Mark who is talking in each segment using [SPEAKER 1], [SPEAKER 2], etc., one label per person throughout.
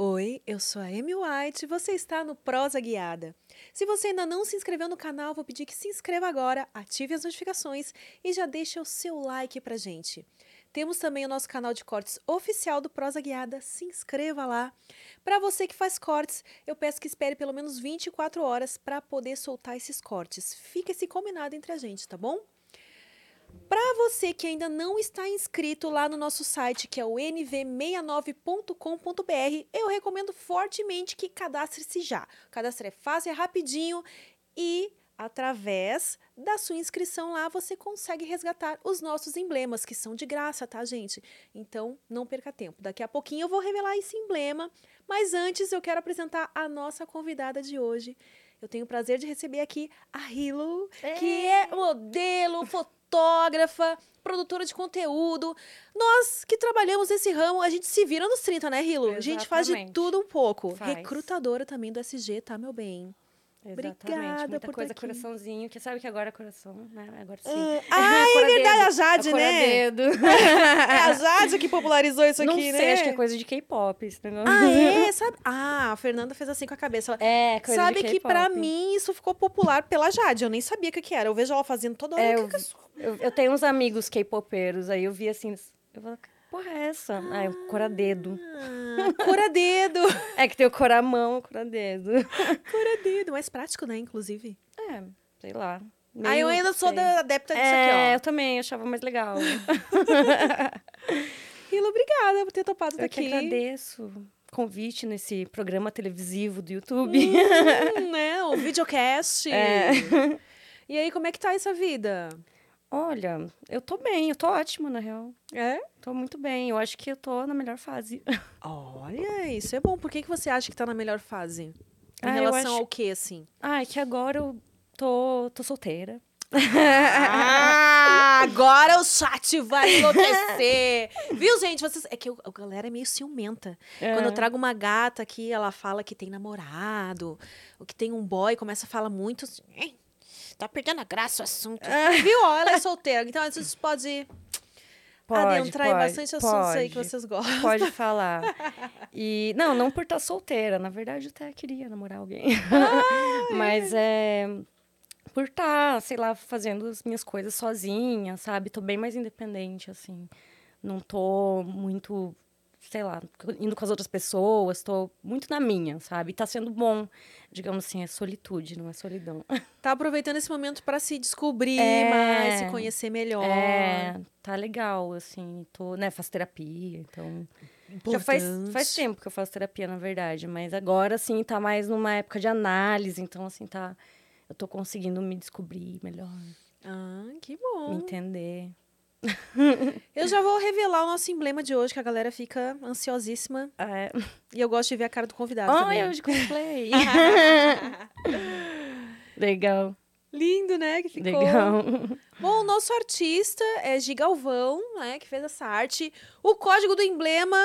[SPEAKER 1] Oi, eu sou a Amy White e você está no Prosa Guiada. Se você ainda não se inscreveu no canal, vou pedir que se inscreva agora, ative as notificações e já deixa o seu like pra gente. Temos também o nosso canal de cortes oficial do Prosa Guiada, se inscreva lá. Para você que faz cortes, eu peço que espere pelo menos 24 horas para poder soltar esses cortes. Fica esse combinado entre a gente, tá bom? Para você que ainda não está inscrito lá no nosso site, que é o nv69.com.br, eu recomendo fortemente que cadastre-se já. O cadastro é fácil, é rapidinho e através da sua inscrição lá você consegue resgatar os nossos emblemas, que são de graça, tá, gente? Então, não perca tempo. Daqui a pouquinho eu vou revelar esse emblema, mas antes eu quero apresentar a nossa convidada de hoje. Eu tenho o prazer de receber aqui a Hilo, que é modelo, fotógrafa, fotógrafa, produtora de conteúdo. Nós que trabalhamos nesse ramo, a gente se vira nos 30, né, Rilo? A gente faz de
[SPEAKER 2] Exatamente.
[SPEAKER 1] tudo um pouco.
[SPEAKER 2] Faz.
[SPEAKER 1] Recrutadora também do SG, tá, meu bem?
[SPEAKER 2] É, Exatamente.
[SPEAKER 1] Obrigada
[SPEAKER 2] Muita
[SPEAKER 1] por tá
[SPEAKER 2] coisa,
[SPEAKER 1] aqui.
[SPEAKER 2] coraçãozinho, que sabe que agora é coração, né? Agora sim.
[SPEAKER 1] Ah, é verdade, a Jade, né?
[SPEAKER 2] Dedo.
[SPEAKER 1] É a Jade que popularizou isso
[SPEAKER 2] Não
[SPEAKER 1] aqui,
[SPEAKER 2] sei,
[SPEAKER 1] né?
[SPEAKER 2] acho que é coisa de K-pop esse negócio.
[SPEAKER 1] Ah, é? Sabe? Ah, a Fernanda fez assim com a cabeça. Ela...
[SPEAKER 2] É, coisa
[SPEAKER 1] Sabe
[SPEAKER 2] de
[SPEAKER 1] que pra
[SPEAKER 2] K-pop.
[SPEAKER 1] mim isso ficou popular pela Jade. Eu nem sabia o que, que era. Eu vejo ela fazendo toda hora.
[SPEAKER 2] É,
[SPEAKER 1] que
[SPEAKER 2] eu
[SPEAKER 1] que é isso?
[SPEAKER 2] Eu, eu tenho uns amigos K-popeiros, aí eu vi assim, eu falo, que porra é essa? Ah, é o cora-dedo.
[SPEAKER 1] Ah, cura dedo.
[SPEAKER 2] É que tem o coramão, o cora-dedo.
[SPEAKER 1] cura dedo. Mais prático, né? Inclusive.
[SPEAKER 2] É, sei lá.
[SPEAKER 1] Ah, eu
[SPEAKER 2] Meio-
[SPEAKER 1] ainda sou
[SPEAKER 2] sei.
[SPEAKER 1] da adepta disso
[SPEAKER 2] É, eu
[SPEAKER 1] aqui,
[SPEAKER 2] também, achava mais legal.
[SPEAKER 1] ó. Rilo, obrigada por ter topado
[SPEAKER 2] Eu que
[SPEAKER 1] daqui.
[SPEAKER 2] agradeço o convite nesse programa televisivo do YouTube.
[SPEAKER 1] Hum, né? O videocast. E aí, como é que tá essa vida?
[SPEAKER 2] Olha, eu tô bem, eu tô ótima, na real.
[SPEAKER 1] É?
[SPEAKER 2] Tô muito bem, eu acho que eu tô na melhor fase.
[SPEAKER 1] Olha, isso é bom. Por que, que você acha que tá na melhor fase? Em
[SPEAKER 2] Ah, eu
[SPEAKER 1] relação
[SPEAKER 2] acho-
[SPEAKER 1] ao quê, assim?
[SPEAKER 2] Ah, é que agora eu tô, tô solteira.
[SPEAKER 1] Ah, agora o chat vai enlouquecer. Viu, gente? Vocês... É que o- a galera é meio ciumenta. Quando eu trago uma gata aqui, ela fala que tem namorado, ou que tem um boy, começa a falar muito. assim, "Ei, Tá perdendo a graça o assunto. Viu? Ó, Ela é solteira. Então, às vezes pode, adentrar em bastante assuntos aí que
[SPEAKER 2] pode.
[SPEAKER 1] vocês gostam.
[SPEAKER 2] Pode falar. E não, não por estar solteira, na verdade eu até queria namorar alguém. Mas é por estar, sei lá, fazendo as minhas coisas sozinha, sabe? Tô bem mais independente assim. Não tô muito, sei lá, indo com as outras pessoas, tô muito na minha, sabe? Tá sendo bom. Digamos assim, é solitude, não é solidão.
[SPEAKER 1] Tá aproveitando esse momento pra se descobrir
[SPEAKER 2] É.
[SPEAKER 1] mais, se conhecer melhor.
[SPEAKER 2] É, tá legal, assim, tô, né, faço terapia, então... Já faz, faz
[SPEAKER 1] Importante.
[SPEAKER 2] tempo que eu faço terapia, na verdade, mas agora, assim, tá mais numa época de análise, então, assim, tá... Eu tô conseguindo me descobrir melhor,
[SPEAKER 1] Ah, que
[SPEAKER 2] me
[SPEAKER 1] bom.
[SPEAKER 2] entender.
[SPEAKER 1] Eu já vou revelar o nosso emblema de hoje, que a galera fica ansiosíssima.
[SPEAKER 2] É.
[SPEAKER 1] E eu gosto de ver a cara do convidado
[SPEAKER 2] Olha,
[SPEAKER 1] também.
[SPEAKER 2] eu de cosplay! legal,
[SPEAKER 1] Lindo, né? Que ficou.
[SPEAKER 2] legal.
[SPEAKER 1] Bom, o nosso artista é Gigalvão, né? Que fez essa arte. O código do emblema,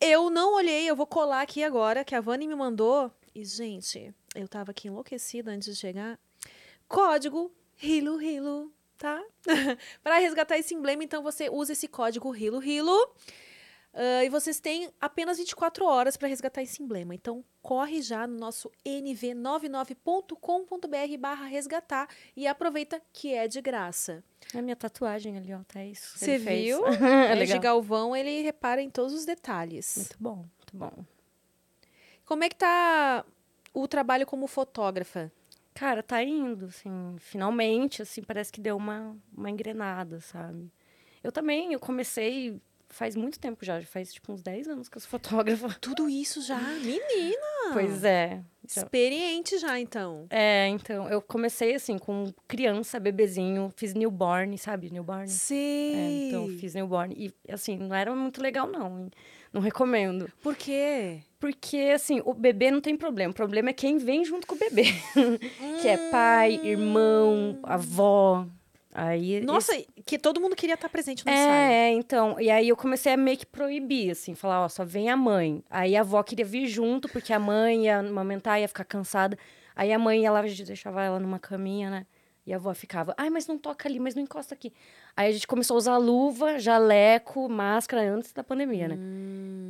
[SPEAKER 1] eu não olhei, eu vou colar aqui agora, que a Vani me mandou. E, gente, eu tava aqui enlouquecida antes de chegar. Código Hilo Hilo, tá? Para resgatar esse emblema, então você usa esse código Hilo Hilo. Ah, e vocês têm apenas 24 horas para resgatar esse emblema. Então, corre já no nosso nv99.com.br barra resgatar e aproveita que é de graça.
[SPEAKER 2] A minha tatuagem ali, ó, tá isso.
[SPEAKER 1] Você
[SPEAKER 2] ele fez.
[SPEAKER 1] viu?
[SPEAKER 2] é
[SPEAKER 1] É, de
[SPEAKER 2] legal.
[SPEAKER 1] Galvão, ele repara em todos os detalhes.
[SPEAKER 2] Muito bom, muito bom.
[SPEAKER 1] Como é que tá o trabalho como fotógrafa?
[SPEAKER 2] Cara, tá indo, assim, finalmente, assim, parece que deu uma, uma engrenada, sabe? Eu também, eu comecei faz muito tempo já, já faz tipo uns 10 anos que eu sou fotógrafa.
[SPEAKER 1] Tudo isso já? Menina!
[SPEAKER 2] Ah. Pois é. Então,
[SPEAKER 1] Experiente já, então.
[SPEAKER 2] é, então, eu comecei assim com criança, bebezinho, fiz newborn, sabe? Newborn.
[SPEAKER 1] Sei!
[SPEAKER 2] É, então, fiz newborn. E, assim, não era muito legal, não. hein? Não recomendo.
[SPEAKER 1] Por quê?
[SPEAKER 2] Porque, assim, o bebê não tem problema. O problema é quem vem junto com o bebê. que é pai, irmão, avó. Aí,
[SPEAKER 1] Hum, Nossa, que todo mundo queria estar presente no ensaio.
[SPEAKER 2] É, é, então. E aí eu comecei a meio que proibir, assim, falar, ó, só vem a mãe. Aí a avó queria vir junto, porque a mãe ia amamentar, ia ficar cansada. Aí a mãe, ela já deixava ela numa caminha, né? E a avó ficava, ai, mas não toca ali, mas não encosta aqui. Aí a gente começou a usar luva, jaleco, máscara antes da pandemia, né?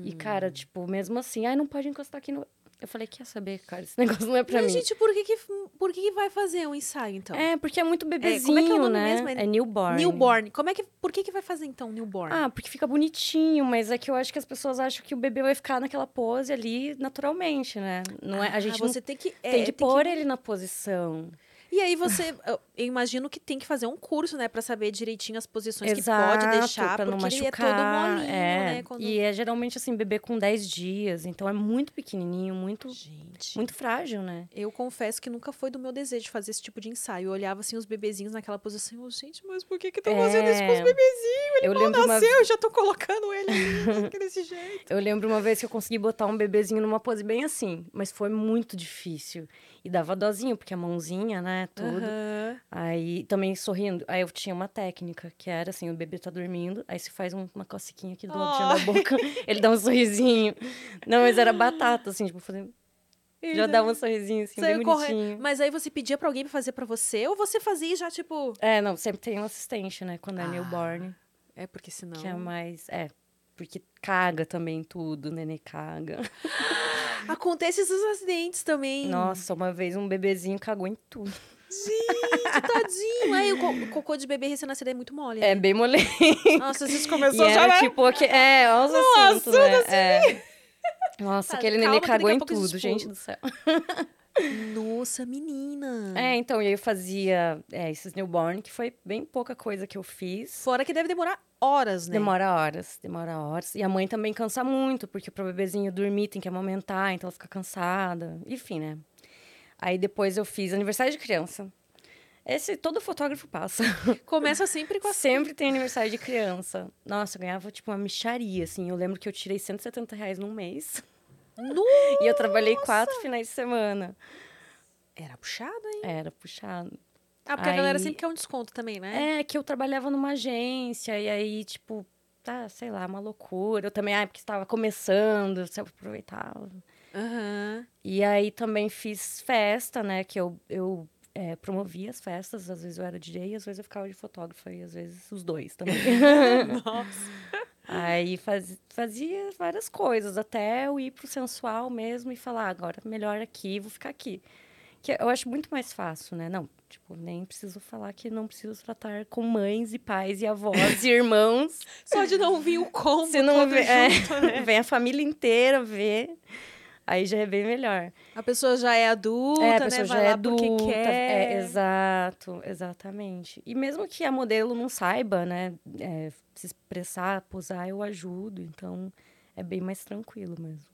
[SPEAKER 2] E,
[SPEAKER 1] Hum.
[SPEAKER 2] cara, tipo, mesmo assim, ai, não pode encostar aqui no. Eu falei, quer saber, cara, esse negócio não é pra
[SPEAKER 1] Mas,
[SPEAKER 2] mim.
[SPEAKER 1] gente, por que, que, por que, que vai fazer um ensaio, então?
[SPEAKER 2] É, porque é muito
[SPEAKER 1] é o
[SPEAKER 2] bebezinho,
[SPEAKER 1] nome
[SPEAKER 2] né?
[SPEAKER 1] mesmo? É
[SPEAKER 2] É newborn.
[SPEAKER 1] Newborn. Como é que, por que, que vai fazer, então, newborn?
[SPEAKER 2] Ah, porque fica bonitinho, mas é que eu acho que as pessoas acham que o bebê vai ficar naquela pose ali naturalmente, né? Não é, a gente
[SPEAKER 1] você tem que...
[SPEAKER 2] não
[SPEAKER 1] é,
[SPEAKER 2] tem que pôr ele na posição.
[SPEAKER 1] E aí você... Eu eu imagino que tem que fazer um curso, né? Pra saber direitinho as posições que pode deixar.
[SPEAKER 2] pra não
[SPEAKER 1] porque
[SPEAKER 2] machucar.
[SPEAKER 1] ele é todo molinho,
[SPEAKER 2] é.
[SPEAKER 1] né? Quando...
[SPEAKER 2] E é geralmente assim, bebê com 10 dias, então é muito pequenininho, muito,
[SPEAKER 1] Gente...
[SPEAKER 2] muito frágil, né?
[SPEAKER 1] Eu confesso que nunca foi do meu desejo fazer esse tipo de ensaio. Eu olhava assim os bebezinhos naquela posição, eu, gente, mas por que que estão fazendo isso com os
[SPEAKER 2] É.
[SPEAKER 1] bebezinhos?
[SPEAKER 2] eu
[SPEAKER 1] Não
[SPEAKER 2] lembro uma
[SPEAKER 1] nasceu, eu já tô colocando ele aí, que desse jeito.
[SPEAKER 2] Eu lembro uma vez que eu consegui botar um bebezinho numa pose bem assim, mas foi muito difícil. E dava dozinho, porque a mãozinha, né, tudo.
[SPEAKER 1] Aham.
[SPEAKER 2] Aí também sorrindo. Aí eu tinha uma técnica que era assim: o bebê tá dormindo, aí você faz um- uma cosquinha aqui do ladinho da
[SPEAKER 1] Ai.
[SPEAKER 2] boca, ele dá um sorrisinho. Não, mas era batata, assim, tipo, fazer,
[SPEAKER 1] E
[SPEAKER 2] já
[SPEAKER 1] daí?
[SPEAKER 2] dava um sorrisinho assim,
[SPEAKER 1] Saiu
[SPEAKER 2] bem
[SPEAKER 1] correndo.
[SPEAKER 2] bonitinho.
[SPEAKER 1] um- Mas aí você pedia pra alguém pra fazer pra você, ou você fazia e já, tipo...
[SPEAKER 2] É, não, sempre tem um assistente, né, quando é
[SPEAKER 1] Ah,
[SPEAKER 2] newborn,
[SPEAKER 1] É, porque senão...
[SPEAKER 2] que é mais. É, porque caga também tudo, o nenê caga.
[SPEAKER 1] Acontece esses acidentes também.
[SPEAKER 2] Nossa, uma vez um bebezinho cagou em tudo.
[SPEAKER 1] Gente, tadinho. Aí o co- o cocô de bebê recém-nascido é muito mole. né?
[SPEAKER 2] É, bem mole.
[SPEAKER 1] Nossa, isso
[SPEAKER 2] E
[SPEAKER 1] começou já...
[SPEAKER 2] era
[SPEAKER 1] né?
[SPEAKER 2] tipo, aque- é, olha os assuntos,
[SPEAKER 1] assunto,
[SPEAKER 2] né? É. Nossa,
[SPEAKER 1] Tá,
[SPEAKER 2] aquele
[SPEAKER 1] assim. calma
[SPEAKER 2] nenê
[SPEAKER 1] que daqui
[SPEAKER 2] cagou
[SPEAKER 1] a
[SPEAKER 2] em
[SPEAKER 1] pouco a gente pula.
[SPEAKER 2] tudo, gente do céu.
[SPEAKER 1] tipo, Nossa, menina.
[SPEAKER 2] É, então, e aí eu fazia é, esses newborn, que foi bem pouca coisa que eu fiz.
[SPEAKER 1] Fora que deve demorar horas, né?
[SPEAKER 2] Demora horas, demora horas. E a mãe também cansa muito, porque pro bebezinho dormir tem que amamentar, então ela fica cansada. Enfim, né? Aí depois eu fiz aniversário de criança. Esse todo fotógrafo passa.
[SPEAKER 1] Começa sempre com a
[SPEAKER 2] Sempre tem aniversário de criança. Nossa, eu ganhava tipo uma micharia, assim. Eu lembro que eu tirei 170 reais num mês. E eu trabalhei quatro finais de semana.
[SPEAKER 1] Era puxado, hein?
[SPEAKER 2] Era puxado.
[SPEAKER 1] Ah, porque a galera
[SPEAKER 2] Aí-
[SPEAKER 1] sempre quer um desconto também, né?
[SPEAKER 2] É, que eu trabalhava numa agência e aí, tipo, tá, sei lá, uma loucura. Eu também, ah, porque estava começando, eu sempre aproveitava.
[SPEAKER 1] Aham.
[SPEAKER 2] E aí também fiz festa, né? Que eu, eu é, promovia as festas, às vezes eu era DJ, às vezes eu ficava de fotógrafa e às vezes os dois também. É.
[SPEAKER 1] Nossa.
[SPEAKER 2] aí faz- fazia várias coisas, até eu ir pro sensual mesmo e falar, "Ah, agora melhor aqui, vou ficar aqui. Que eu acho muito mais fácil, né? Não, tipo, nem preciso falar que não preciso tratar com mães e pais e avós e irmãos.
[SPEAKER 1] Só de não vir o combo
[SPEAKER 2] Se não
[SPEAKER 1] todo
[SPEAKER 2] vê- é.
[SPEAKER 1] junto, né?
[SPEAKER 2] Vem a família inteira ver. Aí já é bem melhor.
[SPEAKER 1] A pessoa já é adulta,
[SPEAKER 2] é, a
[SPEAKER 1] né?
[SPEAKER 2] pessoa
[SPEAKER 1] Vai lá
[SPEAKER 2] já é adulta.
[SPEAKER 1] porque quer.
[SPEAKER 2] É, exato, exatamente. E mesmo que a modelo não saiba, né, é, se expressar, posar, eu ajudo. Então, é bem mais tranquilo mesmo.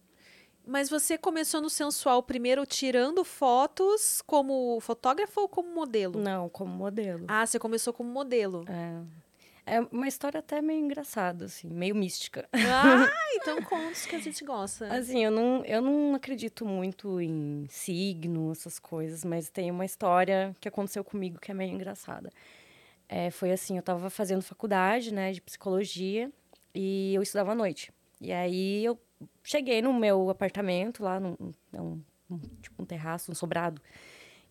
[SPEAKER 1] Mas você começou no sensual primeiro tirando fotos como fotógrafa ou como modelo?
[SPEAKER 2] Não, como modelo.
[SPEAKER 1] Ah, você começou como modelo.
[SPEAKER 2] É uma história até meio engraçada, assim, meio mística.
[SPEAKER 1] Ah, então contos que a gente gosta.
[SPEAKER 2] Assim, eu não, eu não acredito muito em signo, essas coisas, mas tem uma história que aconteceu comigo que é meio engraçada. É, foi assim, eu estava fazendo faculdade, né, de psicologia, e eu estudava à noite. E aí eu cheguei no meu apartamento lá, num, num- um- tipo um terraço, um sobrado.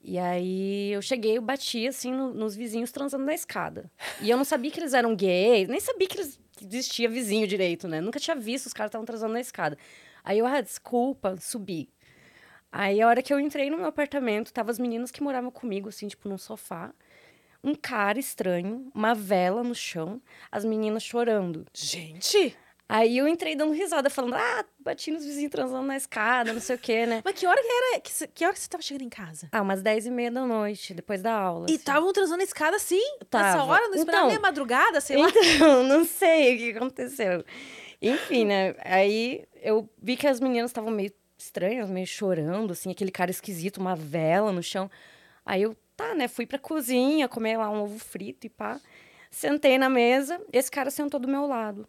[SPEAKER 2] E aí eu cheguei, eu bati assim no- nos vizinhos transando na escada. E eu não sabia que eles eram gays, nem sabia que eles que existia vizinho direito, né? Nunca tinha visto os caras estavam transando na escada. Aí eu, ah, desculpa, subi. Aí a hora que eu entrei no meu apartamento, tava as meninas que moravam comigo, assim, tipo, num sofá. Um cara estranho, uma vela no chão, as meninas chorando.
[SPEAKER 1] Gente!
[SPEAKER 2] Aí eu entrei dando risada, falando, ah, bati nos vizinhos transando na escada, não sei o quê, né?
[SPEAKER 1] Mas que hora que era? Que, cê- que hora que você tava chegando em casa?
[SPEAKER 2] Ah, umas 10 e meia da noite, depois da aula.
[SPEAKER 1] E
[SPEAKER 2] assim.
[SPEAKER 1] estavam transando a escada assim? Nessa
[SPEAKER 2] Tava.
[SPEAKER 1] hora? Não esperava
[SPEAKER 2] Então-
[SPEAKER 1] nem a madrugada, sei lá.
[SPEAKER 2] Então, não sei o que aconteceu. Enfim, né? Aí eu vi que as meninas estavam meio estranhas, meio chorando, assim, aquele cara esquisito, uma vela no chão. Aí eu, tá, né? Fui pra cozinha comer lá um ovo frito e pá. Sentei na mesa, esse cara sentou do meu lado.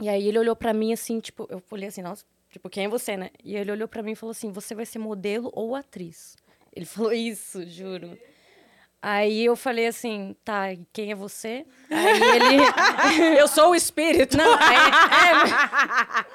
[SPEAKER 2] E aí ele olhou pra mim assim, tipo, eu olhei assim, nossa, tipo, quem é você, né? E ele olhou pra mim e falou assim: você vai ser modelo ou atriz? Ele falou isso, juro. Aí eu falei assim, tá, e quem é você? Aí ele.
[SPEAKER 1] Eu sou o espírito.
[SPEAKER 2] Não, é, é, mas-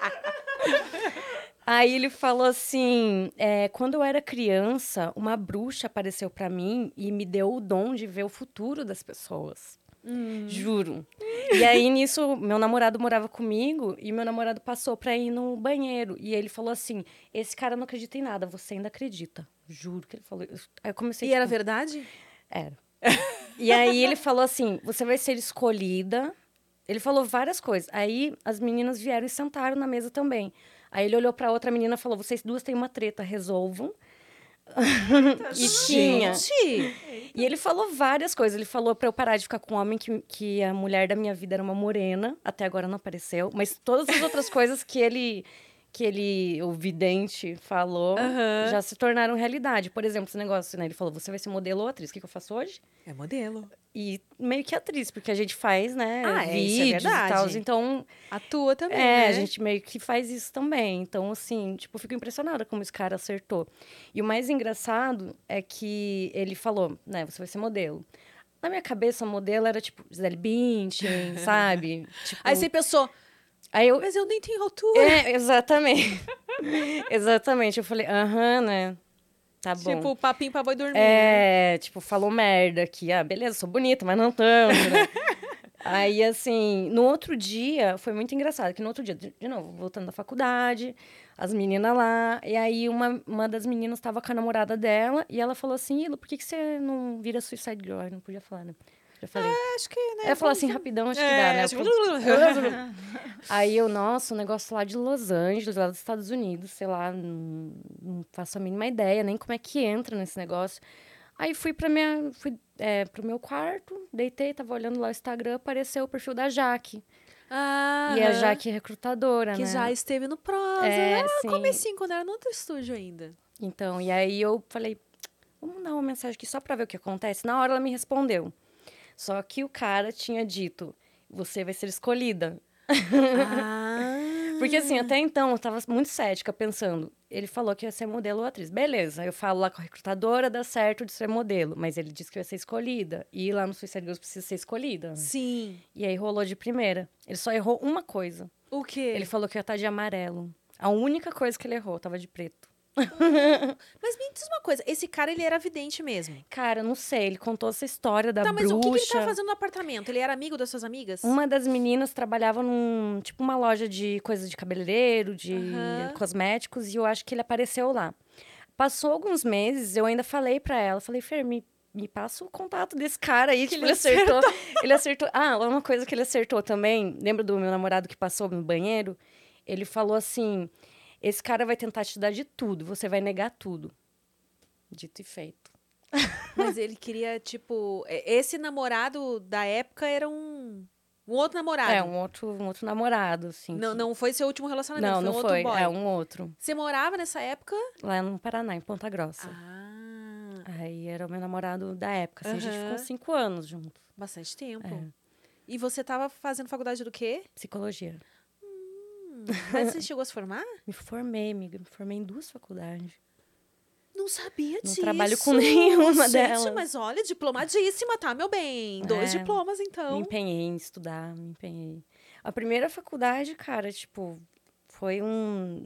[SPEAKER 2] Aí ele falou assim: é, quando eu era criança, uma bruxa apareceu pra mim e me deu o dom de ver o futuro das pessoas.
[SPEAKER 1] Hum,
[SPEAKER 2] Juro. E aí nisso, meu namorado morava comigo e meu namorado passou pra ir no banheiro. E ele falou assim: Esse cara não acredita em nada, você ainda acredita. Juro que ele falou. isso. Aí eu comecei
[SPEAKER 1] E era
[SPEAKER 2] tipo,
[SPEAKER 1] verdade?
[SPEAKER 2] era. e aí ele falou assim: você vai ser escolhida. Ele falou várias coisas. Aí as meninas vieram e sentaram na mesa também. Aí ele olhou pra outra menina e falou: vocês duas têm uma treta, resolvam. e tinha.
[SPEAKER 1] Gente!
[SPEAKER 2] E ele falou várias coisas. Ele falou pra eu parar de ficar com um homem que, que a mulher da minha vida era uma morena. Até agora não apareceu. Mas todas as outras coisas que ele, que ele, o vidente, falou,
[SPEAKER 1] Aham.
[SPEAKER 2] já se tornaram realidade. Por exemplo, esse negócio, né? Ele falou, você vai ser modelo ou atriz? O que, que eu faço hoje?
[SPEAKER 1] É modelo.
[SPEAKER 2] E meio que atriz, porque a gente faz, né?
[SPEAKER 1] Ah, é, isso é
[SPEAKER 2] vídeos e tal.
[SPEAKER 1] verdade.
[SPEAKER 2] Então,
[SPEAKER 1] Atua também,
[SPEAKER 2] é,
[SPEAKER 1] né?
[SPEAKER 2] a gente meio que faz isso também. Então, assim, tipo, eu fico impressionada como esse cara acertou. E o mais engraçado é que ele falou, né, você vai ser modelo. Na minha cabeça, modelo era tipo Gisele Bündchen, sabe? Tipo,
[SPEAKER 1] Aí você pensou,
[SPEAKER 2] aí eu...
[SPEAKER 1] um mas eu nem tenho altura.
[SPEAKER 2] É, exatamente. exatamente. Eu falei, aham, né? Tá bom.
[SPEAKER 1] Tipo, papinho pra boi dormir. né?
[SPEAKER 2] É, tipo, falou merda aqui. Ah, beleza, sou bonita, mas não tanto, né? Aí, assim, no outro dia, foi muito engraçado, que no outro dia, de de novo, voltando da faculdade, as meninas lá, e aí uma, uma das meninas tava com a namorada dela, e ela falou assim, Ilo, por que, que você não vira Suicide Girl? Eu não podia falar, né? Já falei.
[SPEAKER 1] Acho que, né?
[SPEAKER 2] ela falou assim, rapidão, acho que
[SPEAKER 1] É,
[SPEAKER 2] dá, né? Eu
[SPEAKER 1] tipo,
[SPEAKER 2] Aí eu, nossa, um negócio lá de Los Angeles, lá dos Estados Unidos, sei lá, não, não faço a mínima ideia nem como é que entra nesse negócio. Aí fui pra minha, fui é, pro meu quarto, deitei, tava olhando lá o Instagram, apareceu o perfil da Jaque. E a
[SPEAKER 1] Ah, Aham.
[SPEAKER 2] Jaque é recrutadora,
[SPEAKER 1] Que Ah,
[SPEAKER 2] né?
[SPEAKER 1] já esteve no Prosa.
[SPEAKER 2] É,
[SPEAKER 1] lá
[SPEAKER 2] sim.
[SPEAKER 1] no comecinho, quando era no outro estúdio ainda.
[SPEAKER 2] Então, e aí eu falei, vamos mandar uma mensagem aqui só pra ver o que acontece. Na hora ela me respondeu. Só que o cara tinha dito, você vai ser escolhida.
[SPEAKER 1] Ah.
[SPEAKER 2] Porque assim, até então eu tava muito cética, pensando. Ele falou que ia ser modelo ou atriz. Beleza, eu falo lá com a recrutadora, dá certo de ser modelo. Mas ele disse que eu ia ser escolhida. E lá no Suicide Girls precisa ser escolhida.
[SPEAKER 1] Sim.
[SPEAKER 2] E aí rolou de primeira. Ele só errou uma coisa.
[SPEAKER 1] O quê?
[SPEAKER 2] Ele falou que eu ia estar de amarelo. A única coisa que ele errou, eu tava de preto.
[SPEAKER 1] Mas me diz uma coisa, esse cara, ele era vidente mesmo.
[SPEAKER 2] Cara, eu não sei, ele contou essa história da
[SPEAKER 1] tá, mas
[SPEAKER 2] bruxa.
[SPEAKER 1] o que, que ele tava fazendo no apartamento? Ele era amigo das suas amigas?
[SPEAKER 2] Uma das meninas trabalhava num, tipo, uma loja de coisas de cabeleireiro, de
[SPEAKER 1] Aham.
[SPEAKER 2] cosméticos, e eu acho que ele apareceu lá. Passou alguns meses, eu ainda falei pra ela, falei, Fer, me, me passa o contato desse cara aí,
[SPEAKER 1] Que ele
[SPEAKER 2] tipo, ele acertou. Ele acertou. Ah, uma coisa que ele acertou também, lembra do meu namorado que passou no banheiro? Ele falou assim: esse cara vai tentar te dar de tudo, você vai negar tudo. Dito e feito.
[SPEAKER 1] Mas ele queria, tipo... é, Esse namorado da época era um... Um outro namorado.
[SPEAKER 2] É, um outro, um outro namorado, assim.
[SPEAKER 1] Não,
[SPEAKER 2] que-
[SPEAKER 1] não foi seu último relacionamento, foi
[SPEAKER 2] não,
[SPEAKER 1] um
[SPEAKER 2] não
[SPEAKER 1] outro
[SPEAKER 2] foi.
[SPEAKER 1] boy.
[SPEAKER 2] É um outro.
[SPEAKER 1] Você morava nessa época?
[SPEAKER 2] Lá no Paraná, em Ponta Grossa.
[SPEAKER 1] Ah,
[SPEAKER 2] Aí era o meu namorado da época, assim, a gente
[SPEAKER 1] Aham.
[SPEAKER 2] ficou cinco anos junto.
[SPEAKER 1] bastante tempo.
[SPEAKER 2] É.
[SPEAKER 1] E você tava fazendo faculdade do quê?
[SPEAKER 2] Psicologia.
[SPEAKER 1] Hum, Mas você chegou a se formar?
[SPEAKER 2] Me formei, amiga, me formei em duas faculdades.
[SPEAKER 1] Não sabia
[SPEAKER 2] Não
[SPEAKER 1] disso.
[SPEAKER 2] trabalho com nenhuma
[SPEAKER 1] Gente,
[SPEAKER 2] delas.
[SPEAKER 1] mas olha, diplomadíssima, tá, meu bem? Dois
[SPEAKER 2] É.
[SPEAKER 1] diplomas,
[SPEAKER 2] Me
[SPEAKER 1] então.
[SPEAKER 2] empenhei em estudar, me empenhei. A primeira faculdade, cara, tipo, foi um.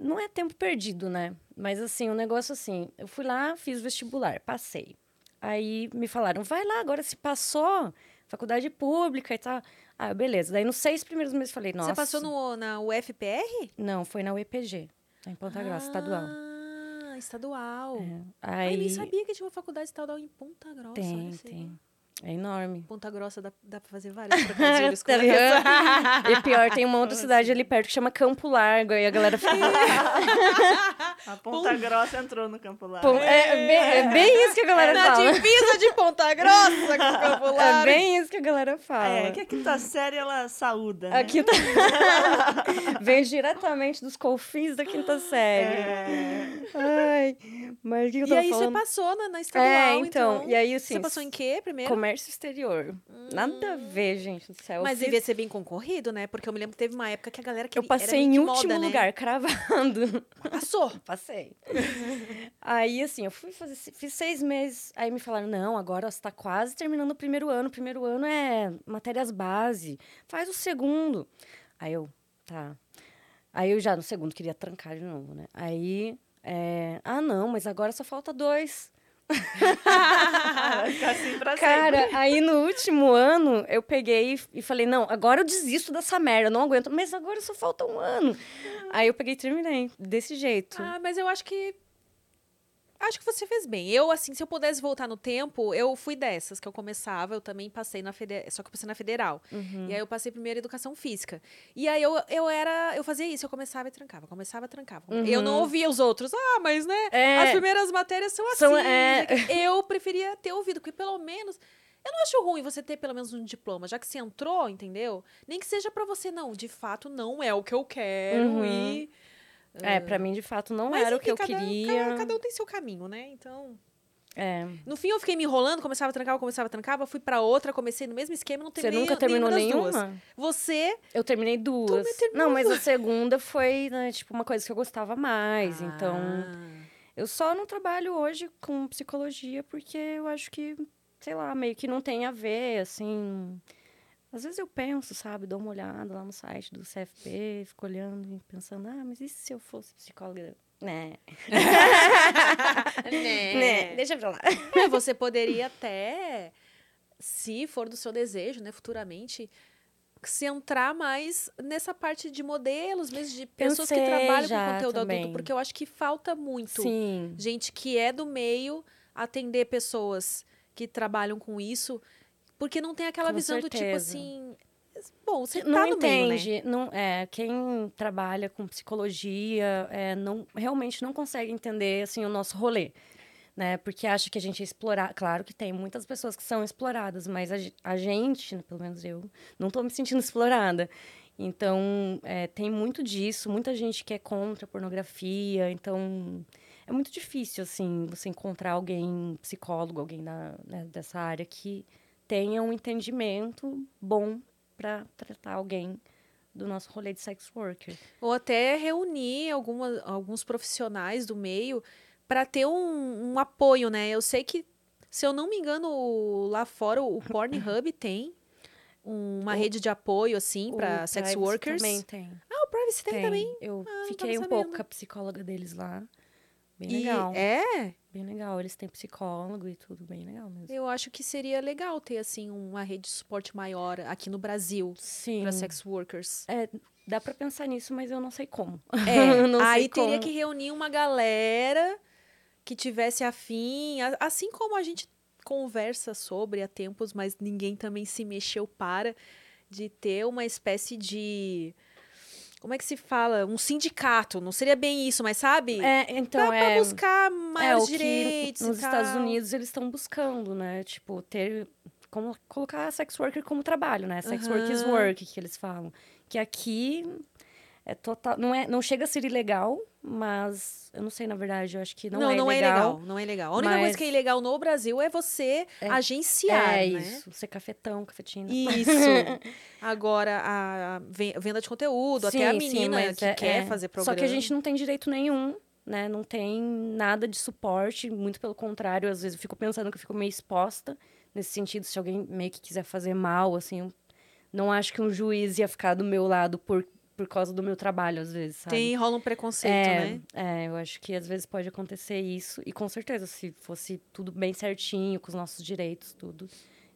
[SPEAKER 2] Não é tempo perdido, né? Mas assim, um negócio assim. Eu fui lá, fiz vestibular, passei. Aí me falaram, vai lá, agora se passou, faculdade pública e tal. Ah, beleza. Daí nos seis primeiros meses eu falei, nossa.
[SPEAKER 1] Você passou no, na UFPR?
[SPEAKER 2] Não, foi na UEPG, lá em Ponta Grossa, estadual. É.
[SPEAKER 1] Ah, estadual. Ai,
[SPEAKER 2] Aí
[SPEAKER 1] nem sabia que tinha uma faculdade estadual em Ponta Grossa.
[SPEAKER 2] tem,
[SPEAKER 1] olha isso aí.
[SPEAKER 2] tem. É enorme.
[SPEAKER 1] Ponta Grossa dá, dá pra fazer vários trocadilhos com essa.
[SPEAKER 2] Tá ligado? e pior, tem uma outra cidade ali perto que chama Campo Largo, aí a galera fica.
[SPEAKER 3] A Ponta Grossa entrou no campo lá. né?
[SPEAKER 2] Pô, é, bem, é bem isso que a
[SPEAKER 1] É
[SPEAKER 2] galera
[SPEAKER 1] na
[SPEAKER 2] fala.
[SPEAKER 1] divisa de Ponta Grossa com o Campo
[SPEAKER 2] É
[SPEAKER 1] Largo.
[SPEAKER 2] bem isso que a galera fala.
[SPEAKER 3] É, que a quinta série ela saúda. né?
[SPEAKER 2] Aqui tá... Vem diretamente dos confins da quinta série.
[SPEAKER 3] É.
[SPEAKER 2] Ai, mas o que eu
[SPEAKER 1] E
[SPEAKER 2] tava
[SPEAKER 1] aí
[SPEAKER 2] falando?
[SPEAKER 1] você passou na, na estadual,
[SPEAKER 2] é, então, E aí, assim,
[SPEAKER 1] Você passou em quê primeiro? Hum.
[SPEAKER 2] comércio exterior. Nada a ver, gente do céu. é, Eu
[SPEAKER 1] Mas
[SPEAKER 2] fiz-
[SPEAKER 1] devia ser bem concorrido, né? Porque eu me lembro que teve uma época que a galera que né?
[SPEAKER 2] Eu passei em último lugar, cravando.
[SPEAKER 1] Passou.
[SPEAKER 2] Passei. aí, assim, eu fui fazer, se- fiz seis meses. Aí me falaram: não, agora você tá quase terminando o primeiro ano. O primeiro ano é matérias base. Faz o segundo. Aí eu, tá. Aí eu já no segundo queria trancar de novo, né? Aí, é, ah, não, mas agora só falta dois.
[SPEAKER 3] Vai ficar assim
[SPEAKER 1] Tá
[SPEAKER 3] pra sempre.
[SPEAKER 2] Cara, aí no último ano eu peguei e falei: não, agora eu desisto dessa merda, eu não aguento, mas agora só falta um ano. Aí eu peguei e terminei, desse jeito.
[SPEAKER 1] Ah, mas eu acho que. Acho que você fez bem. Eu, assim, se eu pudesse voltar no tempo, eu fui dessas que eu começava, eu também passei na federal. Só que eu passei na federal.
[SPEAKER 2] Uhum.
[SPEAKER 1] E aí eu passei primeiro educação física. E aí eu, eu era. Eu fazia isso, eu começava e trancava, começava e trancava.
[SPEAKER 2] Uhum.
[SPEAKER 1] Eu não ouvia os outros. Ah, mas né?
[SPEAKER 2] É.
[SPEAKER 1] As primeiras matérias são assim.
[SPEAKER 2] São- é.
[SPEAKER 1] Eu preferia ter ouvido, porque pelo menos. Eu não acho ruim você ter pelo menos um diploma, já que você entrou, entendeu? Nem que seja pra você, não, de fato não é o que eu quero
[SPEAKER 2] Uhum.
[SPEAKER 1] e.
[SPEAKER 2] É, pra mim de fato não
[SPEAKER 1] Mas,
[SPEAKER 2] era o
[SPEAKER 1] enfim,
[SPEAKER 2] que eu
[SPEAKER 1] cada-
[SPEAKER 2] queria.
[SPEAKER 1] Cada, cada um tem seu caminho, né? Então.
[SPEAKER 2] É.
[SPEAKER 1] No fim, eu fiquei me enrolando, começava a trancar, começava a trancar, fui pra outra, comecei no mesmo esquema, não
[SPEAKER 2] Você
[SPEAKER 1] terminei
[SPEAKER 2] nunca
[SPEAKER 1] nenhuma
[SPEAKER 2] terminou
[SPEAKER 1] das
[SPEAKER 2] nenhuma?
[SPEAKER 1] duas. Você.
[SPEAKER 2] Eu terminei duas.
[SPEAKER 1] terminou
[SPEAKER 2] Não, mas a segunda foi, né, tipo, uma coisa que eu gostava mais. Então,
[SPEAKER 1] Ah.
[SPEAKER 2] eu só não trabalho hoje com psicologia porque eu acho que, sei lá, meio que não tem a ver, assim. Às vezes eu penso, sabe, dou uma olhada lá no site do CFP, fico olhando e pensando, ah, mas e se eu fosse psicóloga? Né, né, deixa pra lá.
[SPEAKER 1] É, Ah, você poderia até, se for do seu desejo, né, futuramente, se entrar mais nessa parte de modelos, mesmo de pessoas que
[SPEAKER 2] Pensei
[SPEAKER 1] trabalham com
[SPEAKER 2] já
[SPEAKER 1] conteúdo adulto,
[SPEAKER 2] também.
[SPEAKER 1] porque eu acho que falta muito.
[SPEAKER 2] Sim.
[SPEAKER 1] gente que é do meio atender pessoas que trabalham com isso, porque não tem aquela
[SPEAKER 2] Com
[SPEAKER 1] visão do tipo
[SPEAKER 2] certeza.
[SPEAKER 1] assim. Bom, você
[SPEAKER 2] não
[SPEAKER 1] tá no meio, né?
[SPEAKER 2] entende, não é quem trabalha com psicologia é, não realmente não consegue entender assim o nosso rolê, né? Porque acha que a gente é explorar. Claro que tem muitas pessoas que são exploradas, mas a, ge- a gente, né, pelo menos eu, não estou me sentindo explorada. Então é, tem muito disso, muita gente que é contra a pornografia, então é muito difícil assim você encontrar alguém um psicólogo, alguém da- né, dessa área que tenha um entendimento bom para tratar alguém do nosso rolê de sex worker.
[SPEAKER 1] Ou até reunir alguma, alguns profissionais do meio para ter um, um apoio, né? Eu sei que, se eu não me engano, o- lá fora o Pornhub tem uma
[SPEAKER 2] O-
[SPEAKER 1] rede de apoio, assim, para
[SPEAKER 2] O
[SPEAKER 1] sex
[SPEAKER 2] Privacy
[SPEAKER 1] workers.
[SPEAKER 2] Também tem.
[SPEAKER 1] Ah, o Privacy tem, também. Ah,
[SPEAKER 2] Eu
[SPEAKER 1] não
[SPEAKER 2] fiquei
[SPEAKER 1] tava
[SPEAKER 2] um pouco
[SPEAKER 1] sabendo.
[SPEAKER 2] com a psicóloga deles lá. Bem
[SPEAKER 1] E-
[SPEAKER 2] legal.
[SPEAKER 1] é,
[SPEAKER 2] Bem legal. Eles têm psicólogo e tudo, bem legal mesmo.
[SPEAKER 1] eu acho que seria legal ter, assim, uma rede de suporte maior aqui no Brasil.
[SPEAKER 2] Sim.
[SPEAKER 1] para sex workers.
[SPEAKER 2] Dá para pensar nisso, mas eu não sei como.
[SPEAKER 1] É,
[SPEAKER 2] Não sei
[SPEAKER 1] aí teria
[SPEAKER 2] como.
[SPEAKER 1] que reunir uma galera que tivesse afim, a- assim como a gente conversa sobre há tempos, mas ninguém também se mexeu para de ter uma espécie de como é que se fala, um sindicato, não seria bem isso, mas sabe?
[SPEAKER 2] É, então
[SPEAKER 1] Pra- pra
[SPEAKER 2] é.
[SPEAKER 1] buscar
[SPEAKER 2] É
[SPEAKER 1] maiores
[SPEAKER 2] o que
[SPEAKER 1] direitos e
[SPEAKER 2] nos Estados
[SPEAKER 1] tal.
[SPEAKER 2] Unidos eles estão buscando, né? Tipo, ter. Como, colocar sex worker como trabalho, né? Sex work is
[SPEAKER 1] Aham.
[SPEAKER 2] work, que eles falam. Que aqui é total. Não, é, não chega a ser ilegal, mas eu não sei, na verdade, eu acho que não,
[SPEAKER 1] não,
[SPEAKER 2] é,
[SPEAKER 1] não
[SPEAKER 2] ilegal.
[SPEAKER 1] é legal, não é legal. A única coisa
[SPEAKER 2] mas-
[SPEAKER 1] que é ilegal no Brasil é você agenciar,
[SPEAKER 2] É
[SPEAKER 1] né?
[SPEAKER 2] isso, ser cafetão, cafetina.
[SPEAKER 1] Isso. Agora, a ve- venda de conteúdo, até a
[SPEAKER 2] Sim, sim,
[SPEAKER 1] menina
[SPEAKER 2] mas
[SPEAKER 1] que
[SPEAKER 2] é-
[SPEAKER 1] quer
[SPEAKER 2] é.
[SPEAKER 1] fazer
[SPEAKER 2] Só
[SPEAKER 1] programa.
[SPEAKER 2] que a gente não tem direito nenhum, né? Não tem nada de suporte, muito pelo contrário, às vezes eu fico pensando que eu fico meio exposta nesse sentido, se alguém meio que quiser fazer mal, assim, eu não acho que um juiz ia ficar do meu lado por, por causa do meu trabalho, às vezes, sabe?
[SPEAKER 1] Tem, rola um preconceito,
[SPEAKER 2] é,
[SPEAKER 1] né?
[SPEAKER 2] é, eu acho que às vezes pode acontecer isso, e com certeza, se fosse tudo bem certinho, com os nossos direitos, tudo,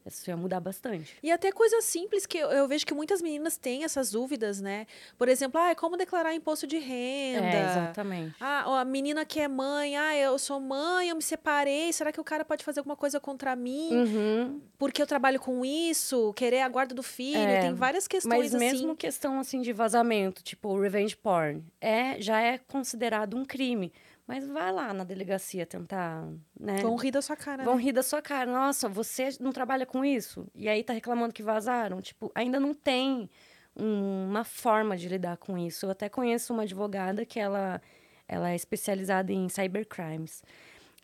[SPEAKER 2] isso ia mudar bastante.
[SPEAKER 1] E até coisas simples que eu, eu vejo que muitas meninas têm essas dúvidas, né? Por exemplo, ah, como declarar imposto de renda?
[SPEAKER 2] É, exatamente.
[SPEAKER 1] Ah, ó, a menina que é mãe, ah, eu sou mãe, eu me separei, será que o cara pode fazer alguma coisa contra mim?
[SPEAKER 2] Uhum.
[SPEAKER 1] Porque eu trabalho com isso, querer a guarda do filho,
[SPEAKER 2] É,
[SPEAKER 1] tem várias questões
[SPEAKER 2] Mas mesmo
[SPEAKER 1] assim.
[SPEAKER 2] questão assim de vazamento, tipo o revenge porn, é já é considerado um crime. Mas vai lá na delegacia tentar, né?
[SPEAKER 1] Vão rir da sua cara,
[SPEAKER 2] Vão
[SPEAKER 1] né?
[SPEAKER 2] rir da sua cara. Nossa, você não trabalha com isso? E aí tá reclamando que vazaram. Tipo, ainda não tem um- uma forma de lidar com isso. Eu até conheço uma advogada que ela, ela é especializada em cybercrimes.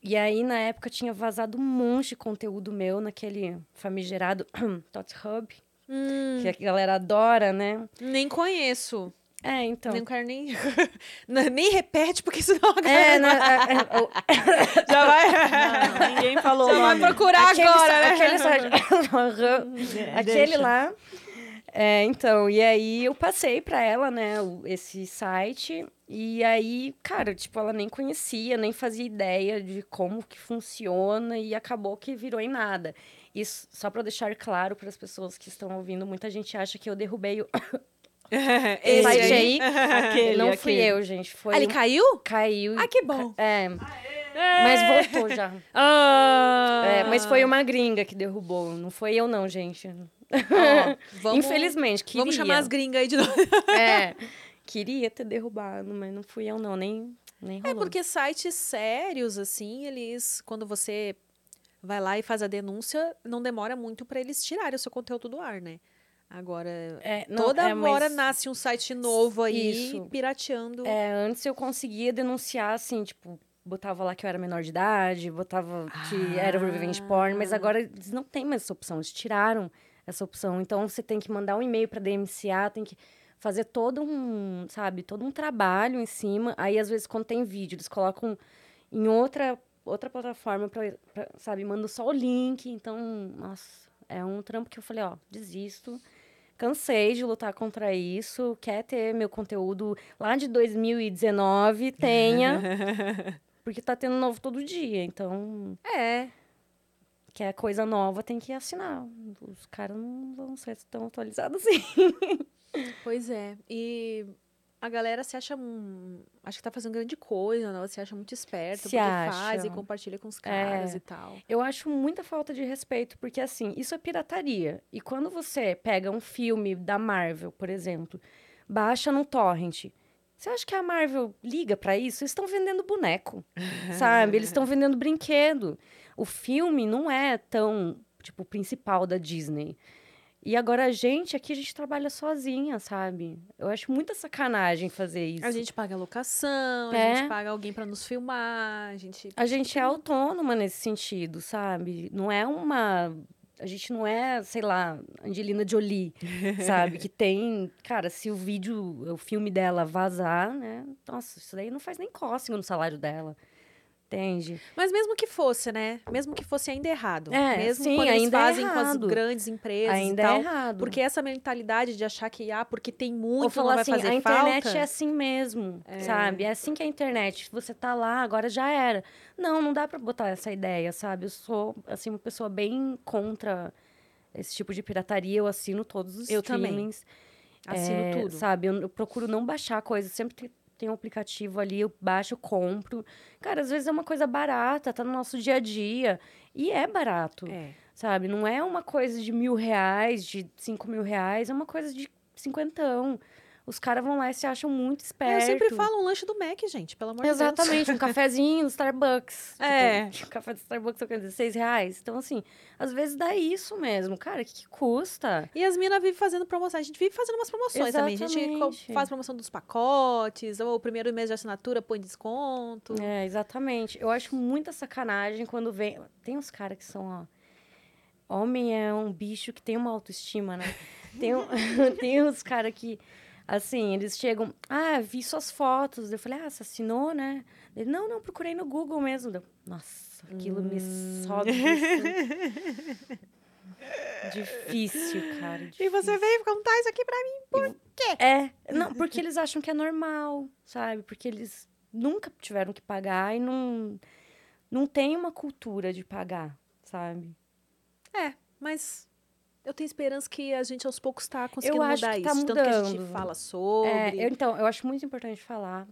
[SPEAKER 2] E aí, na época, tinha vazado um monte de conteúdo meu naquele famigerado Tot Hub,
[SPEAKER 1] Hum,
[SPEAKER 2] que a galera adora, né?
[SPEAKER 1] nem conheço.
[SPEAKER 2] É, então.
[SPEAKER 1] Nem quero nem. Não, nem repete, porque senão a galera
[SPEAKER 2] É, né, é, é, o-
[SPEAKER 1] já vai. né?
[SPEAKER 3] Não, ninguém falou o
[SPEAKER 1] Já vai
[SPEAKER 3] nome.
[SPEAKER 1] procurar
[SPEAKER 2] aquele,
[SPEAKER 3] É,
[SPEAKER 1] agora, né?
[SPEAKER 2] aquele, aquele lá, É, então, e aí eu passei pra ela, né, o- esse site. E aí, cara, tipo, ela nem conhecia, nem fazia ideia de como que funciona e acabou que virou em nada. Isso, só pra deixar claro para as pessoas que estão ouvindo, muita gente acha que eu derrubei o
[SPEAKER 1] Esse
[SPEAKER 2] site
[SPEAKER 1] aí.
[SPEAKER 2] aí.
[SPEAKER 3] Aquele,
[SPEAKER 2] não fui
[SPEAKER 3] aquele.
[SPEAKER 2] eu, gente, foi
[SPEAKER 1] Ah, ele
[SPEAKER 2] um-
[SPEAKER 1] caiu?
[SPEAKER 2] caiu.
[SPEAKER 1] Ah, que bom.
[SPEAKER 2] É, mas voltou já.
[SPEAKER 1] Ah.
[SPEAKER 2] É, mas foi uma gringa que derrubou, não foi eu não, gente.
[SPEAKER 1] Ó, vamos,
[SPEAKER 2] Infelizmente, queria.
[SPEAKER 1] Vamos chamar as gringas aí de novo.
[SPEAKER 2] É, queria ter derrubado, mas não fui eu não, nem, nem
[SPEAKER 1] É
[SPEAKER 2] rolou.
[SPEAKER 1] porque sites sérios, assim, eles, quando você vai lá e faz a denúncia, não demora muito pra eles tirarem o seu conteúdo do ar, né? Agora,
[SPEAKER 2] É, não,
[SPEAKER 1] toda
[SPEAKER 2] é, mas
[SPEAKER 1] hora nasce um site novo aí,
[SPEAKER 2] Isso.
[SPEAKER 1] pirateando.
[SPEAKER 2] é, antes eu conseguia denunciar, assim, tipo, botava lá que eu era menor de idade, botava que era revenge porn, mas agora eles não têm mais essa opção, eles tiraram essa opção. Então, você tem que mandar um e-mail pra DMCA, tem que fazer todo um, sabe, todo um trabalho em cima. Aí, às vezes, quando tem vídeo, eles colocam em outra, outra plataforma, pra, pra, sabe, mandam só o link. Então, nossa, é um trampo que eu falei, ó, desisto. Cansei de lutar contra isso. Quer ter meu conteúdo lá de 2019? Tenha, porque tá tendo novo todo dia. Então,
[SPEAKER 1] É.
[SPEAKER 2] quer coisa nova, tem que assinar. Os caras não vão ser tão atualizados assim.
[SPEAKER 1] Pois é. E a galera se acha. hum, acho que tá fazendo grande coisa, né? Ela se acha muito esperta, porque
[SPEAKER 2] Se
[SPEAKER 1] faz
[SPEAKER 2] acha.
[SPEAKER 1] e
[SPEAKER 2] É.
[SPEAKER 1] compartilha com os caras e tal.
[SPEAKER 2] Eu acho muita falta de respeito, porque assim, isso é pirataria. E quando você pega um filme da Marvel, por exemplo, baixa num torrent. Você acha que a Marvel liga pra isso? Eles estão vendendo boneco, sabe? Eles estão vendendo brinquedo. O filme não é tão, tipo, o principal da Disney. E agora a gente aqui, a gente trabalha sozinha, sabe? Eu acho muita sacanagem fazer isso.
[SPEAKER 1] A gente paga locação, a
[SPEAKER 2] É.
[SPEAKER 1] gente paga alguém pra nos filmar, a gente.
[SPEAKER 2] A gente é autônoma nesse sentido, sabe? Não é uma. A gente não é, sei lá, Angelina Jolie, sabe? Que tem. Cara, se o vídeo, o filme dela vazar, né? Nossa, isso daí não faz nem cócega no salário dela. Entende?
[SPEAKER 1] Mas mesmo que fosse, né? Mesmo que fosse ainda é errado.
[SPEAKER 2] É,
[SPEAKER 1] mesmo
[SPEAKER 2] sim,
[SPEAKER 1] quando eles
[SPEAKER 2] ainda é
[SPEAKER 1] fazem com as
[SPEAKER 2] errado.
[SPEAKER 1] grandes empresas
[SPEAKER 2] Ainda
[SPEAKER 1] e tal.
[SPEAKER 2] é errado.
[SPEAKER 1] Porque essa mentalidade de achar que, ah, porque tem muito,
[SPEAKER 2] Ou
[SPEAKER 1] não
[SPEAKER 2] falar
[SPEAKER 1] vai
[SPEAKER 2] assim,
[SPEAKER 1] fazer
[SPEAKER 2] a internet
[SPEAKER 1] falta.
[SPEAKER 2] é assim mesmo, sabe? É assim que é a internet. Você tá lá, agora já era. Não, não dá pra botar essa ideia, sabe? Eu sou, assim, uma pessoa bem contra esse tipo de pirataria. Eu assino todos os
[SPEAKER 1] Eu também.
[SPEAKER 2] streamings.
[SPEAKER 1] Assino
[SPEAKER 2] É,
[SPEAKER 1] tudo.
[SPEAKER 2] Sabe, eu, eu procuro não baixar coisa. Sempre te- tem um aplicativo ali, eu baixo, compro. Cara, às vezes é uma coisa barata, tá no nosso dia a dia. E é barato,
[SPEAKER 1] É.
[SPEAKER 2] sabe? Não é uma coisa de mil reais, de cinco mil reais, é uma coisa de cinquentão. Os caras vão lá e se acham muito
[SPEAKER 1] É, Eu
[SPEAKER 2] espertos.
[SPEAKER 1] sempre falo um lanche do Mac, gente, pelo amor de Deus.
[SPEAKER 2] Exatamente, um cafezinho no Starbucks.
[SPEAKER 1] É.
[SPEAKER 2] Tipo, um café do Starbucks eu quero dizer, seis reais. Então, assim, às vezes dá isso mesmo. Cara, o que, que custa?
[SPEAKER 1] E as minas vivem fazendo promoção. A gente vive fazendo umas promoções também. A gente co-
[SPEAKER 2] Exatamente.
[SPEAKER 1] faz promoção dos pacotes, ou o primeiro mês de assinatura põe desconto.
[SPEAKER 2] É, exatamente. Eu acho muita sacanagem quando vem. Tem uns caras que são, ó. Homem é um bicho que tem uma autoestima, né? Tem, um- tem uns caras que, assim, eles chegam. Ah, vi suas fotos. Eu falei, ah, você assinou, né? Ele, não, não, procurei no Google mesmo. Eu, Nossa, aquilo me
[SPEAKER 1] Hum.
[SPEAKER 2] sobe. assim. difícil, cara.
[SPEAKER 1] E você
[SPEAKER 2] difícil.
[SPEAKER 1] veio contar isso aqui pra mim.
[SPEAKER 2] É, não, porque eles acham que é normal, sabe? Porque eles nunca tiveram que pagar e não, não tem uma cultura de pagar, sabe?
[SPEAKER 1] Mas eu tenho esperança que a gente aos poucos tá conseguindo
[SPEAKER 2] Eu acho
[SPEAKER 1] mudar
[SPEAKER 2] que
[SPEAKER 1] isso.
[SPEAKER 2] tá
[SPEAKER 1] Tanto que a gente
[SPEAKER 2] mudando.
[SPEAKER 1] fala sobre.
[SPEAKER 2] É, eu- então, eu acho muito importante falar.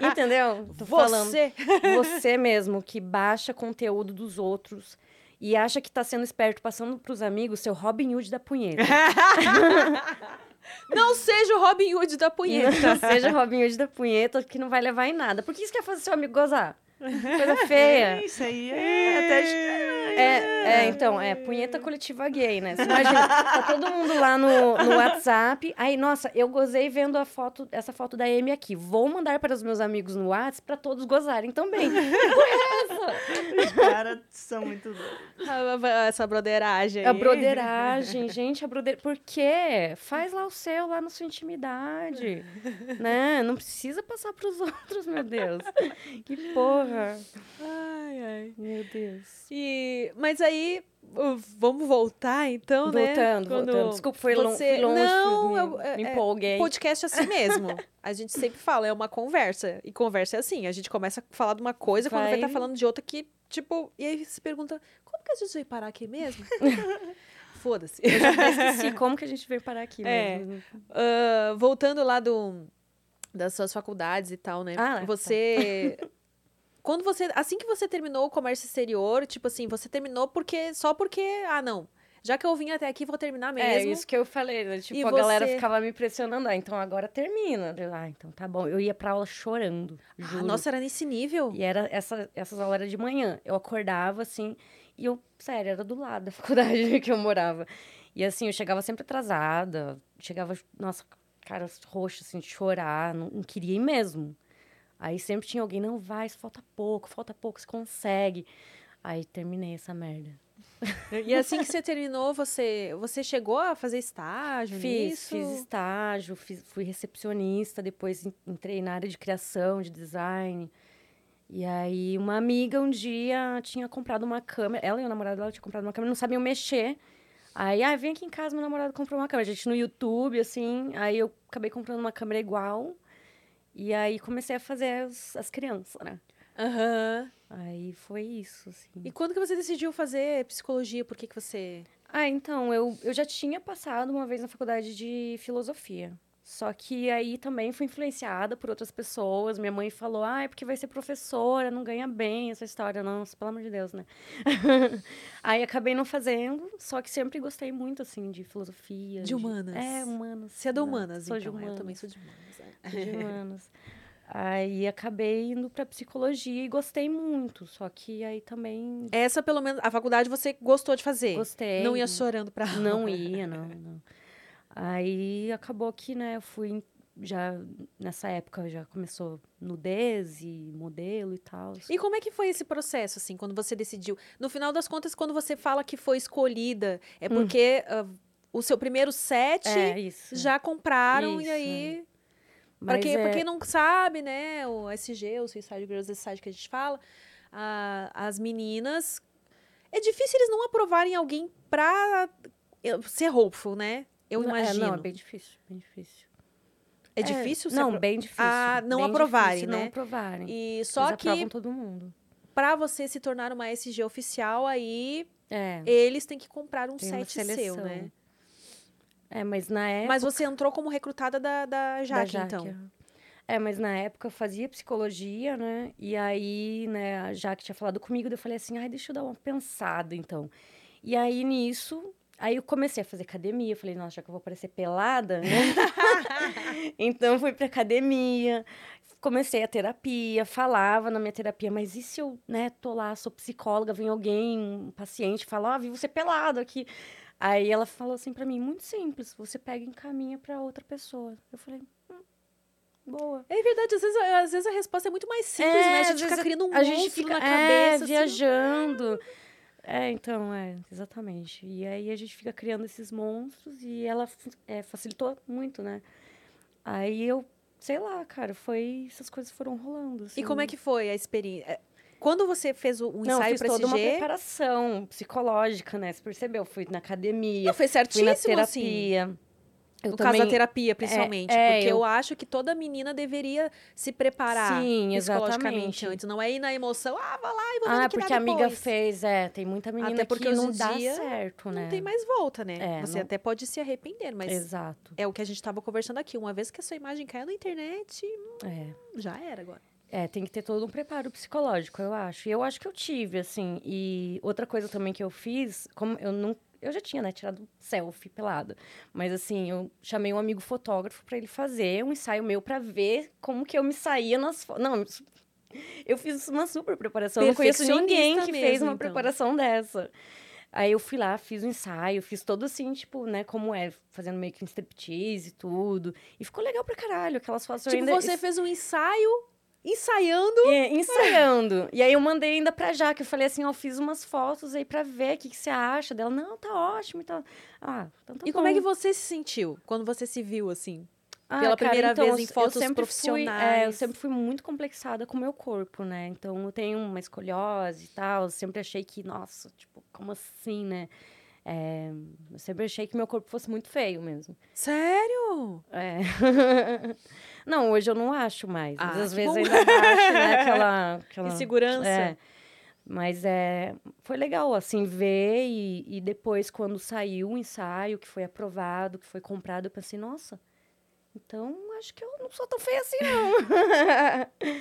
[SPEAKER 2] Entendeu? Tô falando.
[SPEAKER 1] Você.
[SPEAKER 2] Você mesmo que baixa conteúdo dos outros e acha que tá sendo esperto passando pros amigos, seu Robin Hood da punheta.
[SPEAKER 1] Não seja o Robin Hood da punheta.
[SPEAKER 2] Não seja Robin Hood da punheta, que não vai levar em nada. Por que isso quer fazer seu amigo gozar? Coisa feia.
[SPEAKER 3] Isso aí
[SPEAKER 2] É,
[SPEAKER 3] é.
[SPEAKER 2] até de- É, é, então, é punheta coletiva gay, né? Você imagina, tá todo mundo lá no, no WhatsApp. Aí, nossa, eu gozei vendo a foto, essa foto da Amy aqui. Vou mandar para os meus amigos no WhatsApp para todos gozarem também.
[SPEAKER 3] Os caras são muito doidos.
[SPEAKER 1] Ah, Essa broderagem.
[SPEAKER 2] A
[SPEAKER 1] aí.
[SPEAKER 2] broderagem, gente, a broderagem. Por quê? Faz lá o seu, lá na sua intimidade. Né? Não precisa passar pros outros, meu Deus. Que porra.
[SPEAKER 1] Ai, ai.
[SPEAKER 2] Meu Deus.
[SPEAKER 1] E E, mas aí, uh, vamos voltar então, né?
[SPEAKER 2] Voltando,
[SPEAKER 1] Quando
[SPEAKER 2] voltando. Desculpa, foi, lon-
[SPEAKER 1] você-
[SPEAKER 2] fui longe.
[SPEAKER 1] Não,
[SPEAKER 2] fui-
[SPEAKER 1] eu-
[SPEAKER 2] me,
[SPEAKER 1] é-
[SPEAKER 2] me
[SPEAKER 1] é-
[SPEAKER 2] empolguei.
[SPEAKER 1] Podcast é assim mesmo. A gente sempre fala, é uma conversa. E conversa é assim. A gente começa a falar de uma coisa, quando vai
[SPEAKER 2] Vai-
[SPEAKER 1] estar falando de outra que, tipo. E aí se pergunta, como que a gente veio parar aqui mesmo? Foda-se.
[SPEAKER 2] Eu já até esqueci como que a gente veio parar aqui
[SPEAKER 1] É.
[SPEAKER 2] mesmo. né?
[SPEAKER 1] Ah, voltando lá do, das suas faculdades e tal, né?
[SPEAKER 2] Ah, tá.
[SPEAKER 1] você. Quando você. Assim que você terminou o comércio exterior, tipo assim, você terminou porque. Só porque. Ah, não. Já que eu vim até aqui, vou terminar mesmo.
[SPEAKER 2] É, isso que eu falei, né? Tipo,
[SPEAKER 1] E
[SPEAKER 2] a galera
[SPEAKER 1] você?
[SPEAKER 2] ficava me pressionando. Ah, então agora termina. Eu, ah, então tá bom. Eu ia pra aula chorando,
[SPEAKER 1] Ah,
[SPEAKER 2] juro.
[SPEAKER 1] nossa, era nesse nível.
[SPEAKER 2] E era essa, essas aulas eram de manhã. Eu acordava, assim, e eu, sério, era do lado da faculdade que eu morava. E assim, eu chegava sempre atrasada, chegava, nossa, cara roxa, assim, de chorar, não, não queria ir mesmo. Aí sempre tinha alguém, não vai, isso falta pouco, falta pouco, você consegue. Aí terminei essa merda.
[SPEAKER 1] E assim que você terminou, você, você chegou a fazer estágio
[SPEAKER 2] Fiz,
[SPEAKER 1] nisso?
[SPEAKER 2] fiz estágio, fiz- fui recepcionista, depois en- entrei na área de criação, de design. E aí, uma amiga um dia tinha comprado uma câmera, ela e o namorado dela tinham comprado uma câmera, não sabiam mexer. Aí, ah, vem aqui em casa, meu namorado comprou uma câmera. A gente no YouTube, assim, aí eu acabei comprando uma câmera igual. E aí comecei a fazer as, as crianças, né?
[SPEAKER 1] Aham.
[SPEAKER 2] Aí foi isso, assim.
[SPEAKER 1] E quando que você decidiu fazer psicologia? Por que que você...
[SPEAKER 2] Ah, então, eu, eu já tinha passado uma vez na faculdade de filosofia. Só que aí também fui influenciada por outras pessoas. Minha mãe falou, ah, é porque vai ser professora, não ganha bem essa história. Nossa, pelo amor de Deus, né? aí acabei não fazendo, só que sempre gostei muito, assim, de filosofia.
[SPEAKER 1] De humanas.
[SPEAKER 2] É, humanas.
[SPEAKER 1] Você é da
[SPEAKER 2] exato.
[SPEAKER 1] humanas,
[SPEAKER 2] Sou de
[SPEAKER 1] então.
[SPEAKER 2] humanas.
[SPEAKER 1] Eu também sou de humanas. é.
[SPEAKER 2] sou de humanas. Aí acabei indo pra psicologia e gostei muito. Só que aí também
[SPEAKER 1] Essa, pelo menos, a faculdade você gostou de fazer.
[SPEAKER 2] gostei.
[SPEAKER 1] É, Não ia chorando pra aula.
[SPEAKER 2] Não ia, não, não. Aí acabou que, né, eu fui já nessa época já começou nudez e modelo e tal.
[SPEAKER 1] E como é que foi esse processo, assim, quando você decidiu? No final das contas, quando você fala que foi escolhida, é porque ah, o seu primeiro set
[SPEAKER 2] Hum. é isso.
[SPEAKER 1] já compraram e
[SPEAKER 2] Isso.
[SPEAKER 1] aí Pra
[SPEAKER 2] Mas
[SPEAKER 1] quem,
[SPEAKER 2] é,
[SPEAKER 1] pra quem não sabe, né, o SG, o Suicide Girls Society que a gente fala, a- as meninas. É difícil eles não aprovarem alguém pra eu- ser hopeful, né? Eu
[SPEAKER 2] não-
[SPEAKER 1] imagino.
[SPEAKER 2] É,
[SPEAKER 1] É,
[SPEAKER 2] não, é bem difícil, bem difícil.
[SPEAKER 1] difícil ser
[SPEAKER 2] Não,
[SPEAKER 1] apro-
[SPEAKER 2] bem É difícil.
[SPEAKER 1] Ah, não
[SPEAKER 2] bem
[SPEAKER 1] aprovarem,
[SPEAKER 2] difícil Não
[SPEAKER 1] né?
[SPEAKER 2] aprovarem.
[SPEAKER 1] E só
[SPEAKER 2] Eles
[SPEAKER 1] que
[SPEAKER 2] aprovam todo mundo.
[SPEAKER 1] pra você se tornar uma SG oficial, aí
[SPEAKER 2] É.
[SPEAKER 1] eles têm que comprar um
[SPEAKER 2] Tem uma
[SPEAKER 1] set seu,
[SPEAKER 2] seleção.
[SPEAKER 1] né?
[SPEAKER 2] É, mas na época
[SPEAKER 1] Mas você entrou como recrutada da, da
[SPEAKER 2] da
[SPEAKER 1] Jaque, então.
[SPEAKER 2] aham. É, mas na época eu fazia psicologia, né? E aí, né, a Jaque tinha falado comigo, daí eu falei assim, ai, deixa eu dar uma pensada, então. E aí, nisso, aí eu comecei a fazer academia, eu falei, nossa, já que eu vou parecer pelada, né? então, eu fui pra academia, comecei a terapia, falava na minha terapia, mas e se eu, né, tô lá, sou psicóloga, vem alguém, um paciente, fala, ah, vi você pelado aqui. Aí ela falou assim pra mim, muito simples, você pega e encaminha pra outra pessoa. Eu falei, hum, boa.
[SPEAKER 1] É verdade, às vezes, às vezes a resposta é muito mais simples,
[SPEAKER 2] É,
[SPEAKER 1] né? A
[SPEAKER 2] às
[SPEAKER 1] gente fica
[SPEAKER 2] vezes
[SPEAKER 1] criando um
[SPEAKER 2] a
[SPEAKER 1] monstro
[SPEAKER 2] gente
[SPEAKER 1] na
[SPEAKER 2] fica é,
[SPEAKER 1] cabeça. assim, né?
[SPEAKER 2] viajando. É, então, é, exatamente. E aí a gente fica criando esses monstros e ela fa- é, facilitou muito, né? Aí eu, sei lá, cara, foi. Essas coisas foram rolando. assim.
[SPEAKER 1] E como é que foi a experiência? É, Quando você fez o, o
[SPEAKER 2] Não, eu
[SPEAKER 1] ensaio
[SPEAKER 2] fiz
[SPEAKER 1] para
[SPEAKER 2] toda uma
[SPEAKER 1] SG,
[SPEAKER 2] preparação psicológica, né? Você percebeu? Fui na academia,
[SPEAKER 1] não, foi
[SPEAKER 2] fui na
[SPEAKER 1] certíssimo, assim.
[SPEAKER 2] terapia. Eu
[SPEAKER 1] no
[SPEAKER 2] também-
[SPEAKER 1] caso da terapia, principalmente.
[SPEAKER 2] é,
[SPEAKER 1] porque eu...
[SPEAKER 2] eu-
[SPEAKER 1] acho que toda menina deveria se preparar
[SPEAKER 2] Sim,
[SPEAKER 1] psicologicamente
[SPEAKER 2] exatamente.
[SPEAKER 1] antes. Não é ir na emoção, ah, vou lá e vou ver no
[SPEAKER 2] Ah,
[SPEAKER 1] que
[SPEAKER 2] porque
[SPEAKER 1] dá
[SPEAKER 2] a amiga
[SPEAKER 1] depois.
[SPEAKER 2] fez, é, tem muita menina
[SPEAKER 1] Até porque
[SPEAKER 2] que
[SPEAKER 1] hoje
[SPEAKER 2] não
[SPEAKER 1] em
[SPEAKER 2] dá
[SPEAKER 1] dia,
[SPEAKER 2] certo, né?
[SPEAKER 1] Não tem mais volta, né?
[SPEAKER 2] É,
[SPEAKER 1] você
[SPEAKER 2] não-
[SPEAKER 1] até pode se arrepender, mas
[SPEAKER 2] Exato.
[SPEAKER 1] é o que a gente estava conversando aqui. Uma vez que a sua imagem caiu na internet,
[SPEAKER 2] É.
[SPEAKER 1] já era agora.
[SPEAKER 2] É, tem que ter todo um preparo psicológico, eu acho. E eu acho que eu tive, assim. E outra coisa também que eu fiz, como eu não. Eu já tinha, né, tirado selfie pelada. Mas assim, eu chamei um amigo fotógrafo pra ele fazer um ensaio meu pra ver como que eu me saía nas fotos. Não, isso- eu fiz uma super preparação. Eu não conheço ninguém que
[SPEAKER 1] Perfeccionista
[SPEAKER 2] fez
[SPEAKER 1] mesmo,
[SPEAKER 2] uma
[SPEAKER 1] então.
[SPEAKER 2] preparação dessa. Aí eu fui lá, fiz o ensaio, fiz todo assim, tipo, né, como é, fazendo meio que um striptease e tudo. E ficou legal pra caralho aquelas fotos. eu
[SPEAKER 1] Tipo,
[SPEAKER 2] ainda
[SPEAKER 1] você fez um ensaio ensaiando.
[SPEAKER 2] é, ensaiando. E aí eu mandei ainda pra Jaque. Eu falei assim, ó, fiz umas fotos aí pra ver o que, que você acha dela. Não, tá ótimo e tal. Ah, então tá
[SPEAKER 1] e como é que
[SPEAKER 2] bom.
[SPEAKER 1] você se sentiu quando você se viu assim?
[SPEAKER 2] Ah,
[SPEAKER 1] Pela
[SPEAKER 2] cara,
[SPEAKER 1] primeira
[SPEAKER 2] então,
[SPEAKER 1] vez
[SPEAKER 2] eu-
[SPEAKER 1] em
[SPEAKER 2] eu
[SPEAKER 1] fotos
[SPEAKER 2] sempre fui- é, eu
[SPEAKER 1] profissionais.
[SPEAKER 2] sempre fui muito complexada com o meu corpo, né? Então eu tenho uma escoliose e tal. Eu sempre achei que, nossa, tipo, como assim, né? É, eu sempre achei que meu corpo fosse muito feio mesmo.
[SPEAKER 1] Sério?
[SPEAKER 2] É. não, hoje eu não acho mais. Mas
[SPEAKER 1] Ah,
[SPEAKER 2] às
[SPEAKER 1] que
[SPEAKER 2] vezes
[SPEAKER 1] bom.
[SPEAKER 2] eu ainda acho, né? Aquela. aquela
[SPEAKER 1] Insegurança.
[SPEAKER 2] é. Mas é, foi legal, assim, ver e, e depois, quando saiu o ensaio, que foi aprovado, que foi comprado, eu pensei, nossa, então acho que eu não sou tão feia assim, não.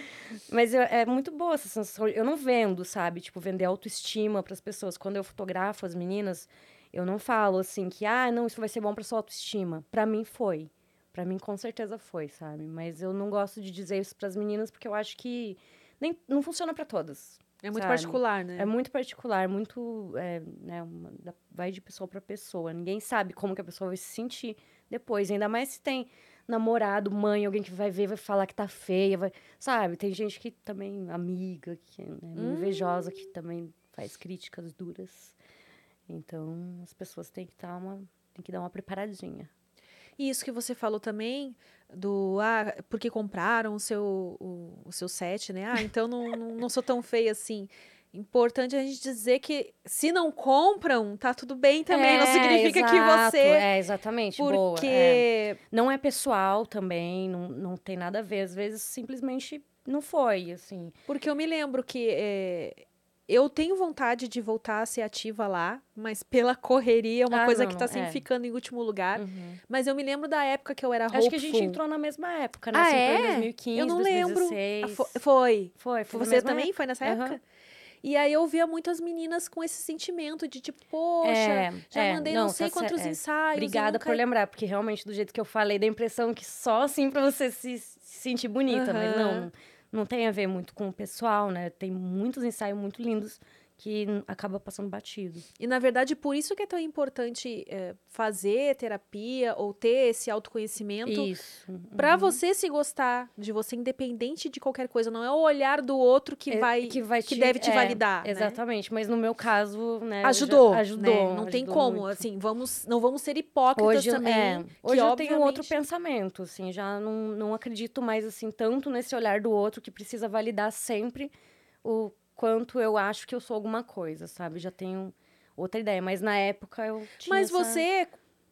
[SPEAKER 2] Mas eu- é muito boa essa sensação. Eu não vendo, sabe? Tipo, vender autoestima para as pessoas. Quando eu fotografo as meninas, eu não falo assim que, ah, não, isso vai ser bom para sua autoestima. Para mim foi. Para mim com certeza foi, sabe? Mas eu não gosto de dizer isso para as meninas porque eu acho que nem, não funciona para todas.
[SPEAKER 1] É muito
[SPEAKER 2] Sabe?
[SPEAKER 1] particular, né?
[SPEAKER 2] É muito particular, muito. é, né, uma- da- vai de pessoa pra pessoa. Ninguém sabe como que a pessoa vai se sentir depois. Ainda mais se tem namorado, mãe, alguém que vai ver, vai falar que tá feia. vai- sabe? Tem gente que também, amiga, que é né, meio
[SPEAKER 1] Hum.
[SPEAKER 2] invejosa, que também faz críticas duras. Então, as pessoas têm que dar uma. Tem que dar uma preparadinha.
[SPEAKER 1] E isso que você falou também do ah, porque compraram o seu, o, o seu set, né? Ah, então não, não, não sou tão feia assim. Importante a gente dizer que se não compram, tá tudo bem também. não
[SPEAKER 2] É,
[SPEAKER 1] significa que
[SPEAKER 2] exato,
[SPEAKER 1] você.
[SPEAKER 2] É, exatamente. Boa. é.
[SPEAKER 1] porque.
[SPEAKER 2] não é pessoal também, não, não tem nada a ver. Às vezes simplesmente não foi, assim.
[SPEAKER 1] Porque eu me lembro que é, eu tenho vontade de voltar a ser ativa lá, mas pela correria, é uma
[SPEAKER 2] Ah,
[SPEAKER 1] coisa
[SPEAKER 2] não,
[SPEAKER 1] que tá
[SPEAKER 2] não,
[SPEAKER 1] sempre
[SPEAKER 2] é.
[SPEAKER 1] ficando em último lugar.
[SPEAKER 2] Uhum.
[SPEAKER 1] Mas eu me lembro da época que eu era hopeful.
[SPEAKER 2] Acho que a gente entrou na mesma época, né?
[SPEAKER 1] Ah,
[SPEAKER 2] assim, foi
[SPEAKER 1] é?
[SPEAKER 2] em 2015,
[SPEAKER 1] Eu não lembro. Ah,
[SPEAKER 2] 2016.
[SPEAKER 1] fo- Foi.
[SPEAKER 2] Foi, foi na
[SPEAKER 1] Você
[SPEAKER 2] mesma
[SPEAKER 1] também
[SPEAKER 2] época.
[SPEAKER 1] foi nessa
[SPEAKER 2] Aham.
[SPEAKER 1] época? E aí eu via muitas meninas com esse sentimento de tipo, poxa,
[SPEAKER 2] É,
[SPEAKER 1] já
[SPEAKER 2] é,
[SPEAKER 1] mandei não,
[SPEAKER 2] não,
[SPEAKER 1] sei
[SPEAKER 2] tá cer-
[SPEAKER 1] quantos
[SPEAKER 2] é.
[SPEAKER 1] ensaios. eu
[SPEAKER 2] Obrigada
[SPEAKER 1] nunca...
[SPEAKER 2] por lembrar, porque realmente, do jeito que eu falei, dá a impressão que só assim pra você se, se sentir bonita, mas
[SPEAKER 1] Aham.
[SPEAKER 2] não, não tem a ver muito com o pessoal, né? Tem muitos ensaios muito lindos que n- acaba passando batido.
[SPEAKER 1] E na verdade, por isso que é tão importante é, fazer terapia ou ter esse autoconhecimento.
[SPEAKER 2] Isso.
[SPEAKER 1] Pra você se gostar de você, independente de qualquer coisa, não é o olhar do outro que
[SPEAKER 2] É,
[SPEAKER 1] vai. Que,
[SPEAKER 2] vai
[SPEAKER 1] deve te
[SPEAKER 2] é,
[SPEAKER 1] validar. né?
[SPEAKER 2] Exatamente, mas no meu caso, né? eu já-
[SPEAKER 1] Ajudou.
[SPEAKER 2] ajudou.
[SPEAKER 1] né? Não tem
[SPEAKER 2] ajudou
[SPEAKER 1] como.
[SPEAKER 2] muito.
[SPEAKER 1] Assim, vamos, não vamos ser hipócritas
[SPEAKER 2] Hoje, eu-
[SPEAKER 1] também.
[SPEAKER 2] é,
[SPEAKER 1] que
[SPEAKER 2] hoje eu tenho outro
[SPEAKER 1] obviamente-
[SPEAKER 2] pensamento, assim, já não, não acredito mais, assim, tanto nesse olhar do outro que precisa validar sempre o quanto eu acho que eu sou alguma coisa, sabe? Já tenho outra ideia, mas na época eu tinha
[SPEAKER 1] Mas
[SPEAKER 2] essa-
[SPEAKER 1] você,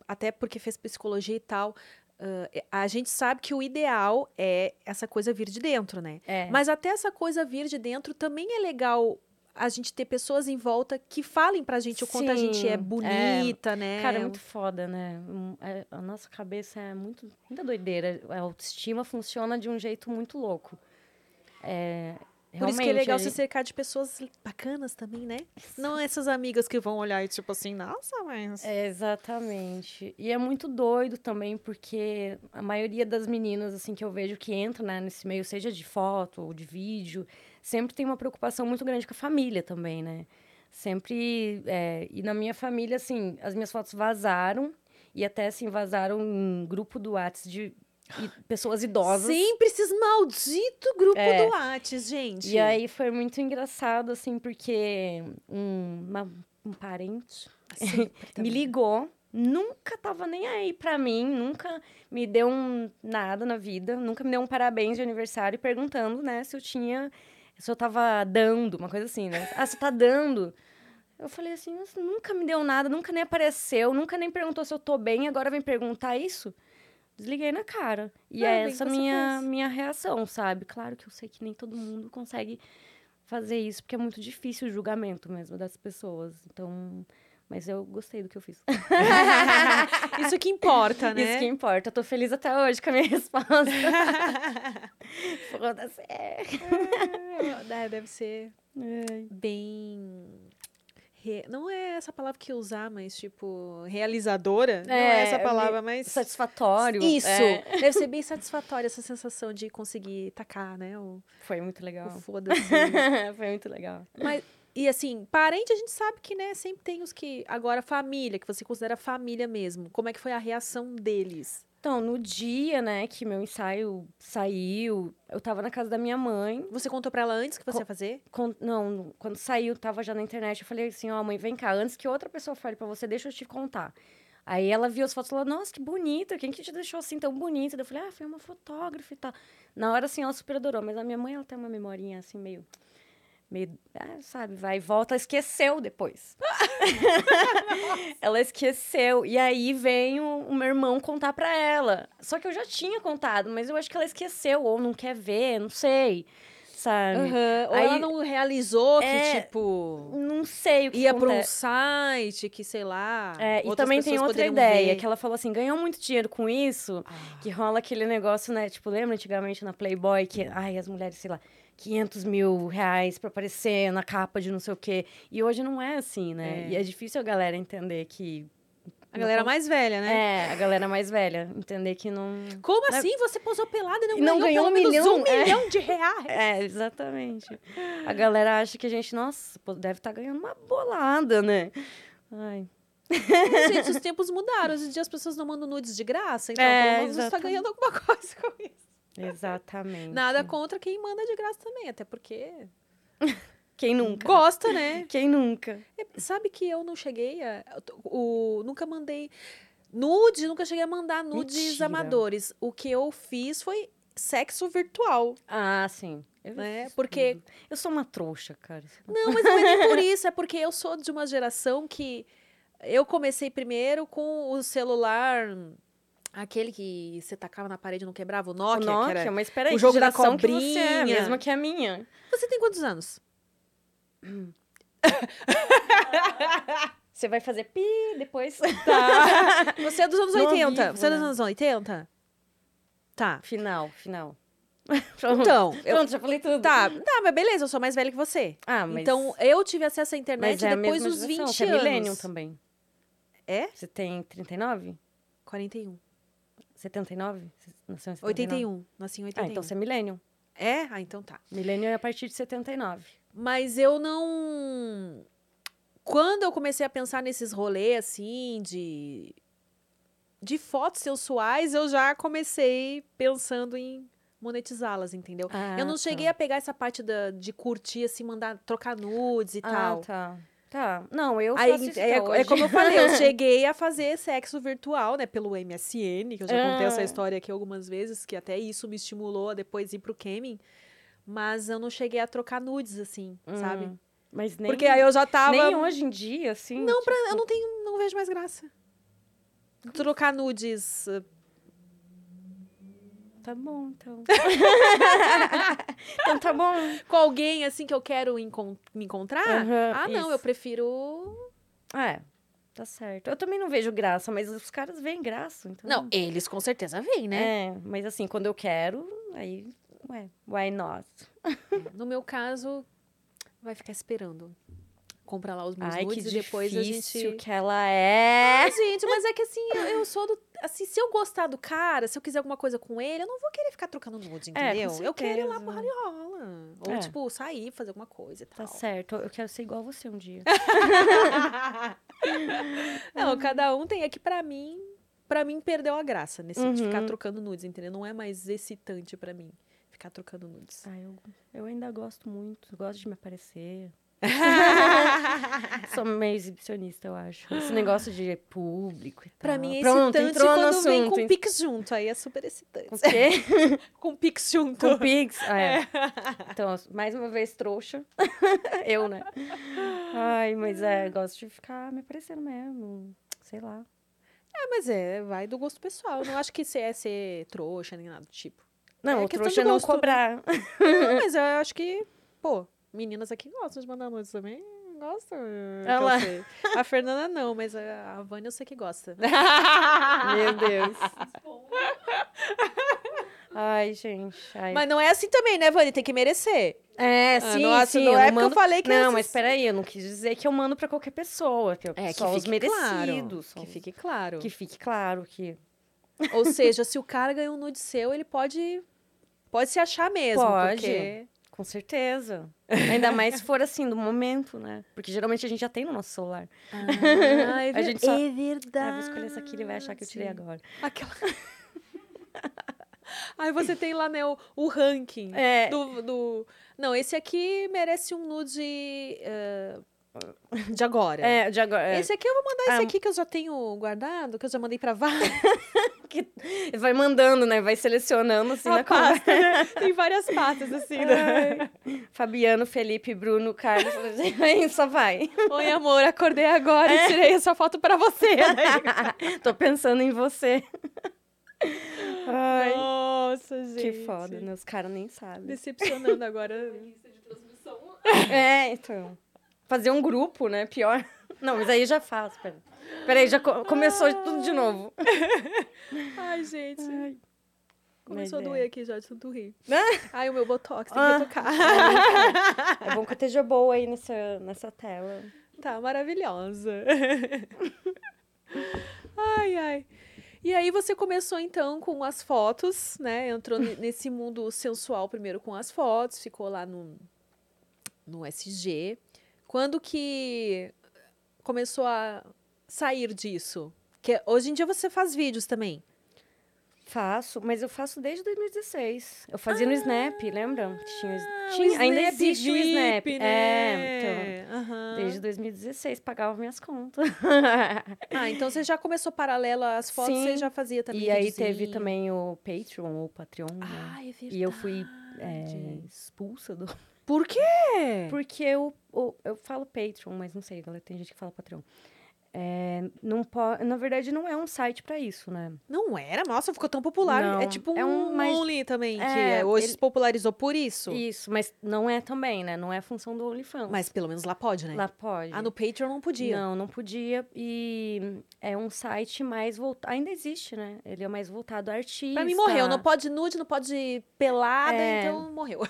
[SPEAKER 1] até porque fez psicologia e tal, ãh, é- a gente sabe que o ideal é essa coisa vir de dentro, né?
[SPEAKER 2] É,
[SPEAKER 1] Mas até essa coisa vir de dentro também é legal a gente ter pessoas em volta que falem pra gente o quanto a gente
[SPEAKER 2] Sim,
[SPEAKER 1] é
[SPEAKER 2] é.
[SPEAKER 1] bonita, né?
[SPEAKER 2] cara, é muito foda, né? Hum, é- a nossa cabeça é muito, muita doideira. A autoestima funciona de um jeito muito louco. É,
[SPEAKER 1] Por isso que é
[SPEAKER 2] realmente,
[SPEAKER 1] legal
[SPEAKER 2] a
[SPEAKER 1] se cercar de pessoas bacanas também, né? Não essas amigas que vão olhar e tipo assim, nossa, mas.
[SPEAKER 2] É, exatamente. E é muito doido também, porque a maioria das meninas, assim, que eu vejo que entra né, nesse meio, seja de foto ou de vídeo, sempre tem uma preocupação muito grande com a família também, né? Sempre. é, e na minha família, assim, as minhas fotos vazaram. E até, assim, vazaram em grupo do Whats de i- pessoas idosas.
[SPEAKER 1] Sempre esses maldito grupo
[SPEAKER 2] É.
[SPEAKER 1] do Whats, gente.
[SPEAKER 2] E aí foi muito engraçado, assim, porque um, uma- um parente me ligou, nunca tava nem aí pra mim, nunca me deu um nada na vida, nunca me deu um parabéns de aniversário, perguntando, né, se eu tinha, se eu tava dando, uma coisa assim, né? Ah, você tá dando? Eu falei assim, "Mas nunca me deu nada, nunca nem apareceu, nunca nem perguntou se eu tô bem, agora vem perguntar isso? Desliguei na cara. E
[SPEAKER 1] Ah,
[SPEAKER 2] é
[SPEAKER 1] bem que
[SPEAKER 2] essa
[SPEAKER 1] você
[SPEAKER 2] minha,
[SPEAKER 1] fez.
[SPEAKER 2] minha reação, sabe? Claro que eu sei que nem todo mundo consegue fazer isso, porque é muito difícil o julgamento mesmo das pessoas. Então, mas eu gostei do que eu fiz.
[SPEAKER 1] Isso que importa, né?
[SPEAKER 2] Isso que importa. Eu tô feliz até hoje com a minha resposta. Foda-se.
[SPEAKER 1] É, deve ser
[SPEAKER 2] É.
[SPEAKER 1] bem. re- Não é essa palavra que eu usar, mas tipo, realizadora. não é
[SPEAKER 2] É,
[SPEAKER 1] essa
[SPEAKER 2] me-
[SPEAKER 1] palavra, mas.
[SPEAKER 2] Satisfatório.
[SPEAKER 1] Isso!
[SPEAKER 2] É.
[SPEAKER 1] Deve ser bem satisfatória essa sensação de conseguir tacar, né? O,
[SPEAKER 2] Foi muito
[SPEAKER 1] o
[SPEAKER 2] legal.
[SPEAKER 1] foda-se.
[SPEAKER 2] Foi muito legal.
[SPEAKER 1] mas, e assim, parente a gente sabe que, né, sempre tem os que. Agora, família, que você considera família mesmo. Como é que foi a reação deles?
[SPEAKER 2] Então, no dia, né, que meu ensaio saiu, eu tava na casa da minha mãe.
[SPEAKER 1] Você contou pra ela antes que você
[SPEAKER 2] Co-
[SPEAKER 1] ia fazer?
[SPEAKER 2] Con- não, quando saiu, tava já na internet, eu falei assim, ó, mãe, vem cá, antes que outra pessoa fale pra você, deixa eu te contar. Aí ela viu as fotos e falou, nossa, que bonita, quem que te deixou assim tão bonita? Daí Eu falei, ah, foi uma fotógrafa e tal. Na hora, assim, ela super adorou, mas a minha mãe, ela tem uma memorinha, assim, meio... Meio, ah, sabe, vai e volta, esqueceu depois. ela esqueceu. E aí vem o, o meu irmão contar pra ela. Só que eu já tinha contado, mas eu acho que ela esqueceu, ou não quer ver, não sei. Sabe?
[SPEAKER 1] Aham, Ou
[SPEAKER 2] Aí-
[SPEAKER 1] ela não realizou que,
[SPEAKER 2] É,
[SPEAKER 1] tipo,
[SPEAKER 2] Não sei o que
[SPEAKER 1] ia pra um
[SPEAKER 2] acontece.
[SPEAKER 1] site que, sei lá.
[SPEAKER 2] É, e
[SPEAKER 1] outras
[SPEAKER 2] também tem
[SPEAKER 1] pessoas
[SPEAKER 2] outra
[SPEAKER 1] poderiam
[SPEAKER 2] ideia,
[SPEAKER 1] ver. Ah,
[SPEAKER 2] que ela falou assim, ganhou muito dinheiro com isso, que rola aquele negócio, né, tipo, lembra antigamente na Playboy, que, ai, as mulheres, sei lá, 500 mil reais pra aparecer na capa de não sei o quê, e hoje não é assim, né,
[SPEAKER 1] É.
[SPEAKER 2] e é difícil a galera entender que...
[SPEAKER 1] A galera mais velha, né?
[SPEAKER 2] É, a galera mais velha, entender que não...
[SPEAKER 1] Como
[SPEAKER 2] Né?
[SPEAKER 1] assim você posou pelada e não,
[SPEAKER 2] E não ganhou
[SPEAKER 1] ganhou,
[SPEAKER 2] um
[SPEAKER 1] pelo menos
[SPEAKER 2] milhão?
[SPEAKER 1] um
[SPEAKER 2] É.
[SPEAKER 1] milhão de reais?
[SPEAKER 2] É, exatamente. A galera acha que a gente, nossa, pô, deve estar ganhando uma bolada, né? Ai,
[SPEAKER 1] Mas, gente, os tempos mudaram. Hoje em dia as pessoas não mandam nudes de graça, então
[SPEAKER 2] É,
[SPEAKER 1] pelo menos você tá
[SPEAKER 2] exatamente.
[SPEAKER 1] ganhando alguma coisa com isso.
[SPEAKER 2] exatamente.
[SPEAKER 1] Nada contra quem manda de graça também, até porque
[SPEAKER 2] Quem nunca?
[SPEAKER 1] gosta, né?
[SPEAKER 2] Quem nunca?
[SPEAKER 1] É, Sabe que eu não cheguei a. O, nunca mandei nude, nunca cheguei a mandar nudes
[SPEAKER 2] Mentira.
[SPEAKER 1] amadores. O que eu fiz foi sexo virtual,
[SPEAKER 2] Ah, sim. Eu
[SPEAKER 1] né?
[SPEAKER 2] fiz
[SPEAKER 1] Porque
[SPEAKER 2] tudo. Eu sou uma trouxa, cara.
[SPEAKER 1] Não, mas não é nem por isso, é porque eu sou de uma geração que eu comecei primeiro com o celular, aquele que você tacava na parede e não quebrava, o
[SPEAKER 2] O
[SPEAKER 1] Nokia. que
[SPEAKER 2] Nokia,
[SPEAKER 1] era-
[SPEAKER 2] mas peraí,
[SPEAKER 1] o jogo
[SPEAKER 2] que
[SPEAKER 1] da
[SPEAKER 2] geração que você é,
[SPEAKER 1] cobrinha.
[SPEAKER 2] mesma que a minha.
[SPEAKER 1] Você tem quantos anos?
[SPEAKER 2] Você vai fazer pi depois.
[SPEAKER 1] Tá. Você é dos anos
[SPEAKER 2] No ao
[SPEAKER 1] 80.
[SPEAKER 2] vivo,
[SPEAKER 1] você é dos
[SPEAKER 2] né?
[SPEAKER 1] anos 80? Tá.
[SPEAKER 2] Final, final.
[SPEAKER 1] Então, eu...
[SPEAKER 2] Pronto, já falei tudo.
[SPEAKER 1] tá, tá, mas beleza, eu sou mais velha que você.
[SPEAKER 2] Ah, mas...
[SPEAKER 1] Então, eu tive acesso à
[SPEAKER 2] mas
[SPEAKER 1] internet
[SPEAKER 2] é a
[SPEAKER 1] depois
[SPEAKER 2] mesma
[SPEAKER 1] dos 20
[SPEAKER 2] geração,
[SPEAKER 1] anos.
[SPEAKER 2] Você é millennium também.
[SPEAKER 1] É?
[SPEAKER 2] Você tem 39?
[SPEAKER 1] 41.
[SPEAKER 2] é 79? Você nasceu em 79?
[SPEAKER 1] 81. Nasci em 81.
[SPEAKER 2] Ah, então você é millennium.
[SPEAKER 1] É? Ah, então tá.
[SPEAKER 2] Millennium é a partir de 79.
[SPEAKER 1] Mas eu não. Quando eu comecei a pensar nesses rolês assim, de. de fotos sensuais, eu já comecei pensando em monetizá-las, entendeu?
[SPEAKER 2] Ah,
[SPEAKER 1] eu não
[SPEAKER 2] tá.
[SPEAKER 1] cheguei a pegar essa parte da, de curtir, assim, mandar trocar nudes e
[SPEAKER 2] Ah,
[SPEAKER 1] tal.
[SPEAKER 2] tá. Tá. Não, eu
[SPEAKER 1] Aí,
[SPEAKER 2] faço isso
[SPEAKER 1] é,
[SPEAKER 2] até
[SPEAKER 1] é
[SPEAKER 2] hoje.
[SPEAKER 1] como eu falei, eu cheguei a fazer sexo virtual, né, pelo MSN, que eu já contei essa
[SPEAKER 2] Ah.
[SPEAKER 1] história aqui algumas vezes, que até isso me estimulou a depois ir pro Kemin, mas eu não cheguei a trocar nudes, assim,
[SPEAKER 2] Hum,
[SPEAKER 1] sabe?
[SPEAKER 2] Mas nem...
[SPEAKER 1] Porque aí eu já tava.
[SPEAKER 2] Nem hoje em dia, assim.
[SPEAKER 1] Não,
[SPEAKER 2] Ah, pra...
[SPEAKER 1] Eu não tenho, não vejo mais graça. Trocar nudes. eh,
[SPEAKER 2] Tá bom, então. então tá bom.
[SPEAKER 1] Com alguém assim que eu quero encon- me encontrar?
[SPEAKER 2] Aham,
[SPEAKER 1] ah, não,
[SPEAKER 2] isso.
[SPEAKER 1] eu prefiro.
[SPEAKER 2] Ah, é. Tá certo. Eu também não vejo graça, mas os caras veem graça, então...
[SPEAKER 1] Não, eles com certeza vêm, né?
[SPEAKER 2] É, mas assim, quando eu quero, aí... Ué, why not?
[SPEAKER 1] No meu caso, vai ficar esperando. Comprar lá os meus
[SPEAKER 2] Ai, que
[SPEAKER 1] nudes e depois a
[SPEAKER 2] difícil
[SPEAKER 1] gente.
[SPEAKER 2] que ela é.
[SPEAKER 1] Ah, gente, mas é que assim, eu, eu sou do. Assim, se eu gostar do cara, se eu quiser alguma coisa com ele, eu não vou querer ficar trocando nude,
[SPEAKER 2] É,
[SPEAKER 1] entendeu?
[SPEAKER 2] com
[SPEAKER 1] eu quero ir lá
[SPEAKER 2] certeza.
[SPEAKER 1] pro rola. Ou,
[SPEAKER 2] É.
[SPEAKER 1] tipo, sair, fazer alguma coisa e
[SPEAKER 2] Tá
[SPEAKER 1] tal.
[SPEAKER 2] certo, eu quero ser igual você um dia.
[SPEAKER 1] Não, cada um tem. É que pra mim, para mim perdeu a graça nesse de ficar
[SPEAKER 2] Uhum.
[SPEAKER 1] trocando nudes, entendeu? Não é mais excitante pra mim ficar trocando nudes.
[SPEAKER 2] Ah, eu, eu ainda gosto muito, eu gosto de me aparecer. Sou meio exibicionista, eu acho. Esse negócio de público e tal.
[SPEAKER 1] Pra mim é
[SPEAKER 2] Pronto,
[SPEAKER 1] excitante
[SPEAKER 2] entrou no
[SPEAKER 1] quando vem com
[SPEAKER 2] assunto.
[SPEAKER 1] pix junto. Aí é super excitante.
[SPEAKER 2] Com o quê?
[SPEAKER 1] Com pix junto.
[SPEAKER 2] Com Pix? Ah, é. Então, mais uma vez, trouxa. eu, né? Ai, mas é, gosto de ficar me aparecendo mesmo. Sei lá.
[SPEAKER 1] Ah, mas é, vai do gosto pessoal. Eu não acho que isso é ser trouxa nem nada do tipo.
[SPEAKER 2] Não,
[SPEAKER 1] É
[SPEAKER 2] o
[SPEAKER 1] questão
[SPEAKER 2] trouxa é
[SPEAKER 1] de
[SPEAKER 2] não
[SPEAKER 1] gosto, né?
[SPEAKER 2] cobrar.
[SPEAKER 1] Não, mas eu acho que, pô, meninas aqui gostam de mandar nudes também. Gostam. que eu
[SPEAKER 2] lá.
[SPEAKER 1] sei. A Fernanda não, mas a a Vânia eu sei que gosta.
[SPEAKER 2] Meu Deus. Ai, gente. Ai.
[SPEAKER 1] Mas não é assim também, né, Vânia? Tem que merecer.
[SPEAKER 2] é,
[SPEAKER 1] Ah,
[SPEAKER 2] sim,
[SPEAKER 1] nossa,
[SPEAKER 2] sim.
[SPEAKER 1] não
[SPEAKER 2] eu
[SPEAKER 1] é porque
[SPEAKER 2] mando...
[SPEAKER 1] eu falei que assim.
[SPEAKER 2] Não,
[SPEAKER 1] essas-
[SPEAKER 2] mas peraí, eu não quis dizer que eu mando pra qualquer pessoa. Que eu-
[SPEAKER 1] É, que
[SPEAKER 2] só os
[SPEAKER 1] fique claro,
[SPEAKER 2] merecidos. só
[SPEAKER 1] Que
[SPEAKER 2] os-
[SPEAKER 1] fique claro.
[SPEAKER 2] que fique claro que
[SPEAKER 1] Ou seja, se o cara ganhou um nude seu, ele pode pode se achar mesmo,
[SPEAKER 2] Pode.
[SPEAKER 1] porque
[SPEAKER 2] Com certeza. Ainda mais se for assim, do momento, né? Porque geralmente a gente já tem no nosso celular.
[SPEAKER 1] ah, é,
[SPEAKER 2] A gente só-
[SPEAKER 1] é verdade.
[SPEAKER 2] Ah, vou escolher essa aqui, ele vai achar que eu tirei agora.
[SPEAKER 1] Aquela... Aí você tem lá, né, o, o ranking
[SPEAKER 2] É.
[SPEAKER 1] do, do- Não, esse aqui merece um nude eh, De agora.
[SPEAKER 2] É, de agora. é,
[SPEAKER 1] Esse aqui eu vou mandar esse
[SPEAKER 2] Ah,
[SPEAKER 1] aqui que eu já tenho guardado, que eu já mandei pra várias.
[SPEAKER 2] Vai mandando, né? Vai selecionando assim
[SPEAKER 1] Uma
[SPEAKER 2] na conversa.
[SPEAKER 1] pasta, né? Tem várias pastas, assim, né?
[SPEAKER 2] Fabiano, Felipe, Bruno, Carlos. aí Só vai.
[SPEAKER 1] Oi, amor, acordei agora e tirei essa foto pra você.
[SPEAKER 2] Tô pensando em você. Ai,
[SPEAKER 1] Nossa, gente.
[SPEAKER 2] que foda, né? Os caras nem sabem.
[SPEAKER 1] Decepcionando agora.
[SPEAKER 2] É, então. Fazer um grupo, né? Pior. Não, mas aí já faz. Peraí, peraí já co- começou tudo de novo.
[SPEAKER 1] Ai, gente. Começou a
[SPEAKER 2] Mas é.
[SPEAKER 1] doer aqui já de tanto rir.
[SPEAKER 2] Né?
[SPEAKER 1] Ai, o meu botox tem
[SPEAKER 2] Ah.
[SPEAKER 1] que tocar.
[SPEAKER 2] É bom que eu esteja boa aí nessa, nessa tela.
[SPEAKER 1] Tá maravilhosa. ai, ai. E aí você começou então com as fotos, né? Entrou ne- nesse mundo sensual primeiro com as fotos, ficou lá no, no SG. Quando que começou a sair disso? Que hoje em dia você faz vídeos também.
[SPEAKER 2] Faço, mas eu faço desde 2016. Eu fazia no Snap, lembra? Tinha,
[SPEAKER 1] Ah, o
[SPEAKER 2] tinha, ainda existe o Snap.
[SPEAKER 1] Snap,
[SPEAKER 2] né? É,
[SPEAKER 1] né? Aham.
[SPEAKER 2] então. Desde 2016, pagava minhas contas.
[SPEAKER 1] Ah, então você já começou paralela às fotos, você
[SPEAKER 2] Sim.
[SPEAKER 1] já fazia também.
[SPEAKER 2] e aí
[SPEAKER 1] videozinho.
[SPEAKER 2] teve também o Patreon, ou Patreon, né?
[SPEAKER 1] Ah, é verdade.
[SPEAKER 2] E eu fui é, expulsa do...
[SPEAKER 1] Por quê?
[SPEAKER 2] Porque eu, eu, eu falo Patreon, mas não sei, galera, tem gente que fala Patreon. É, não po... Na verdade, não é um site pra isso, né?
[SPEAKER 1] Não era? Nossa, ficou tão popular.
[SPEAKER 2] Não,
[SPEAKER 1] é tipo um,
[SPEAKER 2] é um mais-
[SPEAKER 1] Only também, que
[SPEAKER 2] É,
[SPEAKER 1] é- hoje
[SPEAKER 2] ele-
[SPEAKER 1] se popularizou por isso.
[SPEAKER 2] Isso, mas não é também, né? Não é a função do OnlyFans.
[SPEAKER 1] Mas pelo menos lá pode, né?
[SPEAKER 2] Lá pode.
[SPEAKER 1] Ah, no Patreon não podia.
[SPEAKER 2] Não, não podia. E é um site mais voltado. Ainda existe, né? Ele é mais voltado a artista.
[SPEAKER 1] Pra mim morreu. Não pode nude, não pode pelada,
[SPEAKER 2] É.
[SPEAKER 1] então morreu.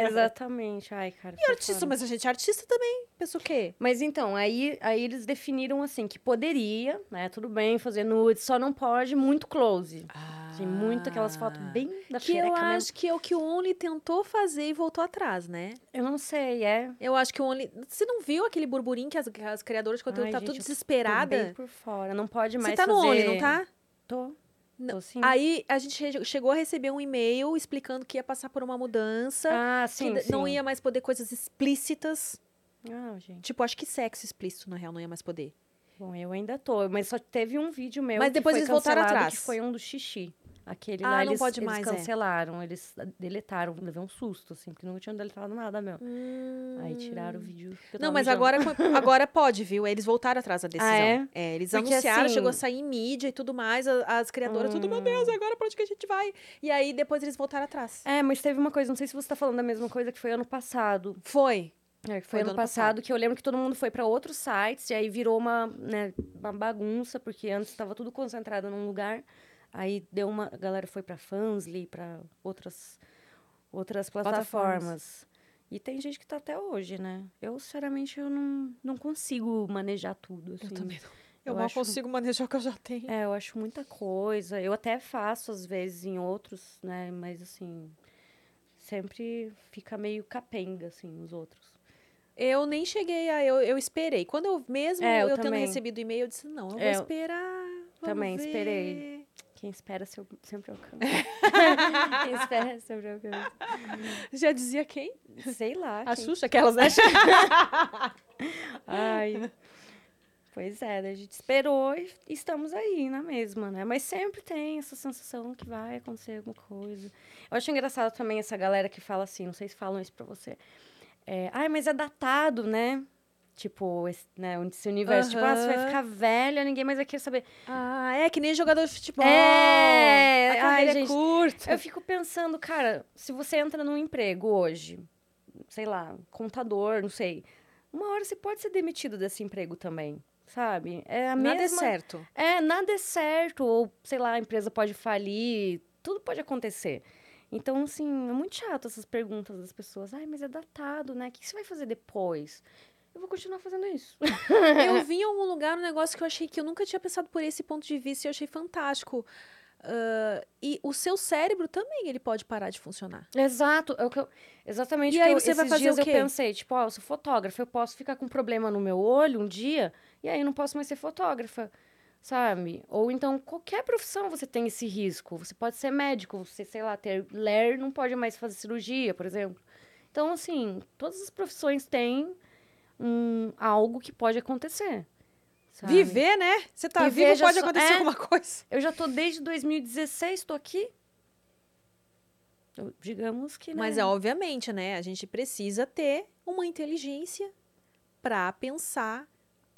[SPEAKER 2] Exatamente. Ai, cara. E
[SPEAKER 1] artista, mas a gente é artista também. Pensa o quê?
[SPEAKER 2] Mas então, aí, aí eles definiram assim que poderia, né? Tudo bem fazer nude, só não pode muito close.
[SPEAKER 1] Ah.
[SPEAKER 2] Tem muito aquelas fotos bem da
[SPEAKER 1] Que eu
[SPEAKER 2] xereca mesmo.
[SPEAKER 1] acho que é o que o Only tentou fazer e voltou atrás, né?
[SPEAKER 2] Eu não sei, é.
[SPEAKER 1] Eu acho que o Only. Você não viu aquele burburinho que as, que as criadoras de conteúdo
[SPEAKER 2] Ai,
[SPEAKER 1] tá
[SPEAKER 2] gente,
[SPEAKER 1] tudo
[SPEAKER 2] eu tô
[SPEAKER 1] desesperada?
[SPEAKER 2] Bem por fora. Não pode mais
[SPEAKER 1] Você tá no
[SPEAKER 2] fazer...
[SPEAKER 1] Only, não tá?
[SPEAKER 2] Tô.
[SPEAKER 1] Não.
[SPEAKER 2] Tô sim.
[SPEAKER 1] Aí a gente re- chegou a receber um e-mail explicando que ia passar por uma mudança,
[SPEAKER 2] Ah,
[SPEAKER 1] que
[SPEAKER 2] sim,
[SPEAKER 1] d- não
[SPEAKER 2] sim.
[SPEAKER 1] ia mais poder coisas explícitas.
[SPEAKER 2] Ah, gente.
[SPEAKER 1] Tipo, acho que sexo explícito, na real, não ia mais poder.
[SPEAKER 2] Bom, eu ainda tô, mas só teve um vídeo meu.
[SPEAKER 1] Mas
[SPEAKER 2] que
[SPEAKER 1] depois
[SPEAKER 2] foi
[SPEAKER 1] eles voltaram
[SPEAKER 2] cancelado,
[SPEAKER 1] atrás.
[SPEAKER 2] Que foi um do xixi. Aquele
[SPEAKER 1] Ah,
[SPEAKER 2] lá
[SPEAKER 1] não
[SPEAKER 2] eles,
[SPEAKER 1] pode
[SPEAKER 2] eles
[SPEAKER 1] mais, é.
[SPEAKER 2] cancelaram, eles deletaram, levei um susto, assim, porque nunca tinham deletado nada meu. Aí tiraram o vídeo. que eu
[SPEAKER 1] Hum. Não,
[SPEAKER 2] tava
[SPEAKER 1] mas
[SPEAKER 2] mijando.
[SPEAKER 1] agora, co- agora pode, viu? Eles voltaram atrás da decisão.
[SPEAKER 2] Ah, é?
[SPEAKER 1] eles
[SPEAKER 2] Porque,
[SPEAKER 1] anunciaram,
[SPEAKER 2] assim- Hum.
[SPEAKER 1] chegou a sair em mídia e tudo mais, a- as, criadoras, tudo, meu Deus, agora pra onde que a gente vai? E aí depois eles voltaram atrás.
[SPEAKER 2] É, mas teve uma coisa, não sei se você tá falando da mesma coisa, que foi ano passado.
[SPEAKER 1] Foi.
[SPEAKER 2] É, que
[SPEAKER 1] Foi
[SPEAKER 2] foi,
[SPEAKER 1] do
[SPEAKER 2] ano
[SPEAKER 1] ano
[SPEAKER 2] passado,
[SPEAKER 1] passado.
[SPEAKER 2] que eu lembro que todo mundo foi pra outros sites e aí virou uma, né, uma bagunça, porque antes estava tudo concentrado num lugar. Aí deu uma a galera foi pra Fansly, pra outras outras
[SPEAKER 1] Plataformas.
[SPEAKER 2] plataformas. E tem gente que tá até hoje, né? Eu, sinceramente, eu não, não consigo manejar tudo, assim.
[SPEAKER 1] não.
[SPEAKER 2] Eu acho-
[SPEAKER 1] manejar o que eu já tenho.
[SPEAKER 2] É, eu acho muita coisa. Eu até faço, às vezes, em outros, né? Mas, assim, sempre fica meio capenga, assim, os outros.
[SPEAKER 1] Eu nem cheguei a. Eu, eu esperei. Quando eu mesmo
[SPEAKER 2] É,
[SPEAKER 1] eu,
[SPEAKER 2] eu
[SPEAKER 1] tendo
[SPEAKER 2] também.
[SPEAKER 1] recebido o e-mail, eu disse: não, eu vou
[SPEAKER 2] É, eu
[SPEAKER 1] esperar. vamos
[SPEAKER 2] também
[SPEAKER 1] ver."
[SPEAKER 2] esperei. Quem espera seu- sempre alcança. Quem espera sempre alcança.
[SPEAKER 1] Já dizia quem?
[SPEAKER 2] Sei lá.
[SPEAKER 1] A
[SPEAKER 2] quem-
[SPEAKER 1] Xuxa, aquelas, né?
[SPEAKER 2] Ai. Pois é, daí a gente esperou e estamos aí na mesma, né? Mas sempre tem essa sensação que vai acontecer alguma coisa. Eu acho engraçado também essa galera que fala assim, não sei se falam isso pra você. É, Ai, mas é datado, né? Tipo, esse, né, esse universo, tipo, ah, você vai
[SPEAKER 1] Aham.
[SPEAKER 2] ficar velha, ninguém mais vai querer saber.
[SPEAKER 1] ah, é que nem jogador de futebol.
[SPEAKER 2] É,
[SPEAKER 1] A
[SPEAKER 2] ai,
[SPEAKER 1] carreira é
[SPEAKER 2] gente,
[SPEAKER 1] curta.
[SPEAKER 2] Eu fico pensando, cara, se você entra num emprego hoje, sei lá, contador, não sei, uma hora você pode ser demitido desse emprego também, sabe? É a
[SPEAKER 1] Nada é
[SPEAKER 2] mesma...
[SPEAKER 1] certo.
[SPEAKER 2] É, nada é certo, ou sei lá, a empresa pode falir, tudo pode acontecer. Então, assim, é muito chato essas perguntas das pessoas. Ai, mas é datado, né? O que você vai fazer depois? Eu vou continuar fazendo isso.
[SPEAKER 1] eu vi em algum lugar um negócio que eu achei que eu nunca tinha pensado por esse ponto de vista e eu achei fantástico. Ah, e o seu cérebro também ele pode parar de funcionar.
[SPEAKER 2] Exato, é o que eu- exatamente
[SPEAKER 1] E
[SPEAKER 2] o que
[SPEAKER 1] aí
[SPEAKER 2] eu-
[SPEAKER 1] você vai
[SPEAKER 2] esses
[SPEAKER 1] fazer
[SPEAKER 2] dias
[SPEAKER 1] o quê?
[SPEAKER 2] eu pensei, tipo, ó, eu sou fotógrafa, eu posso ficar com um problema no meu olho um dia, e aí eu não posso mais ser fotógrafa, sabe? Ou então, qualquer profissão você tem esse risco. Você pode ser médico, você, sei lá, ter LER, não pode mais fazer cirurgia, por exemplo. Então, assim, todas as profissões têm um algo que pode acontecer. sabe?
[SPEAKER 1] Viver, né? Você tá
[SPEAKER 2] E
[SPEAKER 1] vivo,
[SPEAKER 2] veja
[SPEAKER 1] pode
[SPEAKER 2] Tá. só-
[SPEAKER 1] acontecer
[SPEAKER 2] é.
[SPEAKER 1] alguma coisa.
[SPEAKER 2] Eu já tô desde 2016, tô aqui. Eu- digamos que, né?
[SPEAKER 1] Mas é obviamente, né? A gente precisa ter uma inteligência pra pensar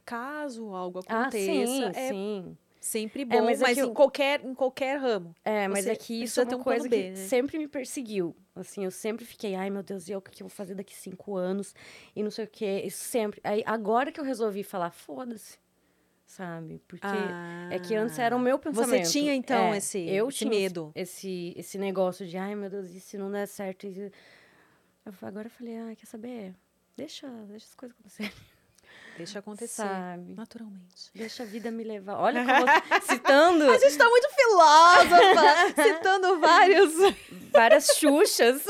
[SPEAKER 1] caso algo
[SPEAKER 2] Ah, sim,
[SPEAKER 1] aconteça. é
[SPEAKER 2] sim.
[SPEAKER 1] sempre bom,
[SPEAKER 2] É, mas
[SPEAKER 1] mas,
[SPEAKER 2] é que
[SPEAKER 1] em,
[SPEAKER 2] o-
[SPEAKER 1] qualquer, em qualquer ramo.
[SPEAKER 2] É, mas
[SPEAKER 1] Você
[SPEAKER 2] é que isso
[SPEAKER 1] precisa
[SPEAKER 2] é
[SPEAKER 1] ter
[SPEAKER 2] uma
[SPEAKER 1] um plano
[SPEAKER 2] coisa
[SPEAKER 1] B,
[SPEAKER 2] que
[SPEAKER 1] né?
[SPEAKER 2] sempre me perseguiu. Assim, eu sempre fiquei, ai meu Deus, e eu, o que eu vou fazer daqui cinco anos? E não sei o quê. Isso sempre. Aí, agora que eu resolvi falar, foda-se. Sabe? Porque é que antes era o meu
[SPEAKER 1] Ah. Você
[SPEAKER 2] pensamento.
[SPEAKER 1] tinha, então,
[SPEAKER 2] É,
[SPEAKER 1] esse,
[SPEAKER 2] eu
[SPEAKER 1] esse
[SPEAKER 2] tinha esse-
[SPEAKER 1] medo.
[SPEAKER 2] Esse, esse negócio de, ai meu Deus, e se não der certo? E se- Eu, fa- agora eu falei, ai, quer saber? Deixa, deixa as coisas acontecerem.
[SPEAKER 1] Deixa acontecer.
[SPEAKER 2] Sabe?
[SPEAKER 1] Naturalmente.
[SPEAKER 2] Deixa a vida me levar. Olha como eu tô citando
[SPEAKER 1] A gente tá muito filósofa, citando vários.
[SPEAKER 2] várias xuxas.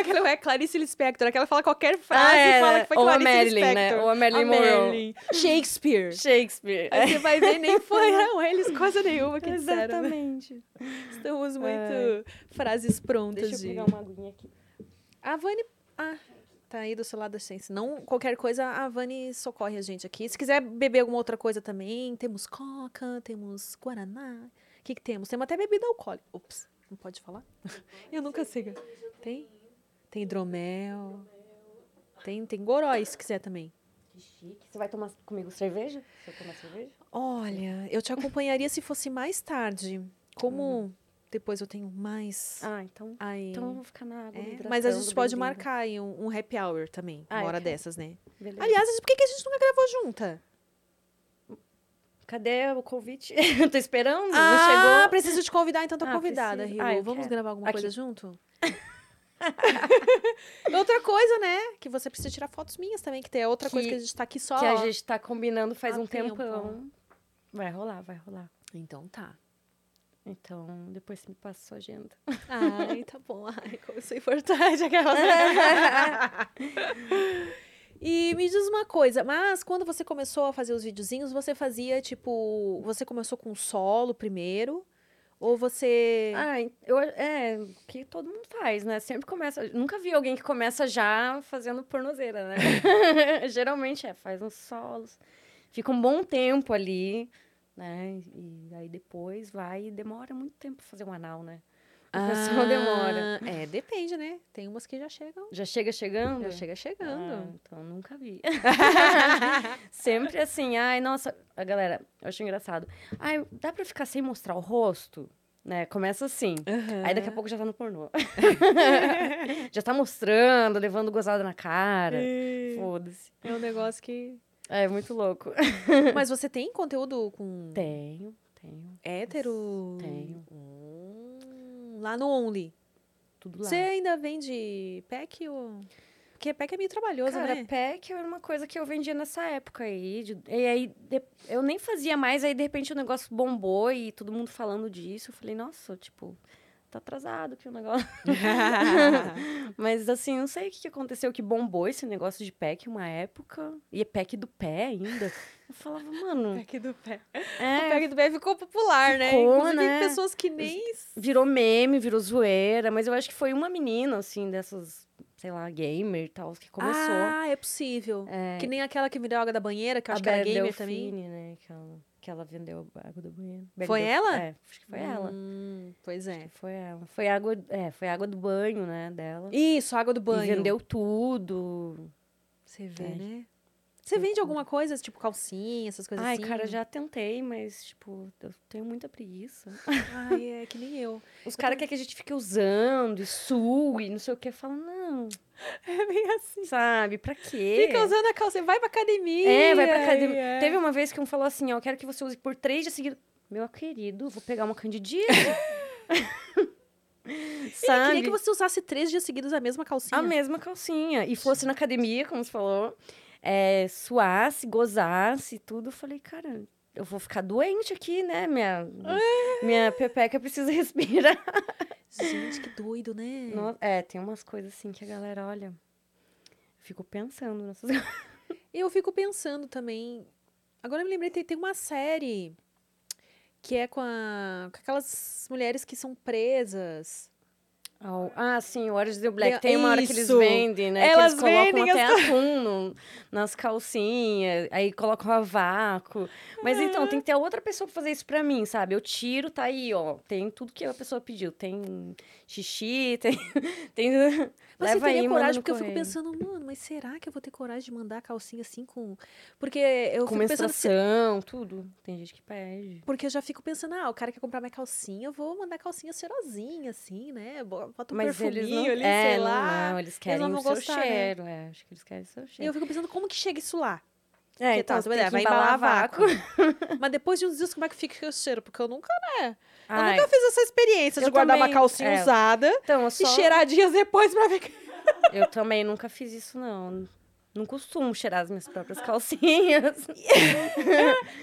[SPEAKER 1] Aquela é Clarice Lispector, aquela fala qualquer frase
[SPEAKER 2] Ah,
[SPEAKER 1] e
[SPEAKER 2] é,
[SPEAKER 1] fala que foi
[SPEAKER 2] ou a
[SPEAKER 1] Clarice
[SPEAKER 2] Marilyn, né?
[SPEAKER 1] Lispector.
[SPEAKER 2] Ou a Marilyn
[SPEAKER 1] A
[SPEAKER 2] Monroe. É
[SPEAKER 1] Marilyn. Shakespeare.
[SPEAKER 2] Shakespeare.
[SPEAKER 1] Aí você vai ver, nem foram eles coisa nenhuma que disseram. né?
[SPEAKER 2] Exatamente.
[SPEAKER 1] Estamos muito frases prontas
[SPEAKER 2] Deixa eu
[SPEAKER 1] de...
[SPEAKER 2] pegar uma aguinha aqui.
[SPEAKER 1] A Vani. Ah, tá aí do seu lado da ciência. Não, qualquer coisa, a Vani socorre a gente aqui. Se quiser beber alguma outra coisa também, temos coca, temos guaraná. O que, que temos? Temos até bebida alcoólica. Ops, não pode falar? Eu nunca sei. Tem? Tem hidromel. Tem, tem gorói, se quiser também.
[SPEAKER 2] Que chique. Você vai tomar comigo cerveja? Você vai tomar cerveja?
[SPEAKER 1] Olha, eu te acompanharia se fosse mais tarde. Como depois eu tenho mais.
[SPEAKER 2] Uhum. Ah, então.
[SPEAKER 1] Aí.
[SPEAKER 2] Então eu vou ficar na água.
[SPEAKER 1] é,
[SPEAKER 2] me
[SPEAKER 1] mas a
[SPEAKER 2] hidratando,
[SPEAKER 1] gente pode
[SPEAKER 2] bebendo.
[SPEAKER 1] marcar aí um, um happy hour também,
[SPEAKER 2] Ah,
[SPEAKER 1] uma
[SPEAKER 2] é,
[SPEAKER 1] hora
[SPEAKER 2] tá.
[SPEAKER 1] dessas, né?
[SPEAKER 2] Beleza.
[SPEAKER 1] Aliás, a gente- por que que a gente nunca gravou junta?
[SPEAKER 2] Cadê o convite? eu tô esperando.
[SPEAKER 1] ah,
[SPEAKER 2] não chegou.
[SPEAKER 1] preciso te convidar, então tô
[SPEAKER 2] Ah,
[SPEAKER 1] convidada, Rio.
[SPEAKER 2] preciso. Ah, eu
[SPEAKER 1] Vamos
[SPEAKER 2] quero.
[SPEAKER 1] gravar alguma
[SPEAKER 2] Aqui.
[SPEAKER 1] coisa junto? outra coisa, né? Que você precisa tirar fotos minhas também, que tem outra coisa que a
[SPEAKER 2] Que-
[SPEAKER 1] gente tá aqui só.
[SPEAKER 2] Que a
[SPEAKER 1] ó.
[SPEAKER 2] gente tá combinando faz
[SPEAKER 1] Há
[SPEAKER 2] um
[SPEAKER 1] tempo.
[SPEAKER 2] tempão. Vai rolar, vai rolar.
[SPEAKER 1] Então tá.
[SPEAKER 2] Então, depois você me passa a sua agenda.
[SPEAKER 1] Ai, tá bom. Ai, como isso é importante aquela. E me diz uma coisa, mas quando você começou a fazer os videozinhos, você fazia tipo. Você começou com solo primeiro? Ou você.
[SPEAKER 2] Ah, eu, é, o que todo mundo faz, né? Sempre começa. Nunca vi alguém que começa já fazendo pornozeira, né? Geralmente é, faz uns solos. Fica um bom tempo ali, né? E aí depois vai e demora muito tempo pra fazer um anal, né? A pessoa demora.
[SPEAKER 1] É, depende, né? Tem umas que já chegam.
[SPEAKER 2] Já chega chegando?
[SPEAKER 1] Já chega
[SPEAKER 2] Ah,
[SPEAKER 1] chegando.
[SPEAKER 2] então nunca vi. Sempre assim, ai, nossa, a galera, eu acho engraçado. Ai, dá pra ficar sem mostrar o rosto? Né? Começa assim. Aí daqui a pouco já tá no pornô. já tá mostrando, levando gozada na cara. Foda-se.
[SPEAKER 1] É um negócio que.
[SPEAKER 2] É muito louco.
[SPEAKER 1] Mas você tem conteúdo com
[SPEAKER 2] Tenho, tenho.
[SPEAKER 1] hétero?
[SPEAKER 2] Tenho.
[SPEAKER 1] Hum, lá no Only.
[SPEAKER 2] Tudo lá.
[SPEAKER 1] Você ainda vende pack ou. Porque pack é meio trabalhoso,
[SPEAKER 2] Cara,
[SPEAKER 1] né?
[SPEAKER 2] pack era uma coisa que eu vendia nessa época aí. de- e aí de- eu nem fazia mais, aí de repente o negócio bombou e todo mundo falando disso. Eu falei, nossa, tipo, tá atrasado que o negócio. Mas assim, não sei o que, que aconteceu, que bombou esse negócio de pack uma época. E é pack do pé ainda. Eu falava, mano.
[SPEAKER 1] pack do pé. O
[SPEAKER 2] É,
[SPEAKER 1] pack do pé ficou popular, né?
[SPEAKER 2] Ficou,
[SPEAKER 1] Inclusive,
[SPEAKER 2] né?
[SPEAKER 1] tem pessoas que nem.
[SPEAKER 2] virou meme, virou zoeira, mas eu acho que foi uma menina, assim, dessas, sei lá, gamer e tal, que começou.
[SPEAKER 1] Ah, é possível. Que nem aquela que me deu água da banheira, que eu acho que era
[SPEAKER 2] Bebe
[SPEAKER 1] gamer
[SPEAKER 2] Delfine,
[SPEAKER 1] também.
[SPEAKER 2] né? Que ela, que ela vendeu a água do banheiro. Bebe
[SPEAKER 1] Foi
[SPEAKER 2] Delfine-
[SPEAKER 1] ela?
[SPEAKER 2] É, acho que foi ela.
[SPEAKER 1] Hum, pois é.
[SPEAKER 2] Foi ela. Foi água, é, foi água do banho, né, dela.
[SPEAKER 1] Isso, água do banho.
[SPEAKER 2] E vendeu tudo.
[SPEAKER 1] Você vê,
[SPEAKER 2] É.
[SPEAKER 1] né? Você vende alguma coisa, tipo calcinha, essas coisas
[SPEAKER 2] Ai,
[SPEAKER 1] assim?
[SPEAKER 2] cara, já tentei, mas, tipo, eu tenho muita preguiça.
[SPEAKER 1] Ai, é que nem eu.
[SPEAKER 2] Os caras querem que a gente fique usando e sugue, não sei o que. Eu falo, não,
[SPEAKER 1] É meio assim.
[SPEAKER 2] sabe? Pra quê?
[SPEAKER 1] Fica usando a calcinha, vai pra academia.
[SPEAKER 2] É, vai pra academia.
[SPEAKER 1] e é.
[SPEAKER 2] Teve uma vez que um falou assim, ó, eu quero que você use por três dias seguidos. Meu querido, vou pegar uma candidíase.
[SPEAKER 1] Ele
[SPEAKER 2] Sabe?
[SPEAKER 1] queria que você usasse três dias seguidos a mesma calcinha.
[SPEAKER 2] A mesma calcinha. E fosse na academia, como você falou, é, suasse, gozasse e tudo. Eu falei, cara, eu vou ficar doente aqui, né? Minha, minha pepeca precisa respirar.
[SPEAKER 1] Gente, que doido, né?
[SPEAKER 2] No- é, tem umas coisas assim que a galera olha. eu Fico pensando nessas coisas.
[SPEAKER 1] Eu fico pensando também. Agora eu me lembrei, tem, tem uma série que é com, a- com aquelas mulheres que são presas.
[SPEAKER 2] Ao- Ah, sim, o Orange is the Black. Tem uma hora que eles
[SPEAKER 1] Isso.
[SPEAKER 2] vendem, né?
[SPEAKER 1] Elas
[SPEAKER 2] que eles colocam
[SPEAKER 1] vendem
[SPEAKER 2] até atum no- nas calcinhas, aí colocam a vácuo. Mas
[SPEAKER 1] Uhum.
[SPEAKER 2] então, tem que ter outra pessoa pra fazer isso pra mim, sabe? Eu tiro, tá aí, ó. Tem tudo que a pessoa pediu. Tem xixi, tem. tem...
[SPEAKER 1] Mas
[SPEAKER 2] Leva
[SPEAKER 1] você teria
[SPEAKER 2] aí, manda
[SPEAKER 1] coragem,
[SPEAKER 2] no
[SPEAKER 1] porque eu fico
[SPEAKER 2] correio.
[SPEAKER 1] pensando, mano, mas será que eu vou ter coragem de mandar a calcinha assim com. Porque eu
[SPEAKER 2] Com
[SPEAKER 1] fico pensando. se-
[SPEAKER 2] menstruação, tudo. Tem gente que pede.
[SPEAKER 1] Porque eu já fico pensando, ah, o cara quer comprar minha calcinha, eu vou mandar a calcinha cheirosinha, assim, né? Bo- Bota um
[SPEAKER 2] Mas eles não...
[SPEAKER 1] perfuminho ali,
[SPEAKER 2] é,
[SPEAKER 1] sei
[SPEAKER 2] não,
[SPEAKER 1] lá.
[SPEAKER 2] não, eles querem
[SPEAKER 1] vão
[SPEAKER 2] o seu
[SPEAKER 1] gostar, né?
[SPEAKER 2] cheiro. É, acho que eles querem o seu
[SPEAKER 1] E eu
[SPEAKER 2] cheiro.
[SPEAKER 1] fico pensando, como que chega isso lá?
[SPEAKER 2] É,
[SPEAKER 1] Porque
[SPEAKER 2] então,
[SPEAKER 1] tá,
[SPEAKER 2] você
[SPEAKER 1] beleza,
[SPEAKER 2] tem que
[SPEAKER 1] vai
[SPEAKER 2] embalar
[SPEAKER 1] embalar
[SPEAKER 2] a vácuo.
[SPEAKER 1] vácuo. Mas depois de uns dias, como é que fica o cheiro? Porque eu nunca, eu
[SPEAKER 2] Ai,
[SPEAKER 1] nunca fiz essa experiência de
[SPEAKER 2] Eu
[SPEAKER 1] guardar uma
[SPEAKER 2] também,
[SPEAKER 1] calcinha
[SPEAKER 2] é.
[SPEAKER 1] usada
[SPEAKER 2] Então, eu só...
[SPEAKER 1] e cheirar dias depois pra ver que...
[SPEAKER 2] Eu também nunca fiz isso, não. Não costumo cheirar as minhas próprias calcinhas.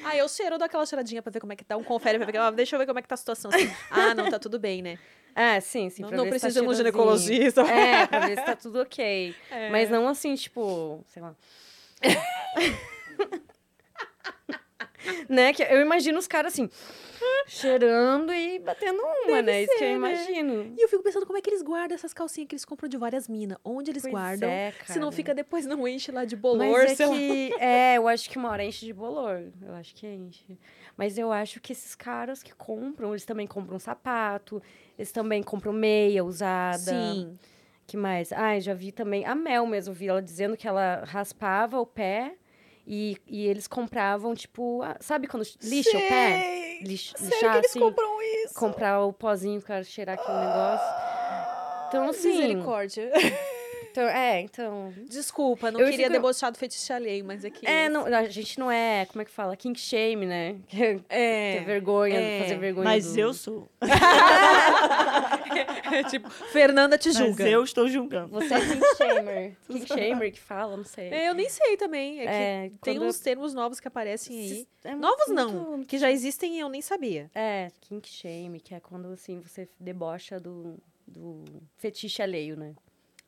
[SPEAKER 1] Ah, eu cheiro, eu dou aquela cheiradinha pra ver como é que tá, um confere pra ver, ó, deixa eu ver como é que tá a situação. assim. Ah, não, tá tudo bem, né?
[SPEAKER 2] Ah, sim, sim.
[SPEAKER 1] não
[SPEAKER 2] pra
[SPEAKER 1] não
[SPEAKER 2] ver se tá
[SPEAKER 1] precisa ir no
[SPEAKER 2] cheirosinho.
[SPEAKER 1] ginecologista.
[SPEAKER 2] É, pra ver se tá tudo ok.
[SPEAKER 1] É.
[SPEAKER 2] Mas não assim, tipo, sei lá. né? Que eu imagino os caras assim, cheirando e batendo uma, né? Isso que eu
[SPEAKER 1] ser, né?
[SPEAKER 2] imagino.
[SPEAKER 1] E eu fico pensando como é que eles guardam essas calcinhas que eles compram de várias minas. Onde eles
[SPEAKER 2] Pois
[SPEAKER 1] guardam?
[SPEAKER 2] é,
[SPEAKER 1] Se não
[SPEAKER 2] cara.
[SPEAKER 1] fica depois, não enche lá de
[SPEAKER 2] Mas
[SPEAKER 1] bolor,
[SPEAKER 2] é
[SPEAKER 1] sei lá.
[SPEAKER 2] que- É, eu acho que uma hora enche de bolor. Eu acho que enche. Mas eu acho que esses caras que compram, eles também compram sapato, eles também compram meia
[SPEAKER 1] é
[SPEAKER 2] usada.
[SPEAKER 1] Sim.
[SPEAKER 2] Que mais? Ai, já vi também. A Mel mesmo, vi ela dizendo que ela raspava o pé e, e eles compravam, tipo, a- sabe quando lixa o pé?
[SPEAKER 1] Sei.
[SPEAKER 2] Lix,
[SPEAKER 1] Sério
[SPEAKER 2] lixar
[SPEAKER 1] que eles
[SPEAKER 2] assim,
[SPEAKER 1] compram isso?
[SPEAKER 2] comprar o pozinho pra cheirar aqui o negócio. Então, assim.
[SPEAKER 1] Misericórdia.
[SPEAKER 2] Então, é, então.
[SPEAKER 1] Desculpa, não
[SPEAKER 2] Eu
[SPEAKER 1] queria
[SPEAKER 2] fico-
[SPEAKER 1] debochar do fetiche alheio, mas é que...
[SPEAKER 2] É, não, a gente não é, como é que fala? King shame, né? Ter
[SPEAKER 1] É.
[SPEAKER 2] vergonha,
[SPEAKER 1] é.
[SPEAKER 2] fazer vergonha.
[SPEAKER 3] Mas
[SPEAKER 2] do-
[SPEAKER 3] eu sou.
[SPEAKER 1] É tipo, Fernanda te
[SPEAKER 3] Mas
[SPEAKER 1] julga.
[SPEAKER 3] eu estou julgando.
[SPEAKER 2] Você é King Shamer. King Shamer que fala, não sei.
[SPEAKER 1] É, eu nem sei também. É que
[SPEAKER 2] É,
[SPEAKER 1] tem
[SPEAKER 2] quando-
[SPEAKER 1] uns termos novos que aparecem aí.
[SPEAKER 2] Esses- é
[SPEAKER 1] Novos
[SPEAKER 2] muito-
[SPEAKER 1] não, que já existem e eu nem sabia.
[SPEAKER 2] É, kink shame, que é quando, assim, você debocha do, do fetiche alheio, né?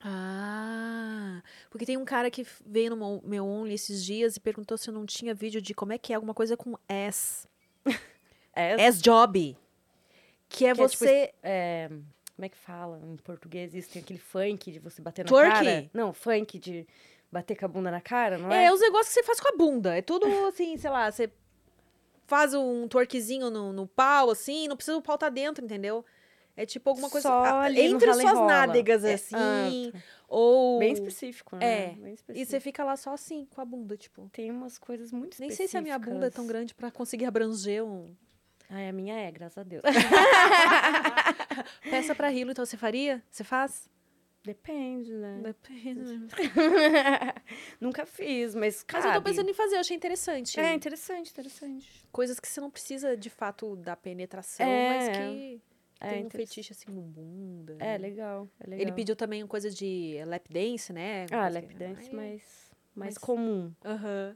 [SPEAKER 1] Ah, porque tem um cara que f- veio no meu- meu Only esses dias e perguntou se eu não tinha vídeo de como é que é alguma coisa com S.
[SPEAKER 2] É,
[SPEAKER 1] S job. Que é
[SPEAKER 2] Que é tipo
[SPEAKER 1] você.
[SPEAKER 2] é, como é que fala em português isso? Tem aquele funk de você bater na
[SPEAKER 1] Twerk?
[SPEAKER 2] cara. Não, funk de bater com a bunda na cara, não
[SPEAKER 1] é,
[SPEAKER 2] é?
[SPEAKER 1] os negócios que você faz com a bunda. É tudo assim, sei lá, você faz um twerkzinho no, no pau, assim, não precisa o pau tá dentro, entendeu? É tipo alguma coisa
[SPEAKER 2] Só
[SPEAKER 1] ah,
[SPEAKER 2] ali no
[SPEAKER 1] entre as
[SPEAKER 2] rala e
[SPEAKER 1] suas
[SPEAKER 2] rola.
[SPEAKER 1] nádegas,
[SPEAKER 2] É,
[SPEAKER 1] assim. ou.
[SPEAKER 2] Bem específico, né?
[SPEAKER 1] É,
[SPEAKER 2] Bem
[SPEAKER 1] e
[SPEAKER 2] específico.
[SPEAKER 1] você fica lá só assim, com a bunda, tipo.
[SPEAKER 2] Tem umas coisas muito
[SPEAKER 1] Nem
[SPEAKER 2] específicas.
[SPEAKER 1] sei se a minha bunda é tão grande pra conseguir abranger um.
[SPEAKER 2] Ai, a minha é, graças a Deus.
[SPEAKER 1] Peça pra Rilo, então você faria? Você faz?
[SPEAKER 2] Depende, né?
[SPEAKER 1] Depende.
[SPEAKER 2] Nunca fiz, mas
[SPEAKER 1] Mas
[SPEAKER 2] cabe.
[SPEAKER 1] eu tô pensando em fazer, eu achei interessante.
[SPEAKER 2] É, interessante, interessante.
[SPEAKER 1] Coisas que você não precisa, de fato, da penetração,
[SPEAKER 2] É.
[SPEAKER 1] mas que
[SPEAKER 2] É,
[SPEAKER 1] tem um
[SPEAKER 2] interess-
[SPEAKER 1] fetiche assim com bunda.
[SPEAKER 2] É, legal, é legal.
[SPEAKER 1] Ele pediu também uma coisa de eh, lap dance, né? Uma
[SPEAKER 2] Ah,
[SPEAKER 1] coisa que-
[SPEAKER 2] lap dance
[SPEAKER 1] Ai,
[SPEAKER 2] mais, mais
[SPEAKER 1] Mas-
[SPEAKER 2] comum.
[SPEAKER 1] Aham.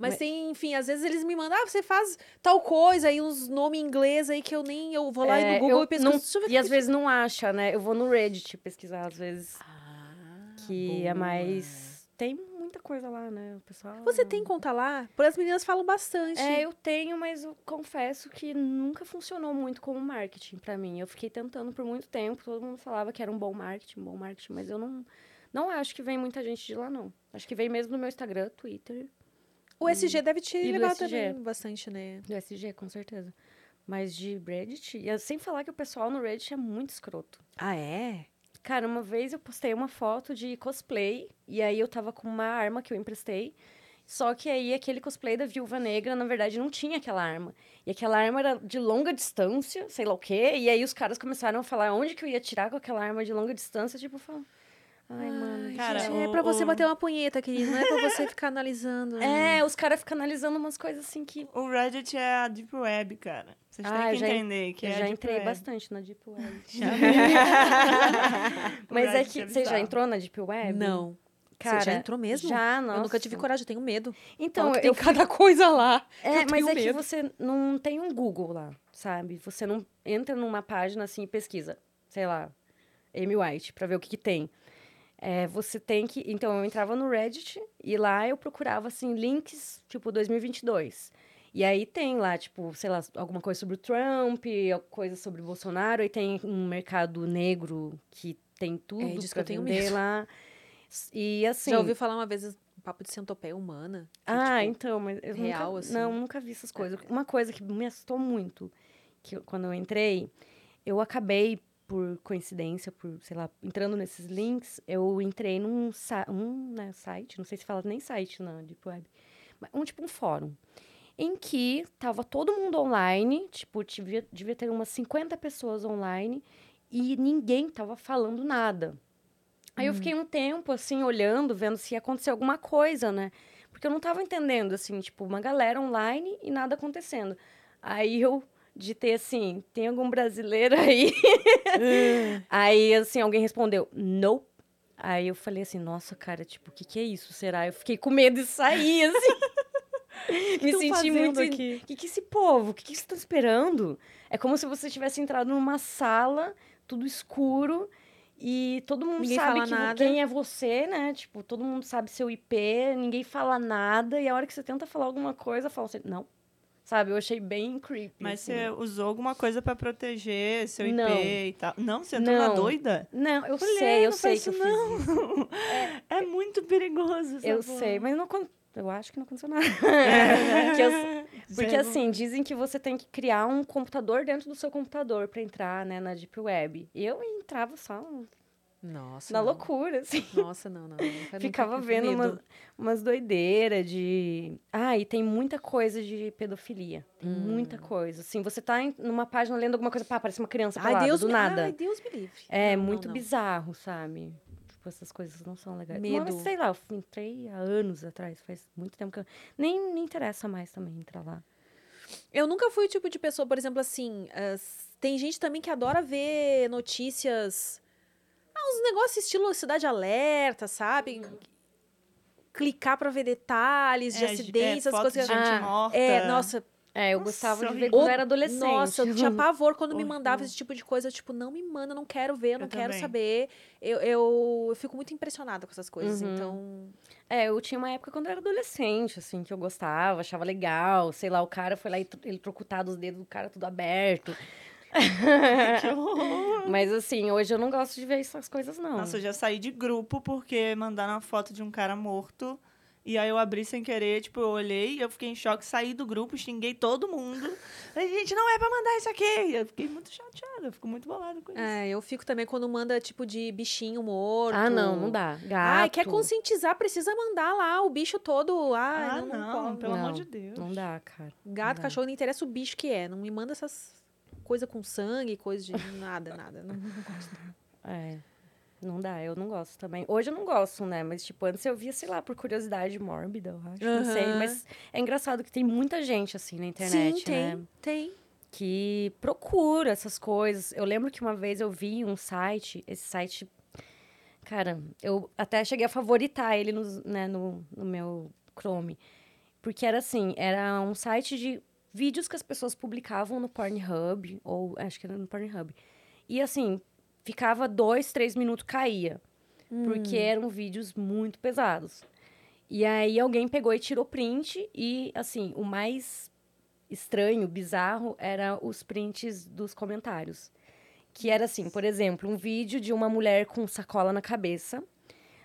[SPEAKER 1] Mas,
[SPEAKER 2] Mas-
[SPEAKER 1] tem, enfim, às vezes eles me mandam, ah, você faz tal coisa, aí uns nomes em inglês aí que eu nem. Eu vou lá
[SPEAKER 2] É,
[SPEAKER 1] no Google
[SPEAKER 2] eu
[SPEAKER 1] e pesquiso.
[SPEAKER 2] não-
[SPEAKER 1] deixa eu ver o
[SPEAKER 2] E
[SPEAKER 1] que
[SPEAKER 2] às
[SPEAKER 1] que-
[SPEAKER 2] vezes não acha, né? Eu vou no Reddit pesquisar, às vezes,
[SPEAKER 1] Ah,
[SPEAKER 2] que é
[SPEAKER 1] boa.
[SPEAKER 2] mais... Tem muita coisa lá, né? O pessoal...
[SPEAKER 1] Você tem conta lá? Porque as meninas falam bastante.
[SPEAKER 2] É, eu tenho, mas eu confesso que nunca funcionou muito como marketing pra mim. Eu fiquei tentando por muito tempo, todo mundo falava que era um bom marketing, um bom marketing, mas eu não, não acho que vem muita gente de lá, não. Acho que vem mesmo do meu Instagram, Twitter,
[SPEAKER 1] O SG deve te
[SPEAKER 2] e do
[SPEAKER 1] levar
[SPEAKER 2] SG.
[SPEAKER 1] também bastante, né?
[SPEAKER 2] do SG, com certeza. Mas de Reddit, e eu- sem falar que o pessoal no Reddit é muito escroto.
[SPEAKER 1] Ah, é?
[SPEAKER 2] Cara, uma vez eu postei uma foto de cosplay e aí eu tava com uma arma que eu emprestei. Só que aí aquele cosplay da Viúva Negra, na verdade, não tinha aquela arma. E aquela arma era de longa distância, sei lá o quê. E aí os caras começaram a falar onde que eu ia tirar com aquela arma de longa distância. Tipo, eu falo, ai, mano.
[SPEAKER 3] cara,
[SPEAKER 1] gente,
[SPEAKER 3] o-
[SPEAKER 1] é pra você
[SPEAKER 3] o-
[SPEAKER 1] bater uma punheta, querido. Não é pra você ficar analisando.
[SPEAKER 2] É, os caras ficam analisando umas coisas assim que.
[SPEAKER 3] O Reddit é a Deep Web, cara. Vocês
[SPEAKER 2] Ah, eu
[SPEAKER 3] têm que
[SPEAKER 2] já en-
[SPEAKER 3] entender que
[SPEAKER 2] eu
[SPEAKER 3] é a
[SPEAKER 2] já
[SPEAKER 3] Deep
[SPEAKER 2] entrei
[SPEAKER 3] Web.
[SPEAKER 2] bastante na Deep Web.
[SPEAKER 3] O
[SPEAKER 2] Mas é
[SPEAKER 3] Reddit
[SPEAKER 2] que
[SPEAKER 3] é
[SPEAKER 2] você já
[SPEAKER 3] bizarro.
[SPEAKER 2] entrou na Deep Web?
[SPEAKER 1] Não.
[SPEAKER 2] Cara,
[SPEAKER 1] você já entrou mesmo?
[SPEAKER 2] Já,
[SPEAKER 1] Eu
[SPEAKER 2] nossa.
[SPEAKER 1] nunca tive coragem, eu tenho medo.
[SPEAKER 2] Então,
[SPEAKER 1] Fala que
[SPEAKER 2] eu
[SPEAKER 1] tem cada coisa lá.
[SPEAKER 2] É,
[SPEAKER 1] Eu
[SPEAKER 2] mas
[SPEAKER 1] tenho
[SPEAKER 2] é que
[SPEAKER 1] medo.
[SPEAKER 2] você não tem um Google lá, sabe? Você não entra numa página assim e pesquisa, sei lá, Amy White, pra ver o que, que tem. É, você tem que. Então, eu entrava no Reddit e lá eu procurava, assim, links, tipo, 2022. E aí tem lá, tipo, sei lá, alguma coisa sobre o Trump, coisa sobre o Bolsonaro, e tem um mercado negro que tem tudo
[SPEAKER 1] É disso que
[SPEAKER 2] pra
[SPEAKER 1] eu tenho
[SPEAKER 2] vender
[SPEAKER 1] medo.
[SPEAKER 2] lá. E assim.
[SPEAKER 1] Já ouviu falar uma vez um papo de centopeia humana? Que,
[SPEAKER 2] Ah,
[SPEAKER 1] tipo,
[SPEAKER 2] então, mas eu
[SPEAKER 1] real,
[SPEAKER 2] nunca,
[SPEAKER 1] assim? É.
[SPEAKER 2] não, nunca vi essas coisas. Uma coisa que me assustou muito, que eu- quando eu entrei, eu acabei por coincidência, por, sei lá, entrando nesses links, eu entrei num sa- um, né, site, não sei se fala nem site na Deep Web, mas um tipo um fórum, em que tava todo mundo online, tipo, devia, devia ter umas 50 pessoas online e ninguém tava falando nada. Aí
[SPEAKER 1] Uhum.
[SPEAKER 2] eu fiquei um tempo assim olhando, vendo se ia acontecer alguma coisa, né? Porque eu não tava entendendo, assim, tipo, uma galera online e nada acontecendo. Aí eu digitei assim, tem algum brasileiro aí? Aí, assim, alguém respondeu, nope. Aí eu falei assim, nossa, cara, tipo, o que que é isso? Será? Eu fiquei com medo de sair, assim. então Me
[SPEAKER 1] tão
[SPEAKER 2] senti
[SPEAKER 1] fazendo assim.
[SPEAKER 2] muito...
[SPEAKER 1] aqui?
[SPEAKER 2] O que que é esse povo? O que que vocês estão esperando? É como se você tivesse entrado numa sala, tudo escuro... E todo mundo
[SPEAKER 1] Ninguém
[SPEAKER 2] sabe
[SPEAKER 1] fala
[SPEAKER 2] que vo-
[SPEAKER 1] nada.
[SPEAKER 2] quem é você, né? Tipo, todo mundo sabe seu IP, ninguém fala nada. E a hora que você tenta falar alguma coisa, fala assim, não. Sabe? Eu achei bem creepy.
[SPEAKER 3] Mas
[SPEAKER 2] assim.
[SPEAKER 3] você é usou alguma coisa pra proteger seu IP
[SPEAKER 2] Não.
[SPEAKER 3] e tal? Não, você entrou na
[SPEAKER 2] Não.
[SPEAKER 3] doida?
[SPEAKER 2] Não, eu
[SPEAKER 3] Mulher,
[SPEAKER 2] sei, eu
[SPEAKER 3] "Ah, não
[SPEAKER 2] sei
[SPEAKER 3] faz
[SPEAKER 2] que eu
[SPEAKER 3] isso,
[SPEAKER 2] fiz
[SPEAKER 3] não. tá
[SPEAKER 2] isso.
[SPEAKER 3] É muito perigoso essa
[SPEAKER 2] Eu
[SPEAKER 3] porra.
[SPEAKER 2] sei, mas não acon- Eu acho que não aconteceu nada.
[SPEAKER 3] É.
[SPEAKER 2] Que eu- porque
[SPEAKER 3] Zero.
[SPEAKER 2] assim, dizem que você tem que criar um computador dentro do seu computador pra entrar, né, na Deep Web. Eu entrava só um
[SPEAKER 1] Nossa.
[SPEAKER 2] na
[SPEAKER 1] não.
[SPEAKER 2] loucura, assim.
[SPEAKER 1] Nossa, não, não. não. Eu nunca
[SPEAKER 2] Ficava
[SPEAKER 1] tive
[SPEAKER 2] vendo
[SPEAKER 1] medo.
[SPEAKER 2] umas, umas doideiras de. Ah, e tem muita coisa de pedofilia. Tem muita coisa. Assim, você tá em, numa página lendo alguma coisa, pá, parece uma criança
[SPEAKER 1] Ai,
[SPEAKER 2] pelada,
[SPEAKER 1] Deus
[SPEAKER 2] do
[SPEAKER 1] me-
[SPEAKER 2] nada.
[SPEAKER 1] Ai, Deus me livre.
[SPEAKER 2] É
[SPEAKER 1] Não, não,
[SPEAKER 2] muito
[SPEAKER 1] não.
[SPEAKER 2] bizarro, sabe? Tipo, essas coisas não são legais. Medo.
[SPEAKER 1] Medo.
[SPEAKER 2] Mas, sei lá, eu fui- entrei há anos atrás, faz muito tempo que eu... Nem me interessa mais também entrar lá.
[SPEAKER 1] Eu nunca fui o tipo de pessoa, por exemplo, assim. as- tem gente também que adora ver notícias. Ah, uns negócios estilo Cidade Alerta, sabe? Clicar pra ver detalhes de
[SPEAKER 3] É,
[SPEAKER 1] acidentes,
[SPEAKER 3] é,
[SPEAKER 1] essas
[SPEAKER 3] foto
[SPEAKER 1] coisas.
[SPEAKER 3] de gente
[SPEAKER 2] Ah,
[SPEAKER 3] morta.
[SPEAKER 1] É, nossa,
[SPEAKER 2] É, eu
[SPEAKER 3] Nossa,
[SPEAKER 2] gostava de ver
[SPEAKER 3] horrível.
[SPEAKER 2] quando eu era adolescente.
[SPEAKER 1] nossa, eu tinha pavor quando me
[SPEAKER 3] Horrível.
[SPEAKER 1] mandava esse tipo de coisa. Tipo, não me manda, não quero ver, não
[SPEAKER 3] Eu
[SPEAKER 1] quero
[SPEAKER 3] também.
[SPEAKER 1] saber. Eu, eu, eu fico muito impressionada com essas coisas.
[SPEAKER 2] Uhum.
[SPEAKER 1] Então,
[SPEAKER 2] É, eu tinha uma época quando eu era adolescente, assim, que eu gostava, achava legal. Sei lá, o cara foi lá e tro- ele trocutado os dedos do cara tudo aberto.
[SPEAKER 3] Que horror.
[SPEAKER 2] Mas assim, hoje eu não gosto de ver essas coisas, não.
[SPEAKER 3] Nossa, eu já saí de grupo porque mandaram uma foto de um cara morto. E aí eu abri sem querer, tipo, eu olhei, eu fiquei em choque, saí do grupo, xinguei todo mundo. Aí, gente, não é pra mandar isso aqui! Eu fiquei muito chateada, eu fico muito bolada com isso.
[SPEAKER 1] é, eu fico também quando manda, tipo, de bichinho morto.
[SPEAKER 2] ah, não, não dá. Gato.
[SPEAKER 1] Ah, quer conscientizar, precisa mandar lá o bicho todo. Ah,
[SPEAKER 3] Ah,
[SPEAKER 1] não,
[SPEAKER 3] não,
[SPEAKER 1] não, pode.
[SPEAKER 3] pelo amor
[SPEAKER 2] Não.
[SPEAKER 3] de Deus.
[SPEAKER 2] Não dá, cara.
[SPEAKER 1] Gato,
[SPEAKER 2] dá.
[SPEAKER 1] cachorro, não interessa o bicho que é. Não me manda essas coisas com sangue, coisa de nada, nada. Não, não gosto.
[SPEAKER 2] É. Não dá, eu não gosto também. Hoje eu não gosto, né? Mas, tipo, antes eu via, sei lá, por curiosidade mórbida, eu acho. Não sei.
[SPEAKER 1] Aham.
[SPEAKER 2] Mas é engraçado que tem muita gente, assim, na internet,
[SPEAKER 1] Sim, tem,
[SPEAKER 2] né?
[SPEAKER 1] tem.
[SPEAKER 2] Que procura essas coisas. Eu lembro que uma vez eu vi um site, esse site. Cara, eu até cheguei a favoritar ele nos- né, no, no meu Chrome. Porque era assim, era um site de vídeos que as pessoas publicavam no Pornhub, ou acho que era no Pornhub. E assim, ficava dois, três minutos, caía. Porque eram vídeos muito pesados. E aí alguém pegou e tirou print, e assim, o mais estranho, bizarro, era os prints dos comentários. Que era assim, por exemplo, um vídeo de uma mulher com sacola na cabeça.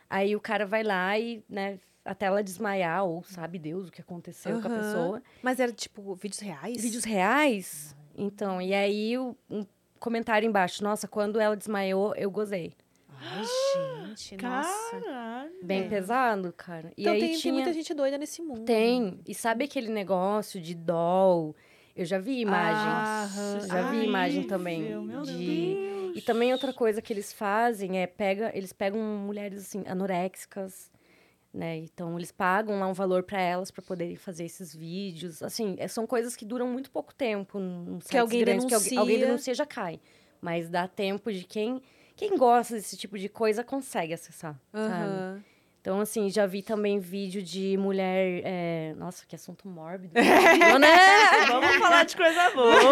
[SPEAKER 2] Aí o cara vai lá e, né, até ela desmaiar, ou sabe Deus o que aconteceu com a
[SPEAKER 1] Aham.
[SPEAKER 2] pessoa.
[SPEAKER 1] Mas era, tipo, vídeos reais?
[SPEAKER 2] Vídeos reais? Então, e aí o- um comentário embaixo, nossa, quando ela desmaiou, eu gozei.
[SPEAKER 1] Ai, gente, nossa.
[SPEAKER 3] Caralho.
[SPEAKER 2] Bem
[SPEAKER 1] É.
[SPEAKER 2] pesado, cara. E
[SPEAKER 1] então
[SPEAKER 2] aí
[SPEAKER 1] tem, tem
[SPEAKER 2] tinha...
[SPEAKER 1] muita gente doida nesse mundo.
[SPEAKER 2] Tem. E sabe aquele negócio de doll? Eu já
[SPEAKER 1] Ah,
[SPEAKER 2] vi imagem.
[SPEAKER 1] Aham.
[SPEAKER 2] já vi
[SPEAKER 3] Ai,
[SPEAKER 2] imagem também
[SPEAKER 3] Meu
[SPEAKER 2] de-
[SPEAKER 3] Deus.
[SPEAKER 2] E também outra coisa que eles fazem é pega, eles pegam mulheres assim anoréxicas, né? Então eles pagam lá um valor pra elas pra poderem fazer esses vídeos. Assim, é- são coisas que duram muito pouco tempo, num sites
[SPEAKER 1] alguém
[SPEAKER 2] grandes, que alguém, alguém
[SPEAKER 1] denuncia.
[SPEAKER 2] denuncia já cai. Mas dá tempo de quem quem gosta desse tipo de coisa consegue acessar, sabe?
[SPEAKER 1] Aham.
[SPEAKER 2] Então, assim, já vi também vídeo de mulher. é, Nossa, que assunto mórbido. Não, né?
[SPEAKER 3] Vamos falar de coisa boa.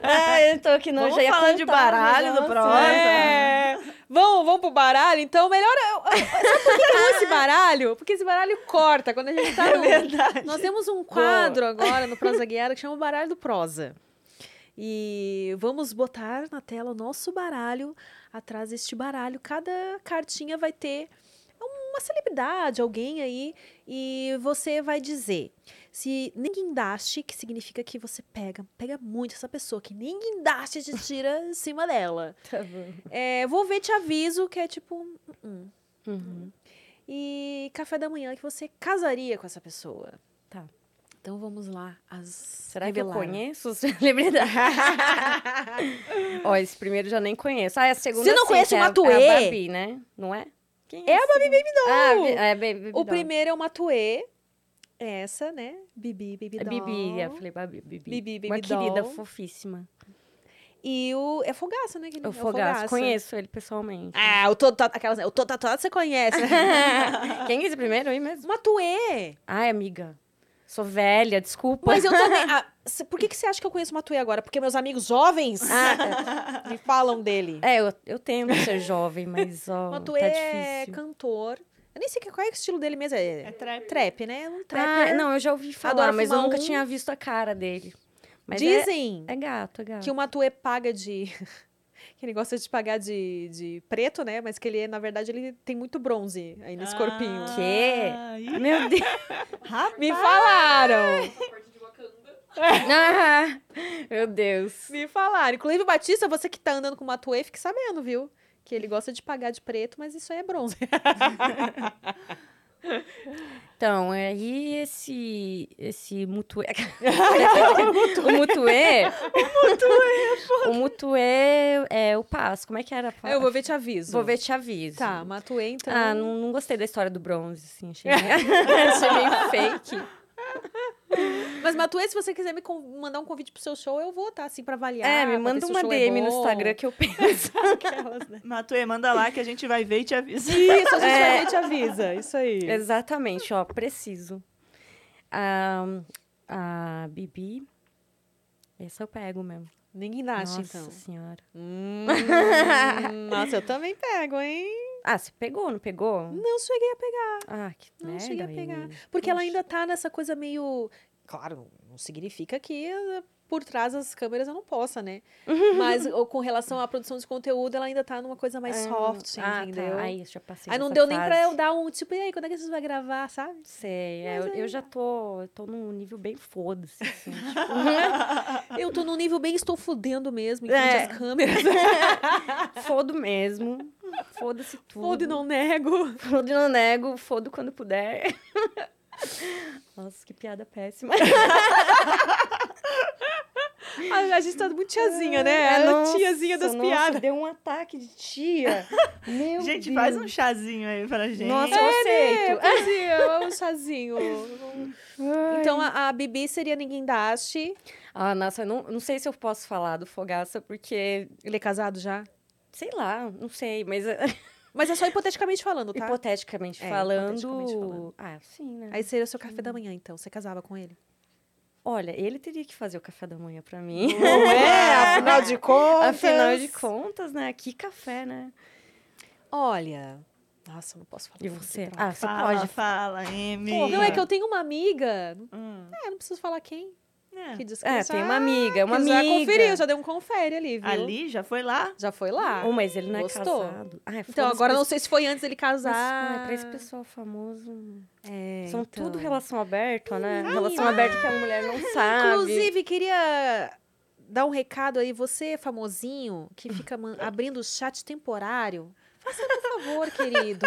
[SPEAKER 2] É, eu tô aqui não,
[SPEAKER 3] Vamos
[SPEAKER 2] já ia
[SPEAKER 3] falar
[SPEAKER 2] contar, né? mas
[SPEAKER 3] de baralho do
[SPEAKER 2] nossa.
[SPEAKER 3] próximo.
[SPEAKER 1] É. Vamos, vamos pro baralho, então. Melhor. eu- eu- Sabe por que que eu uso esse baralho? Porque esse baralho corta. Quando a gente tá
[SPEAKER 3] É
[SPEAKER 1] no-
[SPEAKER 3] verdade.
[SPEAKER 1] Nós temos um quadro agora no Prosa Guiada que chama o Baralho do Prosa. E vamos botar na tela o nosso baralho. Atrás deste baralho, cada cartinha vai ter uma celebridade, alguém aí. E você vai dizer se ninguindaste, que significa que você pega, pega muito essa pessoa, que ninguindaste te tira em cima dela.
[SPEAKER 2] Tá bom.
[SPEAKER 1] É, vou ver, te aviso, que é tipo. um, um.
[SPEAKER 2] Uhum.
[SPEAKER 1] E café da manhã que você casaria com essa pessoa.
[SPEAKER 2] Tá.
[SPEAKER 1] Então vamos lá. As
[SPEAKER 2] Será que eu
[SPEAKER 1] revelaram.
[SPEAKER 2] conheço celebridade? Ó, esse primeiro eu já nem conheço. Ah, é a segunda.
[SPEAKER 1] Você não
[SPEAKER 2] sim,
[SPEAKER 1] conhece
[SPEAKER 2] que
[SPEAKER 1] o
[SPEAKER 2] é a-
[SPEAKER 1] Matuê?
[SPEAKER 2] É a Babi, né? Não é? Quem
[SPEAKER 1] É a
[SPEAKER 2] Babi
[SPEAKER 1] Não!
[SPEAKER 2] Ah, Bi- é, Baby, Baby
[SPEAKER 1] o
[SPEAKER 2] Doll.
[SPEAKER 1] primeiro é o Matuê. Essa, né? Bibi, Bibi.
[SPEAKER 2] É Bibi,
[SPEAKER 1] Doll.
[SPEAKER 2] eu falei Babi, Bibi.
[SPEAKER 1] Bibi, Baby
[SPEAKER 2] Uma querida
[SPEAKER 1] Doll.
[SPEAKER 2] fofíssima.
[SPEAKER 1] E o. É Fogaça, né? que ele- é
[SPEAKER 2] Eu fogaço, conheço ele pessoalmente.
[SPEAKER 1] Ah, o todo, tatu- aquelas, né, o todo tatuado você conhece. né?
[SPEAKER 2] Quem é esse primeiro aí mesmo?
[SPEAKER 1] Matuê!
[SPEAKER 2] Ai, amiga. Sou velha, desculpa.
[SPEAKER 1] Mas eu também. ah, cê- por que, que você acha que eu conheço o Matuê agora? Porque meus amigos jovens
[SPEAKER 2] Ah,
[SPEAKER 1] me falam dele.
[SPEAKER 2] É, eu, eu tento ser jovem, mas ó,
[SPEAKER 1] Matuê
[SPEAKER 2] tá
[SPEAKER 1] é
[SPEAKER 2] difícil.
[SPEAKER 1] cantor. Eu nem sei que- qual é o estilo dele mesmo.
[SPEAKER 3] É
[SPEAKER 1] É,
[SPEAKER 3] trap.
[SPEAKER 1] trap, né? Um
[SPEAKER 2] Ah,
[SPEAKER 1] trapper.
[SPEAKER 2] não, eu já ouvi falar,
[SPEAKER 1] Adora
[SPEAKER 2] mas eu
[SPEAKER 1] fumar
[SPEAKER 2] nunca
[SPEAKER 1] um.
[SPEAKER 2] tinha visto a cara dele. Mas é-
[SPEAKER 1] Dizem
[SPEAKER 2] é, gato, é gato.
[SPEAKER 1] que o Matuê paga de. que ele gosta de pagar de, de preto, né? Mas que ele, é, na verdade, ele tem muito bronze aí nesse corpinho.
[SPEAKER 3] Ah,
[SPEAKER 2] Quê?
[SPEAKER 3] ih,
[SPEAKER 2] Meu Deus.
[SPEAKER 3] Rapaz.
[SPEAKER 1] Me falaram!
[SPEAKER 2] Ah, meu Deus.
[SPEAKER 1] Me falaram. Inclusive, Batista, você que tá andando com o Matuê, fique sabendo, viu? Que ele gosta de pagar de preto, mas isso aí é bronze.
[SPEAKER 2] Então, aí esse. Esse Mutuê. o Mutuê. o Mutuê é o Paz. Como é que era? a fa-
[SPEAKER 1] eu vou ver, te aviso.
[SPEAKER 2] Vou ver te aviso.
[SPEAKER 1] Tá, Matuê, então.
[SPEAKER 2] Ah, não, não gostei da história do bronze, assim. Achei, achei meio fake.
[SPEAKER 1] Mas, Matuê, se você quiser me con- mandar um convite pro seu show, eu vou, tá? Assim, pra avaliar.
[SPEAKER 2] é, me
[SPEAKER 1] pra ver
[SPEAKER 2] manda
[SPEAKER 1] se o
[SPEAKER 2] uma
[SPEAKER 1] show é
[SPEAKER 2] DM no
[SPEAKER 1] bom.
[SPEAKER 2] Instagram que eu penso.
[SPEAKER 1] Aquelas, né?
[SPEAKER 3] Matue, manda lá que a gente vai ver e te avisa.
[SPEAKER 1] Isso, a gente
[SPEAKER 2] É.
[SPEAKER 1] vai ver e te avisa. Isso aí.
[SPEAKER 2] Exatamente, ó, preciso. Ah, a Bibi. Essa eu pego mesmo.
[SPEAKER 1] Ninguém nasce,
[SPEAKER 2] Nossa
[SPEAKER 1] então.
[SPEAKER 2] senhora.
[SPEAKER 1] Hum, nossa, eu também pego, hein?
[SPEAKER 2] Ah, você pegou, não pegou?
[SPEAKER 1] Não cheguei a pegar.
[SPEAKER 2] Ah, que
[SPEAKER 1] Não
[SPEAKER 2] merda,
[SPEAKER 1] cheguei a pegar.
[SPEAKER 2] menina.
[SPEAKER 1] Porque ela
[SPEAKER 2] Puxa.
[SPEAKER 1] ainda tá nessa coisa meio. Claro, não significa que eh, por trás das câmeras eu não possa, né? Mas ou, com relação à produção de conteúdo, ela ainda tá numa coisa mais
[SPEAKER 2] Ah,
[SPEAKER 1] soft,
[SPEAKER 2] ah,
[SPEAKER 1] entendeu?
[SPEAKER 2] Tá. Aí, já passei
[SPEAKER 1] Aí não
[SPEAKER 2] dessa
[SPEAKER 1] deu nem
[SPEAKER 2] fase.
[SPEAKER 1] pra eu dar um tipo, e aí, quando é que vocês vão gravar, sabe?
[SPEAKER 2] Sei, é, eu, eu já tô, eu tô num nível bem foda-se, assim.
[SPEAKER 1] Eu tô num nível bem, estou fudendo mesmo, em
[SPEAKER 2] É.
[SPEAKER 1] frente às câmeras. né?
[SPEAKER 2] tipo, fodo mesmo, foda-se tudo.
[SPEAKER 1] Foda e não nego.
[SPEAKER 2] Fodo e não nego, fodo quando puder. Nossa, que piada péssima.
[SPEAKER 1] A, a gente tá muito tiazinha, né?
[SPEAKER 2] É,
[SPEAKER 1] a
[SPEAKER 2] nossa,
[SPEAKER 1] tiazinha das
[SPEAKER 2] nossa,
[SPEAKER 1] piadas.
[SPEAKER 2] Deu um ataque de tia. Meu
[SPEAKER 3] gente,
[SPEAKER 2] Deus.
[SPEAKER 3] faz um chazinho aí pra
[SPEAKER 1] um
[SPEAKER 3] gente.
[SPEAKER 1] É,
[SPEAKER 2] Nossa, eu aceito.
[SPEAKER 1] Tiazinha, um chazinho. Então a, a Bibi seria ninguém daste.
[SPEAKER 2] Ah, nossa, eu não, não sei se eu posso falar do Fogaça, porque,
[SPEAKER 1] Ele é casado já?
[SPEAKER 2] sei lá, não sei, mas
[SPEAKER 1] Mas é só hipoteticamente falando, tá?
[SPEAKER 2] hipoteticamente,
[SPEAKER 1] É,
[SPEAKER 2] falando,
[SPEAKER 1] hipoteticamente falando.
[SPEAKER 2] Ah, sim, né?
[SPEAKER 1] Aí seria o seu café da manhã, então. Você casava com ele?
[SPEAKER 2] Olha, ele teria que fazer o café da manhã pra mim.
[SPEAKER 1] Não é,
[SPEAKER 2] afinal
[SPEAKER 1] de contas.
[SPEAKER 2] Afinal de contas, né? Que café, né?
[SPEAKER 1] Olha. Nossa, eu não posso falar.
[SPEAKER 2] E você?
[SPEAKER 1] Droga.
[SPEAKER 2] Ah, você
[SPEAKER 3] fala,
[SPEAKER 2] pode.
[SPEAKER 3] fala, Amy.
[SPEAKER 1] Pô, não é que eu tenho uma amiga.
[SPEAKER 3] Hum.
[SPEAKER 1] É, não preciso falar quem.
[SPEAKER 3] É.
[SPEAKER 1] Que diz que
[SPEAKER 2] É,
[SPEAKER 1] já-
[SPEAKER 2] tem uma amiga, uma
[SPEAKER 1] que
[SPEAKER 2] amiga.
[SPEAKER 1] Já conferiu, já deu um confere ali, viu?
[SPEAKER 3] Ali, já foi lá?
[SPEAKER 1] Já foi lá.
[SPEAKER 2] Oh, mas ele não
[SPEAKER 1] Gostou?
[SPEAKER 2] é casado. Ah,
[SPEAKER 1] Então, agora eu não sei se foi antes dele casar.
[SPEAKER 2] Ah, pra esse pessoal famoso.
[SPEAKER 1] É,
[SPEAKER 2] São
[SPEAKER 1] então.
[SPEAKER 2] tudo relação aberta, né? relação aberta que a mulher não sabe.
[SPEAKER 1] Inclusive, queria dar um recado aí, você famosinho, que fica man- abrindo chat temporário. Faça, por favor, querido.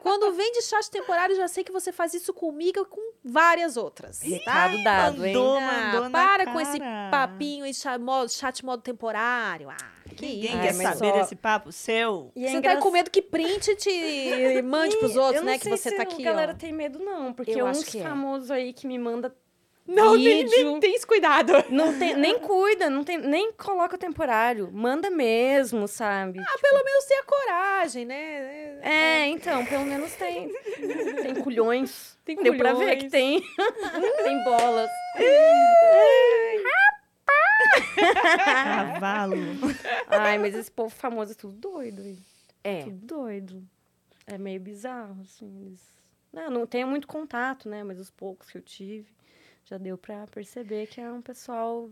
[SPEAKER 1] Quando vem de chat temporário, já sei que você faz isso comigo e com várias outras. Tá?
[SPEAKER 2] Recado dado, hein?
[SPEAKER 3] mandou,
[SPEAKER 1] Ah,
[SPEAKER 3] mandou na
[SPEAKER 1] para com esse
[SPEAKER 3] cara.
[SPEAKER 1] papinho e cha- modo- chat modo temporário. Ah, que
[SPEAKER 3] Ninguém
[SPEAKER 1] isso.
[SPEAKER 2] Ai,
[SPEAKER 3] quer
[SPEAKER 2] mas
[SPEAKER 3] saber
[SPEAKER 2] ó-
[SPEAKER 3] desse papo seu.
[SPEAKER 2] E é
[SPEAKER 1] Você tá
[SPEAKER 2] engraçado-
[SPEAKER 1] com medo que print te mande pros outros,
[SPEAKER 2] Eu não
[SPEAKER 1] né? Que
[SPEAKER 2] sei
[SPEAKER 1] você
[SPEAKER 2] se
[SPEAKER 1] tá
[SPEAKER 2] A
[SPEAKER 1] aqui.
[SPEAKER 2] galera
[SPEAKER 1] ó.
[SPEAKER 2] tem medo, não, porque
[SPEAKER 1] Eu acho
[SPEAKER 2] uns
[SPEAKER 1] que é.
[SPEAKER 2] famosos aí que me manda.
[SPEAKER 1] Não, nem,
[SPEAKER 2] vídeo.
[SPEAKER 1] nem tem esse cuidado.
[SPEAKER 2] Não tem, nem cuida, não tem, nem coloca o temporário. Manda mesmo, sabe? Ah, pelo menos.
[SPEAKER 1] Eu sei a coragem, né?
[SPEAKER 2] É, então, pelo menos tem. Tem culhões.
[SPEAKER 1] Tem
[SPEAKER 2] Deu pra ver
[SPEAKER 1] culhões.
[SPEAKER 2] que tem. tem bolas.
[SPEAKER 3] Cavalo.
[SPEAKER 2] Ai, mas esse povo famoso é tudo doido. Hein?
[SPEAKER 1] É.
[SPEAKER 2] Tudo doido. É meio bizarro, assim. Eles... Não, não tenho muito contato, né? Mas os poucos que eu tive, já deu pra perceber que é um pessoal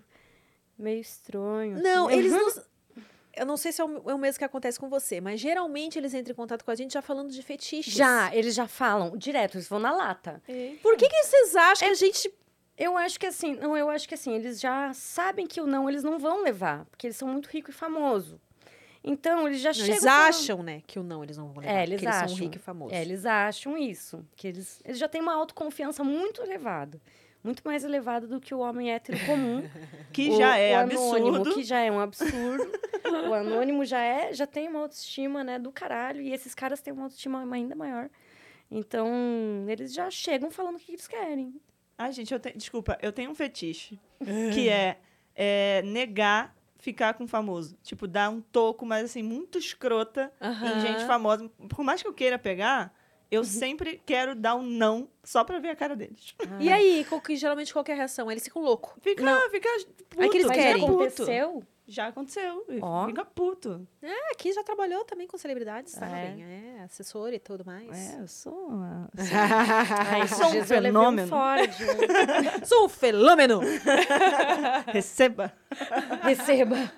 [SPEAKER 2] meio estranho.
[SPEAKER 1] Não,
[SPEAKER 2] assim.
[SPEAKER 1] eles não. Eu não sei se é o, é o mesmo que acontece com você, mas geralmente eles entram em contato com a gente já falando de fetiches.
[SPEAKER 2] Já, eles É. já falam direto, eles vão na lata.
[SPEAKER 1] Por que, que vocês acham que a gente.
[SPEAKER 2] Eu acho que assim, não, eu acho que assim, eles já sabem que o não eles não vão levar, porque eles são muito rico e famoso. Então, eles já
[SPEAKER 1] Não,
[SPEAKER 2] chegam.
[SPEAKER 1] eles
[SPEAKER 2] falando-
[SPEAKER 1] acham, né? Que o não eles não vão levar.
[SPEAKER 2] É, eles
[SPEAKER 1] porque eles
[SPEAKER 2] acham.
[SPEAKER 1] são ricos e famosos.
[SPEAKER 2] É, eles acham isso. Que eles, eles já têm uma autoconfiança muito elevada. Muito mais elevada do que o homem hétero comum.
[SPEAKER 3] Que
[SPEAKER 2] O-
[SPEAKER 3] já é
[SPEAKER 2] o
[SPEAKER 3] absurdo.
[SPEAKER 2] anônimo, que já é um absurdo. o anônimo já é, já tem uma autoestima, né, do caralho. E esses caras têm uma autoestima ainda maior. Então, eles já chegam falando o que eles querem.
[SPEAKER 3] Ai, gente, eu tenho. Desculpa, eu tenho um fetiche. que é, é negar ficar com famoso. Tipo, dar um toco, mas assim, muito escrota em
[SPEAKER 1] Aham.
[SPEAKER 3] gente famosa. Por mais que eu queira pegar, eu
[SPEAKER 2] Uhum.
[SPEAKER 3] sempre quero dar um não só pra ver a cara deles.
[SPEAKER 1] E aí, qual que- geralmente qual que é a reação? Eles ficam loucos.
[SPEAKER 3] Fica, fica puto.
[SPEAKER 1] É que eles
[SPEAKER 3] fica
[SPEAKER 2] Mas
[SPEAKER 1] querem.
[SPEAKER 2] já
[SPEAKER 3] puto.
[SPEAKER 2] aconteceu?
[SPEAKER 3] Já aconteceu.
[SPEAKER 2] Ó.
[SPEAKER 3] Fica puto.
[SPEAKER 1] Ah, aqui já trabalhou também com celebridades, tá,
[SPEAKER 2] É.
[SPEAKER 1] bem? É, assessora e tudo mais.
[SPEAKER 3] É, eu sou uma...
[SPEAKER 2] Ah, esses
[SPEAKER 3] Sou um
[SPEAKER 2] dias eu levei
[SPEAKER 3] fenômeno.
[SPEAKER 2] fora de um.
[SPEAKER 1] Sou um fenômeno!
[SPEAKER 3] Receba.
[SPEAKER 2] Receba.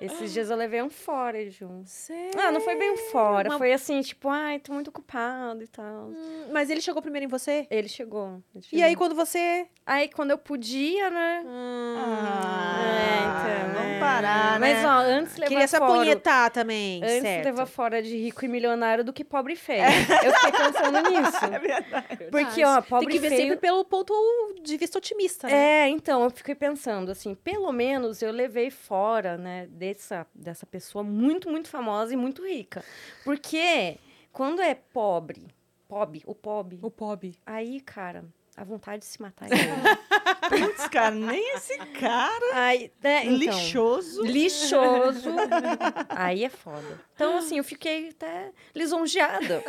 [SPEAKER 2] Esses dias eu levei um fora de um.
[SPEAKER 1] Sério?
[SPEAKER 2] Ah, não foi bem um fora.
[SPEAKER 1] Uma-
[SPEAKER 2] Foi assim, tipo, ai, tô muito ocupado e tal.
[SPEAKER 1] Hum, Mas ele chegou primeiro em você?
[SPEAKER 2] Ele chegou. ele
[SPEAKER 1] E
[SPEAKER 2] chegou.
[SPEAKER 1] aí, quando você.
[SPEAKER 2] Aí quando eu podia, né?
[SPEAKER 3] Ah,
[SPEAKER 2] É, então,
[SPEAKER 3] vamos
[SPEAKER 2] é.
[SPEAKER 3] parar, né?
[SPEAKER 2] Mas, ó, antes levar
[SPEAKER 1] Ah, Queria se
[SPEAKER 2] fora... o-
[SPEAKER 1] apunhetar também.
[SPEAKER 2] Antes
[SPEAKER 1] certo.
[SPEAKER 2] levar fora de rico e milionário do que pobre e feio. Eu fiquei pensando
[SPEAKER 3] É
[SPEAKER 2] nisso.
[SPEAKER 3] verdade.
[SPEAKER 2] Porque, ó,
[SPEAKER 1] Tem
[SPEAKER 2] pobre
[SPEAKER 1] que
[SPEAKER 2] e
[SPEAKER 1] ver
[SPEAKER 2] feio...
[SPEAKER 1] sempre pelo ponto de vista otimista, né?
[SPEAKER 2] É, então, eu fiquei pensando, assim, pelo menos eu levei fora, né, dessa, dessa pessoa muito, muito famosa e muito rica. Porque quando é pobre, pobre, o pobre,
[SPEAKER 1] O pobre.
[SPEAKER 2] aí, cara, a vontade de se matar. é grande.
[SPEAKER 3] Putz, cara, nem esse cara
[SPEAKER 2] aí, né, então,
[SPEAKER 3] lixoso.
[SPEAKER 2] Lixoso. Aí é foda. Então, assim, eu fiquei até lisonjeada.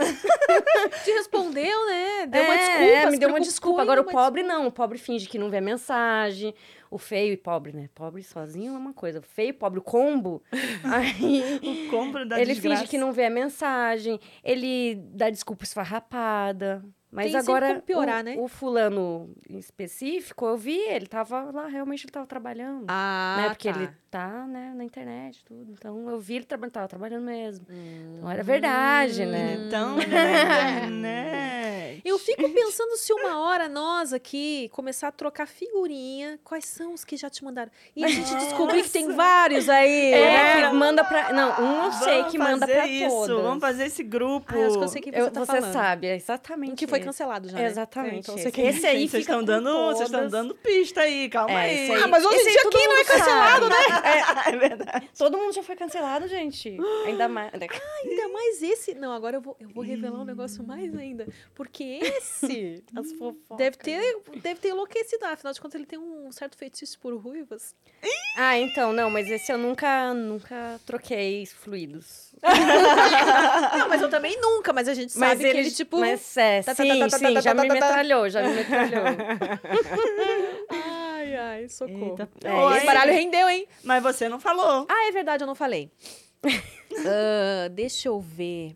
[SPEAKER 1] Te respondeu, né? Deu uma
[SPEAKER 2] É,
[SPEAKER 1] desculpa.
[SPEAKER 2] é,
[SPEAKER 1] se
[SPEAKER 2] me deu uma
[SPEAKER 1] preocupou
[SPEAKER 2] desculpa.
[SPEAKER 1] e
[SPEAKER 2] Agora, o
[SPEAKER 1] deu uma
[SPEAKER 2] pobre não. O pobre finge que não vê a mensagem. O feio e pobre, né? Pobre sozinho é uma coisa. O feio e pobre, o combo. Aí
[SPEAKER 3] O compro da
[SPEAKER 2] ele
[SPEAKER 3] desgraça.
[SPEAKER 2] finge que não vê a mensagem. Ele dá desculpa esfarrapada. Mas
[SPEAKER 1] Tem sempre
[SPEAKER 2] agora,
[SPEAKER 1] como piorar,
[SPEAKER 2] o,
[SPEAKER 1] né?
[SPEAKER 2] o fulano em específico, eu vi, ele tava lá, realmente ele tava trabalhando.
[SPEAKER 1] Ah,
[SPEAKER 2] né? Porque
[SPEAKER 1] tá.
[SPEAKER 2] ele tá, né, na internet, tudo. Então, eu vi ele trabalhando, tava trabalhando mesmo.
[SPEAKER 1] Hum.
[SPEAKER 2] Então, era verdade, né?
[SPEAKER 3] Então, né, né?
[SPEAKER 1] Eu fico pensando se uma hora nós aqui começar a trocar figurinha, quais são os que já te mandaram. E a gente descobrir que tem vários aí, né?
[SPEAKER 2] É, que manda pra... Não, um eu sei
[SPEAKER 3] Vamos
[SPEAKER 2] que manda
[SPEAKER 3] fazer
[SPEAKER 2] pra
[SPEAKER 3] isso,
[SPEAKER 2] todas.
[SPEAKER 3] Vamos fazer esse grupo.
[SPEAKER 1] Ah, eu acho que eu sei que você
[SPEAKER 2] Tipo, Eu-
[SPEAKER 1] tá
[SPEAKER 2] você
[SPEAKER 1] falando.
[SPEAKER 2] sabe, é exatamente.
[SPEAKER 1] Um que foi
[SPEAKER 2] esse.
[SPEAKER 1] cancelado já, né?
[SPEAKER 2] Exatamente.
[SPEAKER 1] Então,
[SPEAKER 2] esse.
[SPEAKER 1] você
[SPEAKER 2] Esse aí
[SPEAKER 3] Gente, vocês
[SPEAKER 2] fica
[SPEAKER 3] estão
[SPEAKER 2] com
[SPEAKER 3] dando, vocês
[SPEAKER 2] todas.
[SPEAKER 3] estão dando pista aí, calma
[SPEAKER 2] É,
[SPEAKER 3] aí.
[SPEAKER 2] esse aí-
[SPEAKER 1] Ah, mas hoje
[SPEAKER 2] esse
[SPEAKER 1] em
[SPEAKER 2] aí
[SPEAKER 1] dia
[SPEAKER 2] todo
[SPEAKER 1] quem não
[SPEAKER 2] mundo
[SPEAKER 1] é cancelado,
[SPEAKER 2] sabe.
[SPEAKER 3] É, é verdade.
[SPEAKER 2] né? Todo mundo já foi cancelado, gente. Ainda mais. né?
[SPEAKER 1] Ainda mais esse. Não, agora eu vou, eu vou revelar um negócio mais ainda. Porque esse
[SPEAKER 2] As fofocas.
[SPEAKER 1] deve ter,
[SPEAKER 2] né?
[SPEAKER 1] deve ter enlouquecido. Ah, Afinal de contas, ele tem um certo feitiço por ruivas.
[SPEAKER 2] Ah, então, não, mas esse eu nunca, nunca troquei fluidos.
[SPEAKER 1] Não, mas eu também nunca, mas a gente sabe
[SPEAKER 2] mas
[SPEAKER 1] que ele, tipo.
[SPEAKER 2] Mas é,
[SPEAKER 1] tá, tá,
[SPEAKER 2] sim,
[SPEAKER 1] tá, tá,
[SPEAKER 2] sim,
[SPEAKER 1] tá,
[SPEAKER 2] já
[SPEAKER 1] tá,
[SPEAKER 2] me
[SPEAKER 1] tá, tá.
[SPEAKER 2] metralhou, já me metralhou.
[SPEAKER 1] Ai, ai, socorro.
[SPEAKER 2] É,
[SPEAKER 3] Oi.
[SPEAKER 1] Esse baralho rendeu, hein?
[SPEAKER 3] Mas você não falou.
[SPEAKER 1] Ah, é verdade, eu não falei. Ah, deixa eu ver.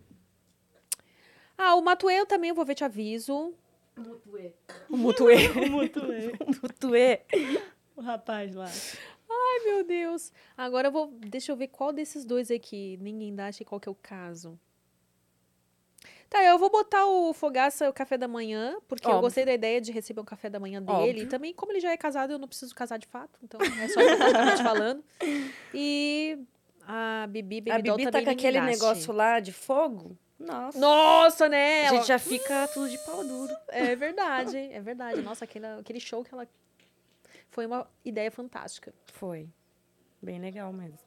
[SPEAKER 1] Ah, o Matuê eu também vou ver, te aviso. O Matuê.
[SPEAKER 3] O Mutuê,
[SPEAKER 2] Mutuê.
[SPEAKER 3] o rapaz lá.
[SPEAKER 1] Ai, meu Deus. Agora eu vou. Deixa eu ver qual desses dois aqui. Ninguém dá, achei qual que é o caso. Tá, eu vou botar o Fogaça o café da manhã, porque eu
[SPEAKER 2] Óbvio.
[SPEAKER 1] gostei da ideia de receber um café da manhã dele.
[SPEAKER 2] Óbvio.
[SPEAKER 1] E também, como ele já é casado, eu não preciso casar de fato, então é só politicamente falando. E a Bibi
[SPEAKER 2] A
[SPEAKER 1] Benidol
[SPEAKER 2] Bibi tá
[SPEAKER 1] também
[SPEAKER 2] com
[SPEAKER 1] ninguém
[SPEAKER 2] aquele
[SPEAKER 1] dá, achei.
[SPEAKER 2] negócio lá de fogo. Nossa.
[SPEAKER 1] Nossa, né?
[SPEAKER 2] A
[SPEAKER 1] Ela-
[SPEAKER 2] gente já fica tudo de pau duro.
[SPEAKER 1] É verdade, é verdade. Nossa, aquele, aquele show que ela. Foi uma ideia fantástica.
[SPEAKER 2] Foi. Bem legal mesmo.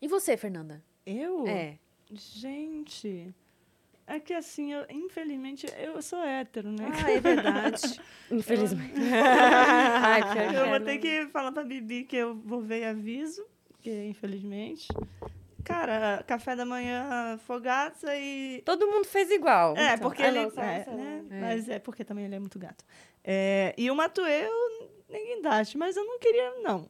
[SPEAKER 1] E você, Fernanda?
[SPEAKER 3] Eu?
[SPEAKER 1] É.
[SPEAKER 3] Gente. É que assim, eu, infelizmente, eu sou hétero, né?
[SPEAKER 1] Ah, é verdade.
[SPEAKER 2] Infelizmente. Ai, pior que
[SPEAKER 3] eu vou
[SPEAKER 2] era.
[SPEAKER 3] ter que falar pra Bibi que eu vou ver e aviso, que infelizmente. Cara, café da manhã, fogaça e
[SPEAKER 2] Todo mundo fez igual.
[SPEAKER 3] É,
[SPEAKER 2] então.
[SPEAKER 3] porque
[SPEAKER 2] Ah,
[SPEAKER 3] ele.
[SPEAKER 2] não, só-
[SPEAKER 3] é,
[SPEAKER 2] só-
[SPEAKER 3] né?
[SPEAKER 1] É.
[SPEAKER 3] Mas é porque também ele é muito gato. É, e o Matuê, eu ninguém daste, mas eu não queria, não.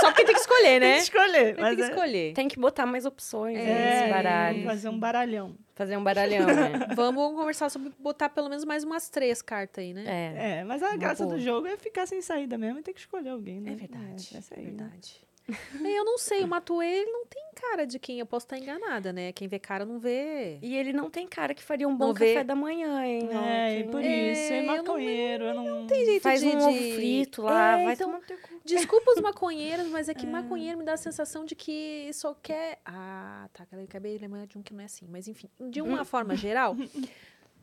[SPEAKER 1] Só porque tem que escolher,
[SPEAKER 3] Tem
[SPEAKER 1] né?
[SPEAKER 3] que escolher.
[SPEAKER 1] Tem
[SPEAKER 3] Mas
[SPEAKER 1] que
[SPEAKER 3] é-
[SPEAKER 1] escolher.
[SPEAKER 2] Tem que botar mais opções
[SPEAKER 1] É,
[SPEAKER 2] né, nesse baralho.
[SPEAKER 3] Fazer um baralhão.
[SPEAKER 2] Fazer um baralhão, né?
[SPEAKER 1] Vamos conversar sobre botar pelo menos mais umas três cartas aí, né?
[SPEAKER 2] É.
[SPEAKER 3] É, mas a
[SPEAKER 2] Uma
[SPEAKER 3] graça
[SPEAKER 2] boa.
[SPEAKER 3] do jogo é ficar sem saída mesmo e ter que escolher alguém, né?
[SPEAKER 1] É verdade,
[SPEAKER 3] É, essa
[SPEAKER 1] é
[SPEAKER 3] aí, né?
[SPEAKER 1] verdade. É, eu não sei, o Matuê ele não tem cara de quem eu posso estar enganada, né? Quem vê cara não vê.
[SPEAKER 2] E ele não tem cara que faria um bom
[SPEAKER 1] Não vê.
[SPEAKER 2] café da manhã, hein? Não,
[SPEAKER 3] É,
[SPEAKER 2] tem-
[SPEAKER 3] e por
[SPEAKER 1] É,
[SPEAKER 3] isso, é
[SPEAKER 1] eu não-
[SPEAKER 3] maconheiro, eu não...
[SPEAKER 1] Tem jeito
[SPEAKER 2] Faz
[SPEAKER 1] de-
[SPEAKER 2] um ovo
[SPEAKER 1] de-
[SPEAKER 2] frito lá,
[SPEAKER 1] É,
[SPEAKER 2] vai
[SPEAKER 1] então,
[SPEAKER 2] tomar um- no teu cu.
[SPEAKER 1] Desculpa os maconheiros, mas é que maconheiro me dá a sensação de que só quer. Ah, tá. cara, eu Acabei lembrando de um que não é assim. Mas enfim, de
[SPEAKER 2] Hum.
[SPEAKER 1] uma forma geral,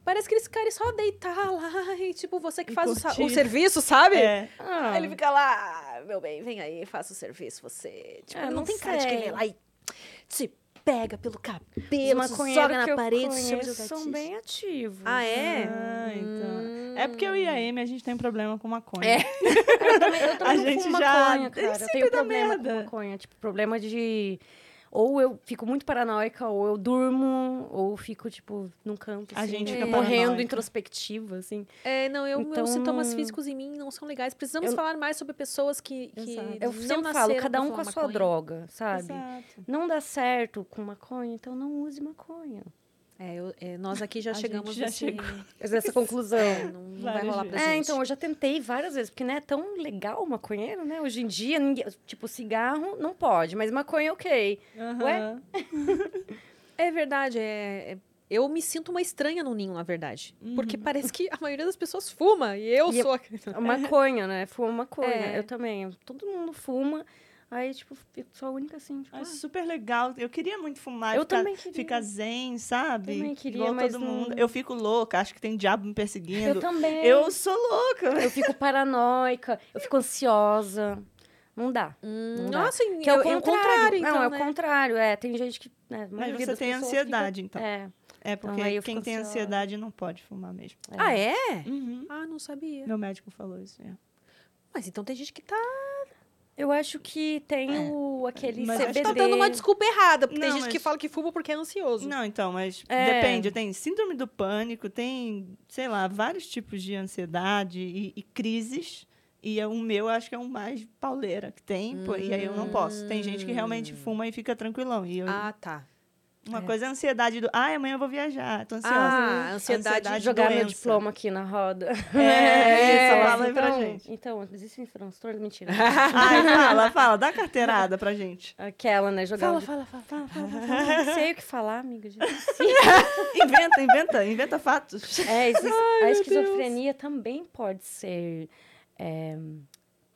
[SPEAKER 1] parece que eles querem só deitar lá e, tipo, você que
[SPEAKER 3] E
[SPEAKER 1] faz o, sa- o
[SPEAKER 3] curtir.
[SPEAKER 1] serviço, sabe?
[SPEAKER 3] É,
[SPEAKER 2] Ah,
[SPEAKER 1] Aí Ele fica lá, "Ah, meu bem, vem aí, faça o serviço, você. Tipo,
[SPEAKER 2] Ah,
[SPEAKER 1] não,
[SPEAKER 2] não
[SPEAKER 1] tem cara de quem
[SPEAKER 2] sei.
[SPEAKER 1] vem lá e te pega pelo
[SPEAKER 2] os
[SPEAKER 1] cabelo, te
[SPEAKER 2] maconheiros
[SPEAKER 1] joga
[SPEAKER 2] que
[SPEAKER 1] na
[SPEAKER 2] eu
[SPEAKER 1] parede, te chama de
[SPEAKER 2] conheço são
[SPEAKER 1] lagartixa.
[SPEAKER 2] bem ativos. né?
[SPEAKER 1] Ah, é? Hum.
[SPEAKER 3] Ah, então. É porque eu e a Amy, a gente tem problema com maconha.
[SPEAKER 1] É.
[SPEAKER 2] Eu também, eu também
[SPEAKER 3] A
[SPEAKER 2] não
[SPEAKER 3] gente
[SPEAKER 2] fumo
[SPEAKER 3] já-
[SPEAKER 2] maconha,
[SPEAKER 3] ele
[SPEAKER 2] cara. Eu
[SPEAKER 3] sempre
[SPEAKER 2] tenho
[SPEAKER 3] dá
[SPEAKER 2] problema
[SPEAKER 3] merda.
[SPEAKER 2] com maconha. Tipo, problema de... Ou eu fico muito paranoica, ou eu durmo, ou fico, tipo, num canto,
[SPEAKER 3] A
[SPEAKER 2] assim,
[SPEAKER 3] gente fica
[SPEAKER 2] morrendo,
[SPEAKER 3] paranoica.
[SPEAKER 2] introspectiva, assim.
[SPEAKER 1] É, não, eu,
[SPEAKER 2] Então,
[SPEAKER 1] meus sintomas
[SPEAKER 2] não-
[SPEAKER 1] físicos em mim não são legais. Precisamos
[SPEAKER 2] Eu-
[SPEAKER 1] falar mais sobre pessoas que, que
[SPEAKER 3] Exato.
[SPEAKER 1] não
[SPEAKER 2] Eu sempre falo,
[SPEAKER 1] nasceram
[SPEAKER 2] cada
[SPEAKER 1] pra
[SPEAKER 2] um com a
[SPEAKER 1] fumar
[SPEAKER 2] sua
[SPEAKER 1] maconha.
[SPEAKER 2] droga, sabe?
[SPEAKER 3] Exato.
[SPEAKER 2] Não dá certo com maconha, então não use maconha.
[SPEAKER 1] É, eu- é, nós aqui já
[SPEAKER 3] A gente
[SPEAKER 1] chegamos
[SPEAKER 3] já
[SPEAKER 1] nesse...
[SPEAKER 3] chegou.
[SPEAKER 2] Mas essa conclusão.
[SPEAKER 1] É, não, não vai
[SPEAKER 3] Várias
[SPEAKER 1] rolar
[SPEAKER 3] vezes.
[SPEAKER 1] pra gente.
[SPEAKER 2] É, então, eu já tentei várias vezes, porque não é tão legal o maconheiro, né? Hoje em dia, ninguém- tipo, cigarro não pode, mas maconha ok.
[SPEAKER 3] Aham.
[SPEAKER 1] É verdade, é... é- Eu me sinto uma estranha no ninho, na verdade. Porque parece que a maioria das pessoas fuma. Uhum. E eu
[SPEAKER 2] E
[SPEAKER 1] sou... a-
[SPEAKER 2] Maconha, né? Fuma maconha.
[SPEAKER 1] É.
[SPEAKER 2] Eu também. Todo mundo fuma. Aí, tipo, eu sou a única assim. Tipo,
[SPEAKER 3] Acho
[SPEAKER 2] ah,
[SPEAKER 3] super legal. Eu queria muito fumar.
[SPEAKER 2] eu
[SPEAKER 3] ficar,
[SPEAKER 2] também queria.
[SPEAKER 3] Ficar zen, sabe?
[SPEAKER 2] Também queria,
[SPEAKER 3] Igual
[SPEAKER 2] mas
[SPEAKER 3] todo
[SPEAKER 2] não-
[SPEAKER 3] mundo. Eu fico louca, acho que tem diabo me
[SPEAKER 2] Eu
[SPEAKER 3] perseguindo.
[SPEAKER 2] também.
[SPEAKER 3] Eu sou louca.
[SPEAKER 2] eu fico paranoica, eu fico ansiosa. Não dá.
[SPEAKER 1] Hum,
[SPEAKER 2] Não dá.
[SPEAKER 1] nossa, e
[SPEAKER 2] Que é o
[SPEAKER 1] eu- e
[SPEAKER 2] contrário.
[SPEAKER 1] então,
[SPEAKER 2] não, é
[SPEAKER 1] né?
[SPEAKER 2] o contrário. É, tem gente que. Né, a
[SPEAKER 3] Mas
[SPEAKER 2] maioria
[SPEAKER 3] você
[SPEAKER 2] das
[SPEAKER 3] tem
[SPEAKER 2] pessoas
[SPEAKER 3] ansiedade, então.
[SPEAKER 2] Fica, é.
[SPEAKER 3] É, porque
[SPEAKER 2] aí eu
[SPEAKER 3] quem
[SPEAKER 2] fico
[SPEAKER 3] tem
[SPEAKER 2] ansiosa.
[SPEAKER 3] ansiedade não pode fumar mesmo.
[SPEAKER 1] Ah, é?
[SPEAKER 3] Uhum.
[SPEAKER 1] Ah, não sabia.
[SPEAKER 3] Meu médico falou isso. é.
[SPEAKER 1] Mas então tem gente que tá,
[SPEAKER 2] Eu acho que tem
[SPEAKER 1] É.
[SPEAKER 2] o, aquele
[SPEAKER 3] Mas acho
[SPEAKER 2] CBD.
[SPEAKER 3] que
[SPEAKER 1] tá dando uma desculpa errada. Porque tem
[SPEAKER 3] Não,
[SPEAKER 1] gente que
[SPEAKER 3] mas-
[SPEAKER 1] fala que fuma porque é ansioso.
[SPEAKER 3] Não, então, mas
[SPEAKER 2] Uhum. É.
[SPEAKER 3] depende. Tem síndrome do pânico, tem, sei lá, vários tipos de ansiedade e, e crises. E é o meu, eu acho que é o mais pauleira que tem. pô, E aí eu não posso. Tem gente que
[SPEAKER 2] Hum.
[SPEAKER 3] realmente fuma e fica tranquilão. E eu-
[SPEAKER 1] Ah, tá.
[SPEAKER 3] uma
[SPEAKER 2] é.
[SPEAKER 3] coisa é a ansiedade do, ah, amanhã eu vou viajar, tô ansiosa.
[SPEAKER 1] Ah, ansiedade de
[SPEAKER 2] de jogar meu
[SPEAKER 3] doença.
[SPEAKER 2] diploma aqui na roda.
[SPEAKER 3] É, é,
[SPEAKER 2] Falar
[SPEAKER 3] fala aí
[SPEAKER 2] assim,
[SPEAKER 3] pra
[SPEAKER 2] então,
[SPEAKER 3] gente.
[SPEAKER 2] Então, existem transtornos? Mentira.
[SPEAKER 3] Ai, fala, fala, dá carteirada pra gente.
[SPEAKER 2] Aquela, né? Jogar um
[SPEAKER 1] fala, fala.
[SPEAKER 2] diploma. Não sei o que falar, amiga. gente.
[SPEAKER 3] Inventa, inventa, inventa fatos.
[SPEAKER 2] É, existe- a esquizofrenia também pode ser. é,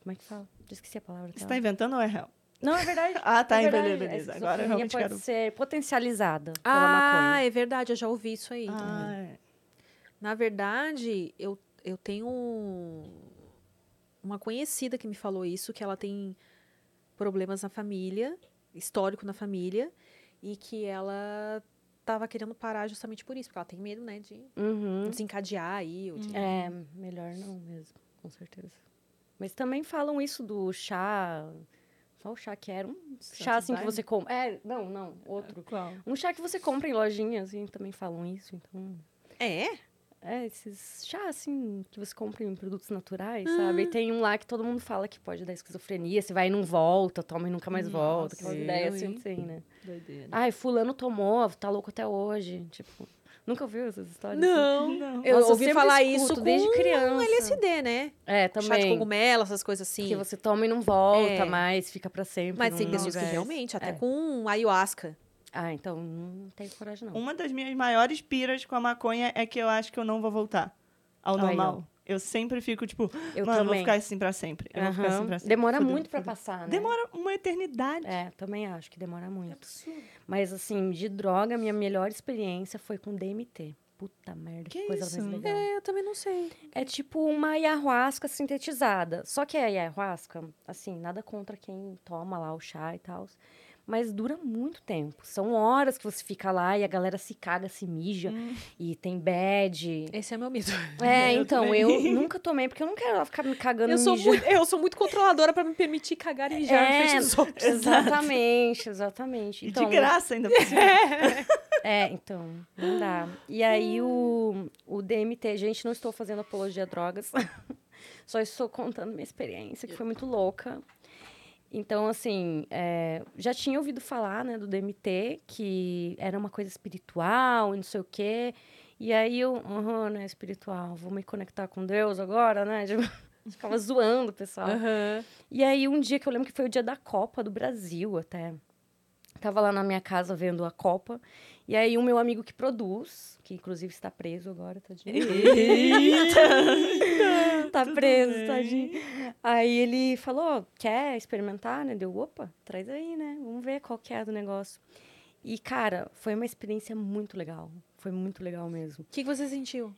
[SPEAKER 2] como é que fala? Já Esqueci a palavra.
[SPEAKER 3] Você
[SPEAKER 2] dela.
[SPEAKER 3] tá inventando ou é real?
[SPEAKER 2] Não, é verdade.
[SPEAKER 3] Ah, tá,
[SPEAKER 2] é
[SPEAKER 3] beleza,
[SPEAKER 2] verdade.
[SPEAKER 3] beleza.
[SPEAKER 2] A
[SPEAKER 3] Agora
[SPEAKER 2] esquizofrenia
[SPEAKER 3] eu realmente
[SPEAKER 2] pode
[SPEAKER 3] quero.
[SPEAKER 2] ser potencializada pela
[SPEAKER 1] Ah,
[SPEAKER 2] maconha.
[SPEAKER 1] é verdade, eu já ouvi isso aí.
[SPEAKER 3] Ah, é.
[SPEAKER 1] Na verdade, eu, eu tenho um- uma conhecida que me falou isso, que ela tem problemas na família, histórico na família, e que ela tava querendo parar justamente por isso, porque ela tem medo, né, de
[SPEAKER 2] Uhum.
[SPEAKER 1] desencadear aí. ou de-
[SPEAKER 2] É, melhor não mesmo, com certeza. Mas também falam isso do chá. Só o chá que era um chá assim que
[SPEAKER 3] Daime?
[SPEAKER 2] você compra. É, não, não, outro.
[SPEAKER 3] Qual?
[SPEAKER 2] Um chá que você compra em lojinha, assim, também falam isso, então.
[SPEAKER 1] É?
[SPEAKER 2] É, esses chá, assim, que você compra em produtos naturais,
[SPEAKER 3] Ah.
[SPEAKER 2] sabe? E tem um lá que todo mundo fala que pode dar esquizofrenia, se vai e não volta, toma e nunca mais volta.
[SPEAKER 3] Nossa,
[SPEAKER 2] Aquelas ideias
[SPEAKER 1] eu,
[SPEAKER 2] assim,
[SPEAKER 1] hein?
[SPEAKER 2] assim, né?
[SPEAKER 3] Doideira.
[SPEAKER 2] Ai, fulano tomou, tá louco até hoje. Tipo, nunca ouviu essas histórias?
[SPEAKER 1] Não.
[SPEAKER 3] Não.
[SPEAKER 1] Eu
[SPEAKER 2] Nossa, eu
[SPEAKER 1] ouvi
[SPEAKER 2] sempre
[SPEAKER 1] falar
[SPEAKER 2] escuto,
[SPEAKER 1] isso com
[SPEAKER 2] desde
[SPEAKER 1] um
[SPEAKER 2] criança.
[SPEAKER 1] LSD, né?
[SPEAKER 2] É,
[SPEAKER 1] Chá de
[SPEAKER 2] também.
[SPEAKER 1] cogumelo, essas coisas assim.
[SPEAKER 2] Que você toma e não volta
[SPEAKER 1] É.
[SPEAKER 2] mais, fica pra sempre.
[SPEAKER 1] Mas tem
[SPEAKER 2] num
[SPEAKER 1] pessoas que
[SPEAKER 2] lugar.
[SPEAKER 1] realmente, até
[SPEAKER 2] É.
[SPEAKER 1] com ayahuasca.
[SPEAKER 2] Ah, então não tenho coragem, não.
[SPEAKER 3] Uma das minhas maiores piras com a maconha é que eu acho que eu não vou voltar ao
[SPEAKER 2] Aí,
[SPEAKER 3] normal. eu sempre fico, tipo,
[SPEAKER 2] Eu
[SPEAKER 3] mano, eu vou
[SPEAKER 2] também.
[SPEAKER 3] ficar assim pra sempre. Eu vou ficar assim
[SPEAKER 2] Aham.
[SPEAKER 3] pra sempre.
[SPEAKER 2] Demora
[SPEAKER 3] Fudeu,
[SPEAKER 2] muito pra
[SPEAKER 3] fudeu.
[SPEAKER 2] passar, né?
[SPEAKER 3] Demora uma eternidade.
[SPEAKER 2] É, também acho que demora muito.
[SPEAKER 3] absurdo.
[SPEAKER 2] Mas assim, de droga, minha melhor experiência foi com DMT. Puta merda, que,
[SPEAKER 3] Que
[SPEAKER 2] coisa
[SPEAKER 3] isso? É.
[SPEAKER 2] mais legal.
[SPEAKER 1] Eu também não sei.
[SPEAKER 2] É tipo uma ayahuasca sintetizada. Só que a ayahuasca, assim, nada contra quem toma lá o chá e tal. Mas dura muito tempo. São horas que você fica lá e a galera se caga, se mija.
[SPEAKER 3] Hum.
[SPEAKER 2] E tem bad.
[SPEAKER 1] Esse é meu medo.
[SPEAKER 2] É,
[SPEAKER 3] Eu
[SPEAKER 2] então,
[SPEAKER 3] também.
[SPEAKER 2] eu nunca tomei, porque eu não quero ficar me cagando
[SPEAKER 1] Eu sou,
[SPEAKER 2] mijando.
[SPEAKER 1] muito, eu sou muito controladora pra me permitir cagar e mijar na
[SPEAKER 2] É.
[SPEAKER 1] frente dos outros.
[SPEAKER 2] Exatamente, exatamente.
[SPEAKER 3] E
[SPEAKER 2] Então,
[SPEAKER 3] de graça ainda. por cima.
[SPEAKER 2] É, então, não dá. E aí o, o DMT, gente, não estou fazendo apologia a drogas. Só estou contando minha experiência, que foi muito louca. Então, assim, é, já tinha ouvido falar, né, do DMT, que era uma coisa espiritual, e não sei o quê. E aí eu, aham, né, espiritual, vou me conectar com Deus agora, né? Tipo, ficava zoando o pessoal.
[SPEAKER 1] Aham.
[SPEAKER 2] E aí, um dia que eu lembro que foi o dia da Copa do Brasil, até. Tava lá na minha casa vendo a Copa. E aí, um meu amigo que produz, que inclusive está preso agora, tadinho. tá preso, tadinho. Aí ele falou, quer experimentar, né? Deu, opa, traz aí, né? Vamos ver qual que é do negócio. E, cara, foi uma experiência muito legal. Foi muito legal mesmo
[SPEAKER 1] O que, que você sentiu?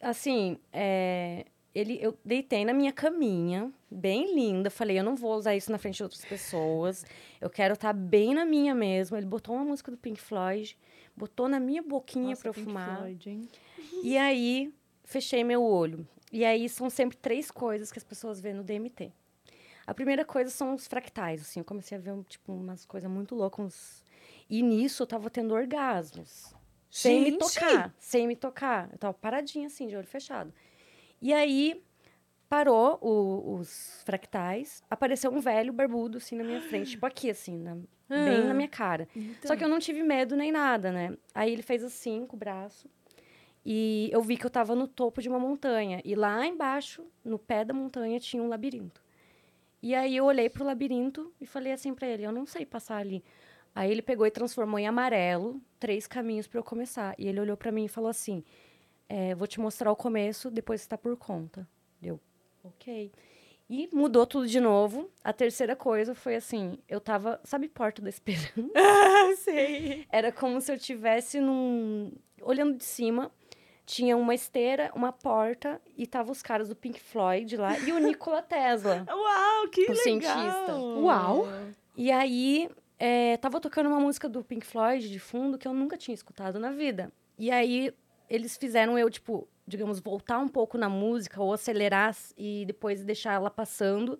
[SPEAKER 2] assim, é, ele, eu deitei na minha caminha, bem linda. Falei, eu não vou usar isso na frente de outras pessoas. Eu quero estar bem na minha mesmo. Ele botou uma música do Pink Floyd, botou na minha boquinha
[SPEAKER 3] Nossa,
[SPEAKER 2] pra eu
[SPEAKER 3] Pink
[SPEAKER 2] fumar.
[SPEAKER 3] Floyd, hein?
[SPEAKER 2] E aí, fechei meu olho. E aí, são sempre três coisas que as pessoas vêem no DMT. A primeira coisa são os fractais, assim. Eu comecei a ver, um, tipo, umas coisas muito loucas. uns- E nisso, eu tava tendo orgasmos. Sem me
[SPEAKER 1] Gente!
[SPEAKER 2] tocar, sem me tocar. Eu tava paradinha, assim, de olho fechado. E aí, parou o- os fractais. Apareceu um velho barbudo, assim, na minha frente. Tipo aqui, assim, na- bem
[SPEAKER 1] Ah,
[SPEAKER 2] na minha cara. Só que eu não tive medo nem nada, né? Aí ele fez assim com o braço. E eu vi que eu tava no topo de uma montanha. E lá embaixo, no pé da montanha, tinha um labirinto. E aí eu olhei pro labirinto e falei assim pra ele: eu não sei passar ali. Aí ele pegou e transformou em amarelo três caminhos pra eu começar. E ele olhou pra mim e falou assim: é, vou te mostrar o começo, depois você tá por conta. Deu, ok. E mudou tudo de novo. A terceira coisa foi assim: eu tava, sabe, porta da esperança?
[SPEAKER 1] Ah, sei.
[SPEAKER 2] Era como se eu tivesse num. Olhando de cima, tinha uma esteira, uma porta, e tava os caras do Pink Floyd lá e o Nikola Tesla.
[SPEAKER 3] Uau, que
[SPEAKER 2] O
[SPEAKER 3] legal!
[SPEAKER 2] cientista.
[SPEAKER 1] Uau.
[SPEAKER 2] E aí, é, tava tocando uma música do Pink Floyd de fundo que eu nunca tinha escutado na vida. E aí, eles fizeram eu, tipo, digamos, voltar um pouco na música ou acelerar s- e depois deixar ela passando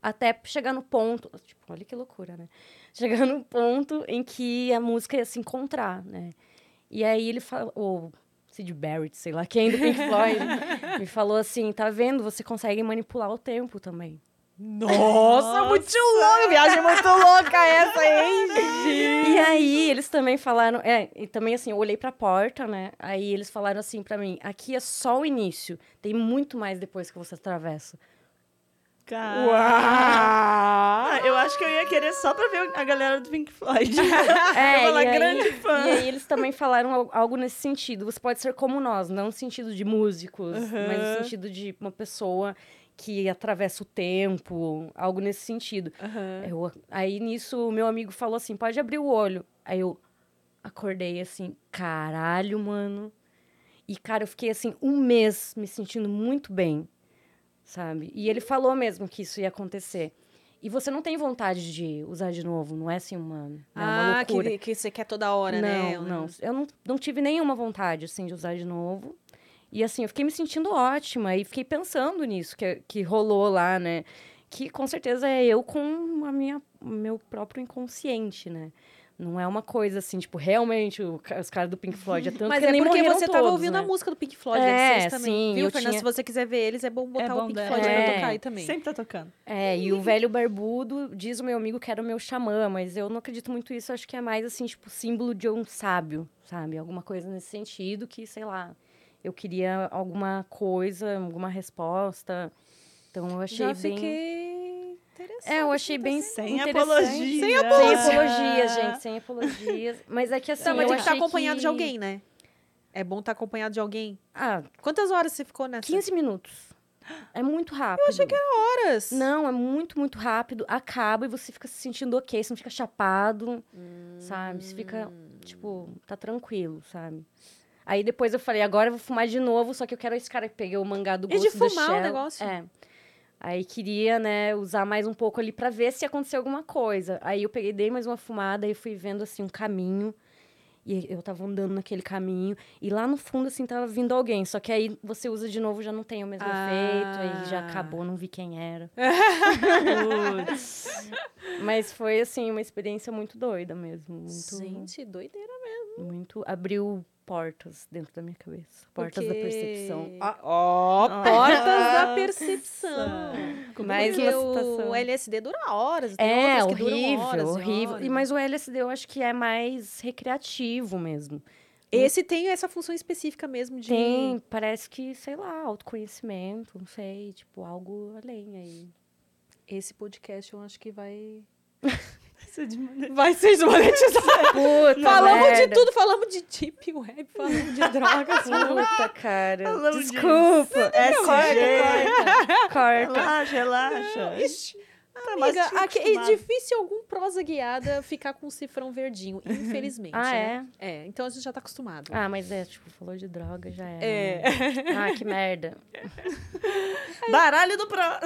[SPEAKER 2] até chegar no ponto. Tipo, olha que loucura, né? Chegar no ponto em que a música ia se encontrar, né? E aí ele falou. ou Sid Barrett, sei lá quem do Pink Floyd, me falou assim: tá vendo? Você consegue manipular o tempo também.
[SPEAKER 1] Nossa, muito louco. Viagem muito louca essa, hein?
[SPEAKER 2] E aí, eles também falaram. É, e também assim, eu olhei pra porta, né? Aí eles falaram assim pra mim: aqui é só o início, tem muito mais depois que você atravessa.
[SPEAKER 3] Cara,
[SPEAKER 1] Uau.
[SPEAKER 3] Ah, eu acho que eu ia querer só pra ver a galera do Pink Floyd.
[SPEAKER 2] É,
[SPEAKER 3] eu vou lá,
[SPEAKER 2] e aí-
[SPEAKER 3] grande fã.
[SPEAKER 2] E aí, eles também falaram al- algo nesse sentido: você pode ser como nós, não no sentido de músicos, mas no
[SPEAKER 3] Uhum.
[SPEAKER 2] sentido de uma pessoa que atravessa o tempo, algo nesse sentido. Eu- aí nisso, o meu amigo falou assim: pode abrir o olho. Aí eu acordei assim, caralho, mano. E, cara, eu fiquei assim um mês me sentindo muito bem, sabe? E ele falou mesmo que isso ia acontecer. E você não tem vontade de usar de novo, não é assim uma, né, uma
[SPEAKER 1] Ah,
[SPEAKER 2] loucura.
[SPEAKER 1] que, que você quer toda hora, né?
[SPEAKER 2] não, não. Eu não, não tive nenhuma vontade, assim, de usar de novo. E, assim, eu fiquei me sentindo ótima. E fiquei pensando nisso que, que rolou lá, né? Que, com certeza, é eu com a minha, meu próprio inconsciente, né? Não é uma coisa, assim, tipo, realmente o ca- os caras do Pink Floyd. É tanto
[SPEAKER 1] Mas
[SPEAKER 2] que
[SPEAKER 1] é
[SPEAKER 2] nem
[SPEAKER 1] porque
[SPEAKER 2] morreram
[SPEAKER 1] você
[SPEAKER 2] todos,
[SPEAKER 1] tava ouvindo
[SPEAKER 2] né?
[SPEAKER 1] a música do Pink Floyd,
[SPEAKER 2] É,
[SPEAKER 1] é, vocês também.
[SPEAKER 2] sim,
[SPEAKER 1] viu,
[SPEAKER 2] eu
[SPEAKER 1] Fernanda?
[SPEAKER 2] tinha-
[SPEAKER 1] Se você quiser ver eles, é bom botar
[SPEAKER 3] bom
[SPEAKER 1] o Pink
[SPEAKER 3] dela.
[SPEAKER 1] Floyd pra
[SPEAKER 2] É.
[SPEAKER 1] tocar aí também.
[SPEAKER 3] Sempre tá tocando.
[SPEAKER 2] É, e o velho barbudo, diz o meu amigo que era o meu xamã, mas eu não acredito muito nisso, acho que é mais assim, tipo, símbolo de um sábio, sabe? Alguma coisa nesse sentido que, sei lá, eu queria alguma coisa, alguma resposta. Então eu achei
[SPEAKER 1] Já
[SPEAKER 2] bem.
[SPEAKER 1] fiquei interessante.
[SPEAKER 2] É, eu achei bem
[SPEAKER 3] Sem
[SPEAKER 2] interessante.
[SPEAKER 3] apologia.
[SPEAKER 1] Sem
[SPEAKER 2] Sem
[SPEAKER 1] apologia.
[SPEAKER 2] apologias, gente, sem apologias. Mas é que assim.
[SPEAKER 1] Tá, mas
[SPEAKER 2] eu
[SPEAKER 1] tem que estar
[SPEAKER 2] achei
[SPEAKER 1] acompanhado
[SPEAKER 2] que-
[SPEAKER 1] de alguém, né? É bom estar acompanhado de alguém.
[SPEAKER 2] Ah,
[SPEAKER 1] Quantas horas você ficou nessa?
[SPEAKER 2] 15 minutos. É muito rápido. Eu achei que
[SPEAKER 1] horas.
[SPEAKER 2] Não, é muito, muito rápido. Acaba e você fica se sentindo ok, você não fica chapado, sabe? Você fica,
[SPEAKER 1] Hum.
[SPEAKER 2] tipo, tá tranquilo, sabe? Aí depois eu falei, agora eu vou fumar de novo, só que eu quero esse cara que peguei o mangá do
[SPEAKER 1] É de
[SPEAKER 2] gosto da
[SPEAKER 1] fumar o
[SPEAKER 2] Shell.
[SPEAKER 1] negócio?
[SPEAKER 2] É. Aí queria, né, usar mais um pouco ali pra ver se aconteceu alguma coisa. Aí eu peguei, dei mais uma fumada e fui vendo, assim, um caminho. E eu tava andando naquele caminho. E lá no fundo, assim, tava vindo alguém. Só que aí você usa de novo, já não tem o mesmo
[SPEAKER 1] Ah.
[SPEAKER 2] efeito. Aí já acabou, não vi quem era. Mas foi, assim, uma experiência muito doida mesmo. Muito...
[SPEAKER 1] Gente, doideira mesmo.
[SPEAKER 2] Muito. Abriu portas dentro da minha cabeça. Portas da
[SPEAKER 1] Porque-
[SPEAKER 2] percepção.
[SPEAKER 1] Ah,
[SPEAKER 3] Ó,
[SPEAKER 1] Portas
[SPEAKER 3] Ah. é
[SPEAKER 1] da percepção.
[SPEAKER 2] Mais
[SPEAKER 1] Porque
[SPEAKER 2] uma
[SPEAKER 1] o
[SPEAKER 2] citação.
[SPEAKER 1] LSD dura horas, tem
[SPEAKER 2] É,
[SPEAKER 1] outras que duram
[SPEAKER 2] horrível,
[SPEAKER 1] horas. e
[SPEAKER 2] horrível.
[SPEAKER 1] horas.
[SPEAKER 2] E, mas o LSD eu acho que é mais recreativo mesmo.
[SPEAKER 1] Esse tem essa função específica mesmo de.
[SPEAKER 2] Tem, parece que, sei lá, autoconhecimento, não sei, tipo, algo além aí.
[SPEAKER 1] Esse podcast eu acho que vai.
[SPEAKER 3] Vai ser desmonetizado.
[SPEAKER 2] Puta,
[SPEAKER 1] falamos de
[SPEAKER 2] merda.
[SPEAKER 1] tudo, falamos de Deep Web, falamos de drogas.
[SPEAKER 2] Puta, cara.
[SPEAKER 3] Falamos disso.
[SPEAKER 2] Desculpa.
[SPEAKER 3] É
[SPEAKER 2] corta, corta.
[SPEAKER 3] Relaxa, relaxa.
[SPEAKER 1] Ixi,
[SPEAKER 3] Tá mais
[SPEAKER 1] Amiga, aqui é
[SPEAKER 3] acostumado.
[SPEAKER 1] difícil algum prosa guiada ficar com um cifrão verdinho, infelizmente.
[SPEAKER 2] Ah,
[SPEAKER 1] né?
[SPEAKER 2] é?
[SPEAKER 1] É, então a gente já tá acostumado.
[SPEAKER 2] Ah, mas é, tipo, falou de droga, já era.
[SPEAKER 1] É.
[SPEAKER 2] né? Ah, que merda.
[SPEAKER 3] É. Baralho do pro.
[SPEAKER 1] Ah,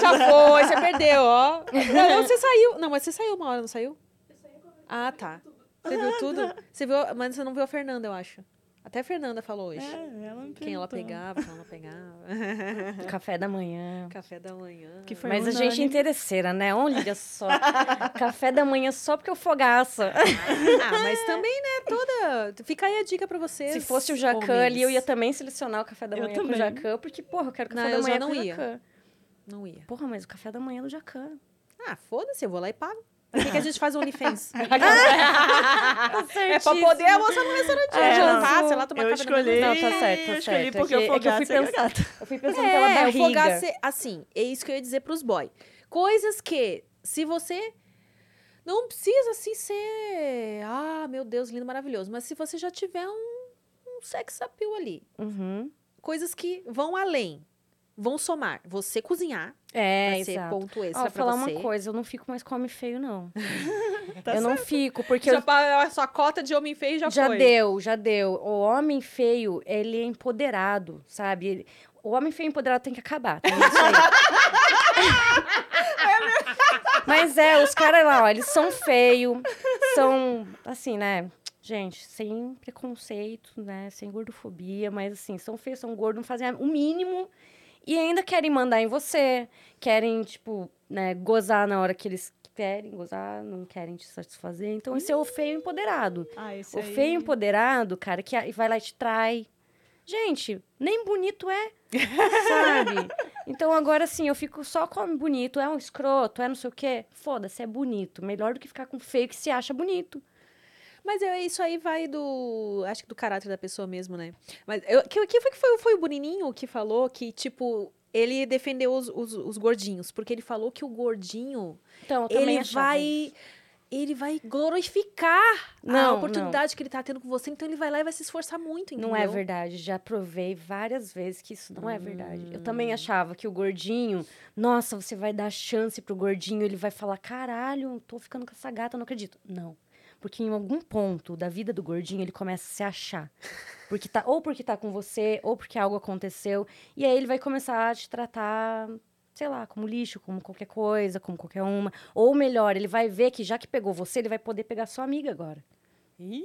[SPEAKER 1] já foi, você perdeu, ó. Não, não, você saiu. Não, mas você saiu uma hora, não saiu? Ah, tá. Você viu tudo? Você viu, mas você não viu a Fernanda, eu acho. Até a Fernanda falou hoje.
[SPEAKER 3] É, ela me
[SPEAKER 1] Quem ela
[SPEAKER 3] perguntou.
[SPEAKER 1] pegava, quem ela pegava.
[SPEAKER 2] É. Café da manhã.
[SPEAKER 1] Café da manhã.
[SPEAKER 3] Que foi
[SPEAKER 2] mas a
[SPEAKER 3] unânime.
[SPEAKER 2] gente é interesseira, né? Olha só. Café da manhã só porque eu fogaça.
[SPEAKER 1] Ah, mas também, né, toda... Fica aí a dica pra vocês.
[SPEAKER 2] Se fosse o Jacan
[SPEAKER 1] homens.
[SPEAKER 2] ali, eu ia também selecionar o café da
[SPEAKER 3] Eu
[SPEAKER 2] manhã com o
[SPEAKER 3] também.
[SPEAKER 2] Jacan, porque, porra, eu quero café
[SPEAKER 1] Não,
[SPEAKER 2] da
[SPEAKER 1] eu já
[SPEAKER 2] manhã
[SPEAKER 1] não
[SPEAKER 2] com o
[SPEAKER 1] ia.
[SPEAKER 2] Jacan.
[SPEAKER 1] Não ia.
[SPEAKER 2] Porra, mas o café da manhã é do Jacan.
[SPEAKER 1] Ah, foda-se, eu vou lá e pago. Pra que, que a gente faz o OnlyFans?
[SPEAKER 2] é
[SPEAKER 1] a moça no restaurante
[SPEAKER 2] É,
[SPEAKER 1] jantar,
[SPEAKER 2] não.
[SPEAKER 1] sei lá, tomar
[SPEAKER 3] Eu
[SPEAKER 1] café da manhã.
[SPEAKER 3] escolhi.
[SPEAKER 2] Não, tá certo, tá
[SPEAKER 3] eu escolhi
[SPEAKER 2] certo.
[SPEAKER 3] porque
[SPEAKER 2] É
[SPEAKER 3] eu
[SPEAKER 2] que- é que eu fui
[SPEAKER 3] fogasse é
[SPEAKER 2] pensando.
[SPEAKER 3] gata.
[SPEAKER 2] Eu fui pensando pela
[SPEAKER 1] É, o
[SPEAKER 2] barriga.
[SPEAKER 1] fogaça- assim, é isso que eu ia dizer pros boy. Coisas que, se você... Não precisa, assim, ser... Ah, meu Deus, lindo, maravilhoso. Mas se você já tiver um, um sex appeal ali.
[SPEAKER 2] Uhum.
[SPEAKER 1] Coisas que vão além. Vão somar. Você cozinhar
[SPEAKER 2] É,
[SPEAKER 1] vai ser
[SPEAKER 2] exato.
[SPEAKER 1] ponto
[SPEAKER 2] Ó,
[SPEAKER 1] extra
[SPEAKER 2] vou
[SPEAKER 1] pra
[SPEAKER 2] falar
[SPEAKER 1] você.
[SPEAKER 2] uma coisa, eu não fico mais com homem feio, não.
[SPEAKER 3] Tá
[SPEAKER 2] eu não fico, porque
[SPEAKER 1] Já,
[SPEAKER 2] eu
[SPEAKER 1] pa- a sua cota de homem feio já,
[SPEAKER 2] já
[SPEAKER 1] foi.
[SPEAKER 2] deu, já deu. O homem feio, ele é empoderado, sabe? Ele- O homem feio empoderado tem que acabar. Tem isso aí. Mas é, os caras lá, ó, eles são feios, são, assim, né? Gente, sem preconceito, né? Sem gordofobia, mas assim, são feios, são gordos, não fazem o mínimo. E ainda querem mandar em você, querem, tipo, né, gozar na hora que eles querem gozar, não querem te satisfazer. Então, esse é o feio empoderado.
[SPEAKER 3] Ah, esse
[SPEAKER 2] O
[SPEAKER 3] aí-
[SPEAKER 2] feio empoderado, cara, que a- vai lá e te trai. Gente, nem bonito é, sabe? Então agora assim, eu fico só com homem bonito, é um escroto, é não sei o quê. Foda-se, é bonito. Melhor do que ficar com feio que se acha bonito.
[SPEAKER 1] Mas é, isso aí vai do. Acho que do caráter da pessoa mesmo, né? Mas eu, que, que foi que foi, foi o Bonininho que falou que, tipo, ele defendeu os, os, os gordinhos, porque ele falou que o gordinho
[SPEAKER 2] Então, eu também
[SPEAKER 1] ele
[SPEAKER 2] achava isso.
[SPEAKER 1] vai. Ele vai glorificar a
[SPEAKER 2] Não,
[SPEAKER 1] oportunidade que ele tá tendo com você, então ele vai lá e vai se esforçar muito, entendeu?
[SPEAKER 2] Não é verdade. Já provei várias vezes que isso não é verdade. Eu
[SPEAKER 1] Hum.
[SPEAKER 2] também achava que o gordinho, nossa, você vai dar chance pro gordinho, ele vai falar: caralho, eu tô ficando com essa gata, eu não acredito. Não. Porque em algum ponto da vida do gordinho ele começa a se achar. Porque tá, ou porque tá com você, ou porque algo aconteceu. E aí ele vai começar a te tratar, sei lá, como lixo, como qualquer coisa, como qualquer uma. Ou melhor, ele vai ver que já que pegou você, ele vai poder pegar sua amiga agora.
[SPEAKER 1] Ih!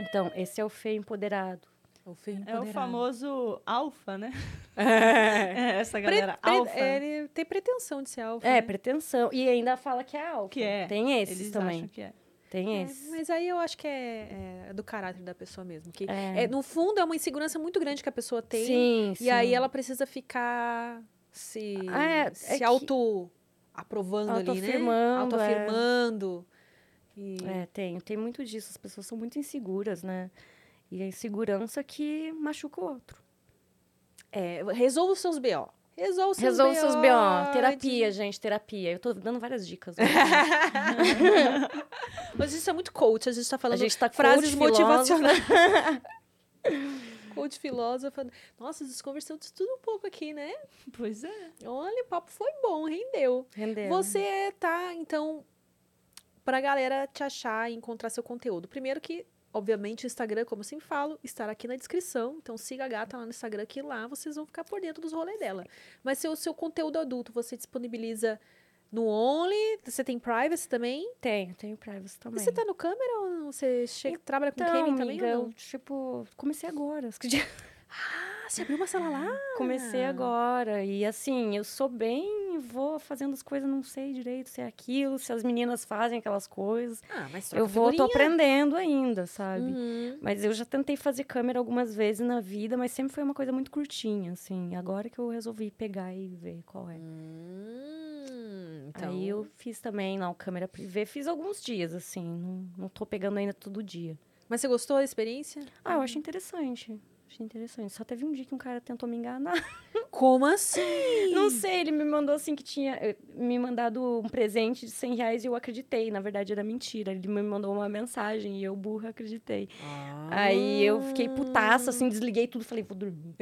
[SPEAKER 2] Então, esse é o feio empoderado.
[SPEAKER 1] É o feio
[SPEAKER 3] É o
[SPEAKER 1] empoderado.
[SPEAKER 3] famoso alfa, né?
[SPEAKER 1] É.
[SPEAKER 3] É, essa
[SPEAKER 1] Pre-
[SPEAKER 3] galera
[SPEAKER 1] pre-
[SPEAKER 3] alfa.
[SPEAKER 1] Ele tem pretensão de ser alfa.
[SPEAKER 2] É,
[SPEAKER 1] né?
[SPEAKER 2] pretensão. E ainda fala que é alfa.
[SPEAKER 3] Que é.
[SPEAKER 2] Tem esses
[SPEAKER 3] Eles
[SPEAKER 2] também.
[SPEAKER 3] acham que é.
[SPEAKER 2] Tem
[SPEAKER 1] É,
[SPEAKER 2] esses.
[SPEAKER 1] mas aí eu acho que é, é do caráter da pessoa mesmo. Que
[SPEAKER 2] É.
[SPEAKER 1] é, no fundo, é uma insegurança muito grande que a pessoa tem.
[SPEAKER 2] Sim, sim.
[SPEAKER 1] E aí ela precisa ficar se,
[SPEAKER 2] Ah, é, é
[SPEAKER 1] se
[SPEAKER 2] que-
[SPEAKER 1] auto aprovando ali, né?
[SPEAKER 2] Autoafirmando, é.
[SPEAKER 1] Autoafirmando. E
[SPEAKER 2] É, tem. Tem muito disso. As pessoas são muito inseguras, né? E a insegurança que machuca o outro.
[SPEAKER 1] é, resolva os seus BO. Resolva os seus
[SPEAKER 2] Resolve seus BO. Terapia,
[SPEAKER 1] antes-
[SPEAKER 2] gente, terapia. Eu tô dando várias dicas. né?
[SPEAKER 1] Mas isso é muito coach, a gente tá
[SPEAKER 2] a
[SPEAKER 1] falando
[SPEAKER 2] gente tá
[SPEAKER 1] frases
[SPEAKER 2] coach,
[SPEAKER 1] motivacionais. coach filósofa. Nossa, desconversamos de tudo um pouco aqui, né?
[SPEAKER 3] Pois é.
[SPEAKER 1] Olha, o papo foi bom, rendeu.
[SPEAKER 2] filósofo. Rendeu.
[SPEAKER 1] Você é, tá, então, pra galera te achar e encontrar seu conteúdo. Primeiro que, obviamente, o Instagram, como eu sempre falo, estará aqui na descrição. Então siga a gata lá no Instagram, que lá vocês vão ficar por dentro dos rolês dela. Mas se o seu conteúdo adulto você disponibiliza no Only, você tem privacy também?
[SPEAKER 2] Tem, eu tenho privacy também.
[SPEAKER 1] E você tá no câmera ou não? Você chega, trabalha com
[SPEAKER 2] então,
[SPEAKER 1] câmera
[SPEAKER 2] amiga,
[SPEAKER 1] também ou não?
[SPEAKER 2] eu, tipo, comecei agora.
[SPEAKER 1] Ah, você abriu uma sala lá?
[SPEAKER 2] Comecei agora. E assim, eu sou bem também vou fazendo as coisas, não sei direito se é aquilo, se as meninas fazem aquelas coisas.
[SPEAKER 1] Ah, mas troca
[SPEAKER 2] Eu vou, tô
[SPEAKER 1] figurinha.
[SPEAKER 2] aprendendo ainda, sabe?
[SPEAKER 1] Uhum.
[SPEAKER 2] Mas eu já tentei fazer câmera algumas vezes na vida, mas sempre foi uma coisa muito curtinha, assim. Agora que eu resolvi pegar e ver qual é.
[SPEAKER 1] Hum, então...
[SPEAKER 2] Aí eu fiz também lá o câmera privê, fiz alguns dias, assim. Não, não tô pegando ainda todo dia.
[SPEAKER 1] Mas você gostou da experiência?
[SPEAKER 2] Ah, eu
[SPEAKER 1] Uhum.
[SPEAKER 2] acho interessante. Achei interessante. Só teve um dia que um cara tentou me enganar.
[SPEAKER 1] Como assim?
[SPEAKER 2] Não sei, ele me mandou assim que tinha eh, me mandado um presente de 100 reais e eu acreditei. Na verdade, era mentira. Ele me mandou uma mensagem e eu, burra, acreditei. Aí eu fiquei putaça, assim, desliguei tudo falei, vou dormir.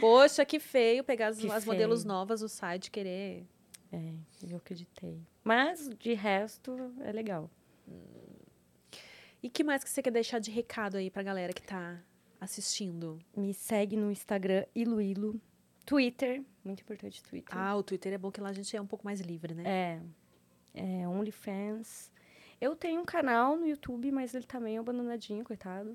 [SPEAKER 1] Poxa, que feio pegar as,
[SPEAKER 2] Que
[SPEAKER 1] as modelos
[SPEAKER 2] feio.
[SPEAKER 1] novas do site querer.
[SPEAKER 2] É, eu acreditei. Mas, de resto, é legal.
[SPEAKER 1] E que mais que você quer deixar de recado aí pra galera que tá assistindo?
[SPEAKER 2] Me segue no Instagram, iluilo. Twitter, muito importante Twitter.
[SPEAKER 1] Ah, o Twitter é bom que lá a gente é um pouco mais livre, né?
[SPEAKER 2] É, é, OnlyFans. Eu tenho um canal no YouTube, mas ele tá meio abandonadinho, coitado.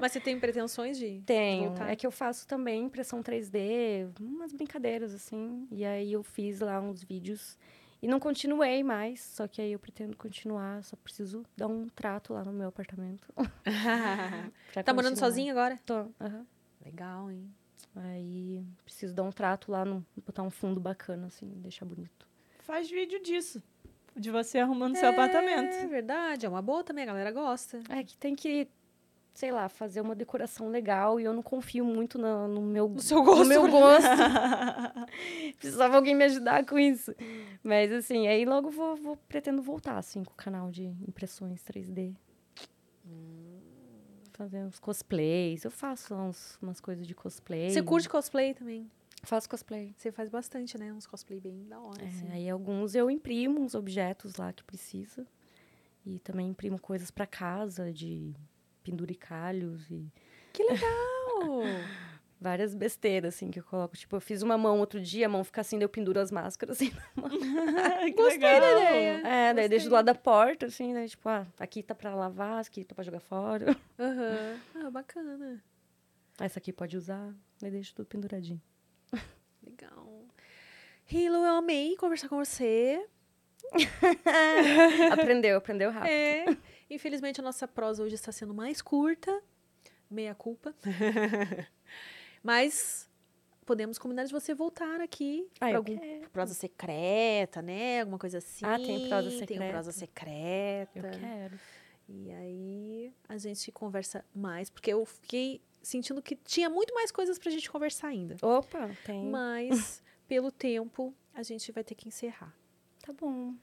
[SPEAKER 1] Mas você tem pretensões de?
[SPEAKER 2] Tenho.
[SPEAKER 1] voltar?
[SPEAKER 2] É que eu faço também impressão 3D, umas brincadeiras assim. E aí eu fiz lá uns vídeos e não continuei mais, só que aí eu pretendo continuar, só preciso dar um trato lá no meu apartamento. pra
[SPEAKER 1] tá morando
[SPEAKER 2] continuar.
[SPEAKER 1] sozinha agora?
[SPEAKER 2] Tô. aham.
[SPEAKER 1] Legal, hein?
[SPEAKER 2] Aí preciso dar um trato lá, no, botar um fundo bacana assim, deixar bonito.
[SPEAKER 3] Faz vídeo disso. De você arrumando seu apartamento.
[SPEAKER 1] É verdade, é uma boa também, a galera gosta.
[SPEAKER 2] É que tem que, sei lá, fazer uma decoração legal e eu não confio muito na- no meu
[SPEAKER 1] No seu
[SPEAKER 2] no
[SPEAKER 1] gosto.
[SPEAKER 2] meu gosto. né? Precisava alguém me ajudar com isso. Mas assim, aí logo vou, vou- pretendo voltar assim com o canal de impressões 3D. Fazer uns cosplays. Eu faço lá uns, umas coisas de cosplay.
[SPEAKER 1] Você curte cosplay também?
[SPEAKER 2] Faço cosplay.
[SPEAKER 1] Você faz bastante, né? Uns cosplay bem da hora.
[SPEAKER 2] É,
[SPEAKER 1] assim.
[SPEAKER 2] aí alguns eu imprimo uns objetos lá que precisa. E também imprimo coisas pra casa de penduricalhos e
[SPEAKER 1] Que legal!
[SPEAKER 2] várias besteiras assim que eu coloco. Tipo, eu fiz uma mão outro dia, a mão fica assim, daí eu penduro as máscaras assim
[SPEAKER 3] que
[SPEAKER 1] Gostei
[SPEAKER 3] legal.
[SPEAKER 1] da ideia.
[SPEAKER 2] É, daí
[SPEAKER 1] Gostei.
[SPEAKER 2] deixa do lado da porta, assim, né? Tipo, ah, aqui tá pra lavar, aqui tá pra jogar fora.
[SPEAKER 1] Aham. Ah, bacana.
[SPEAKER 2] Essa aqui pode usar, daí deixa tudo penduradinho.
[SPEAKER 1] Legal. Hilo, eu amei conversar com você.
[SPEAKER 2] aprendeu, aprendeu rápido.
[SPEAKER 1] É. Infelizmente, a nossa prosa hoje está sendo mais curta. Meia culpa. Mas podemos combinar de você voltar aqui
[SPEAKER 2] Ah,
[SPEAKER 1] para
[SPEAKER 2] eu
[SPEAKER 1] algum
[SPEAKER 2] quero.
[SPEAKER 1] prosa secreta, né? Alguma coisa assim.
[SPEAKER 2] Ah, tem prosa
[SPEAKER 1] Tem um
[SPEAKER 2] secreta.
[SPEAKER 1] prosa secreta.
[SPEAKER 2] Eu quero.
[SPEAKER 1] E aí a gente conversa mais, porque eu fiquei sentindo que tinha muito mais coisas pra gente conversar ainda.
[SPEAKER 2] Opa, tem.
[SPEAKER 1] Mas, pelo tempo, a gente vai ter que encerrar.
[SPEAKER 2] Tá bom.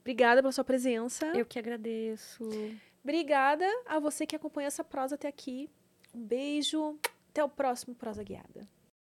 [SPEAKER 1] Obrigada pela sua presença.
[SPEAKER 2] Eu que agradeço.
[SPEAKER 1] Obrigada a você que acompanha essa prosa até aqui. Um beijo. Até o próximo Prosa Guiada.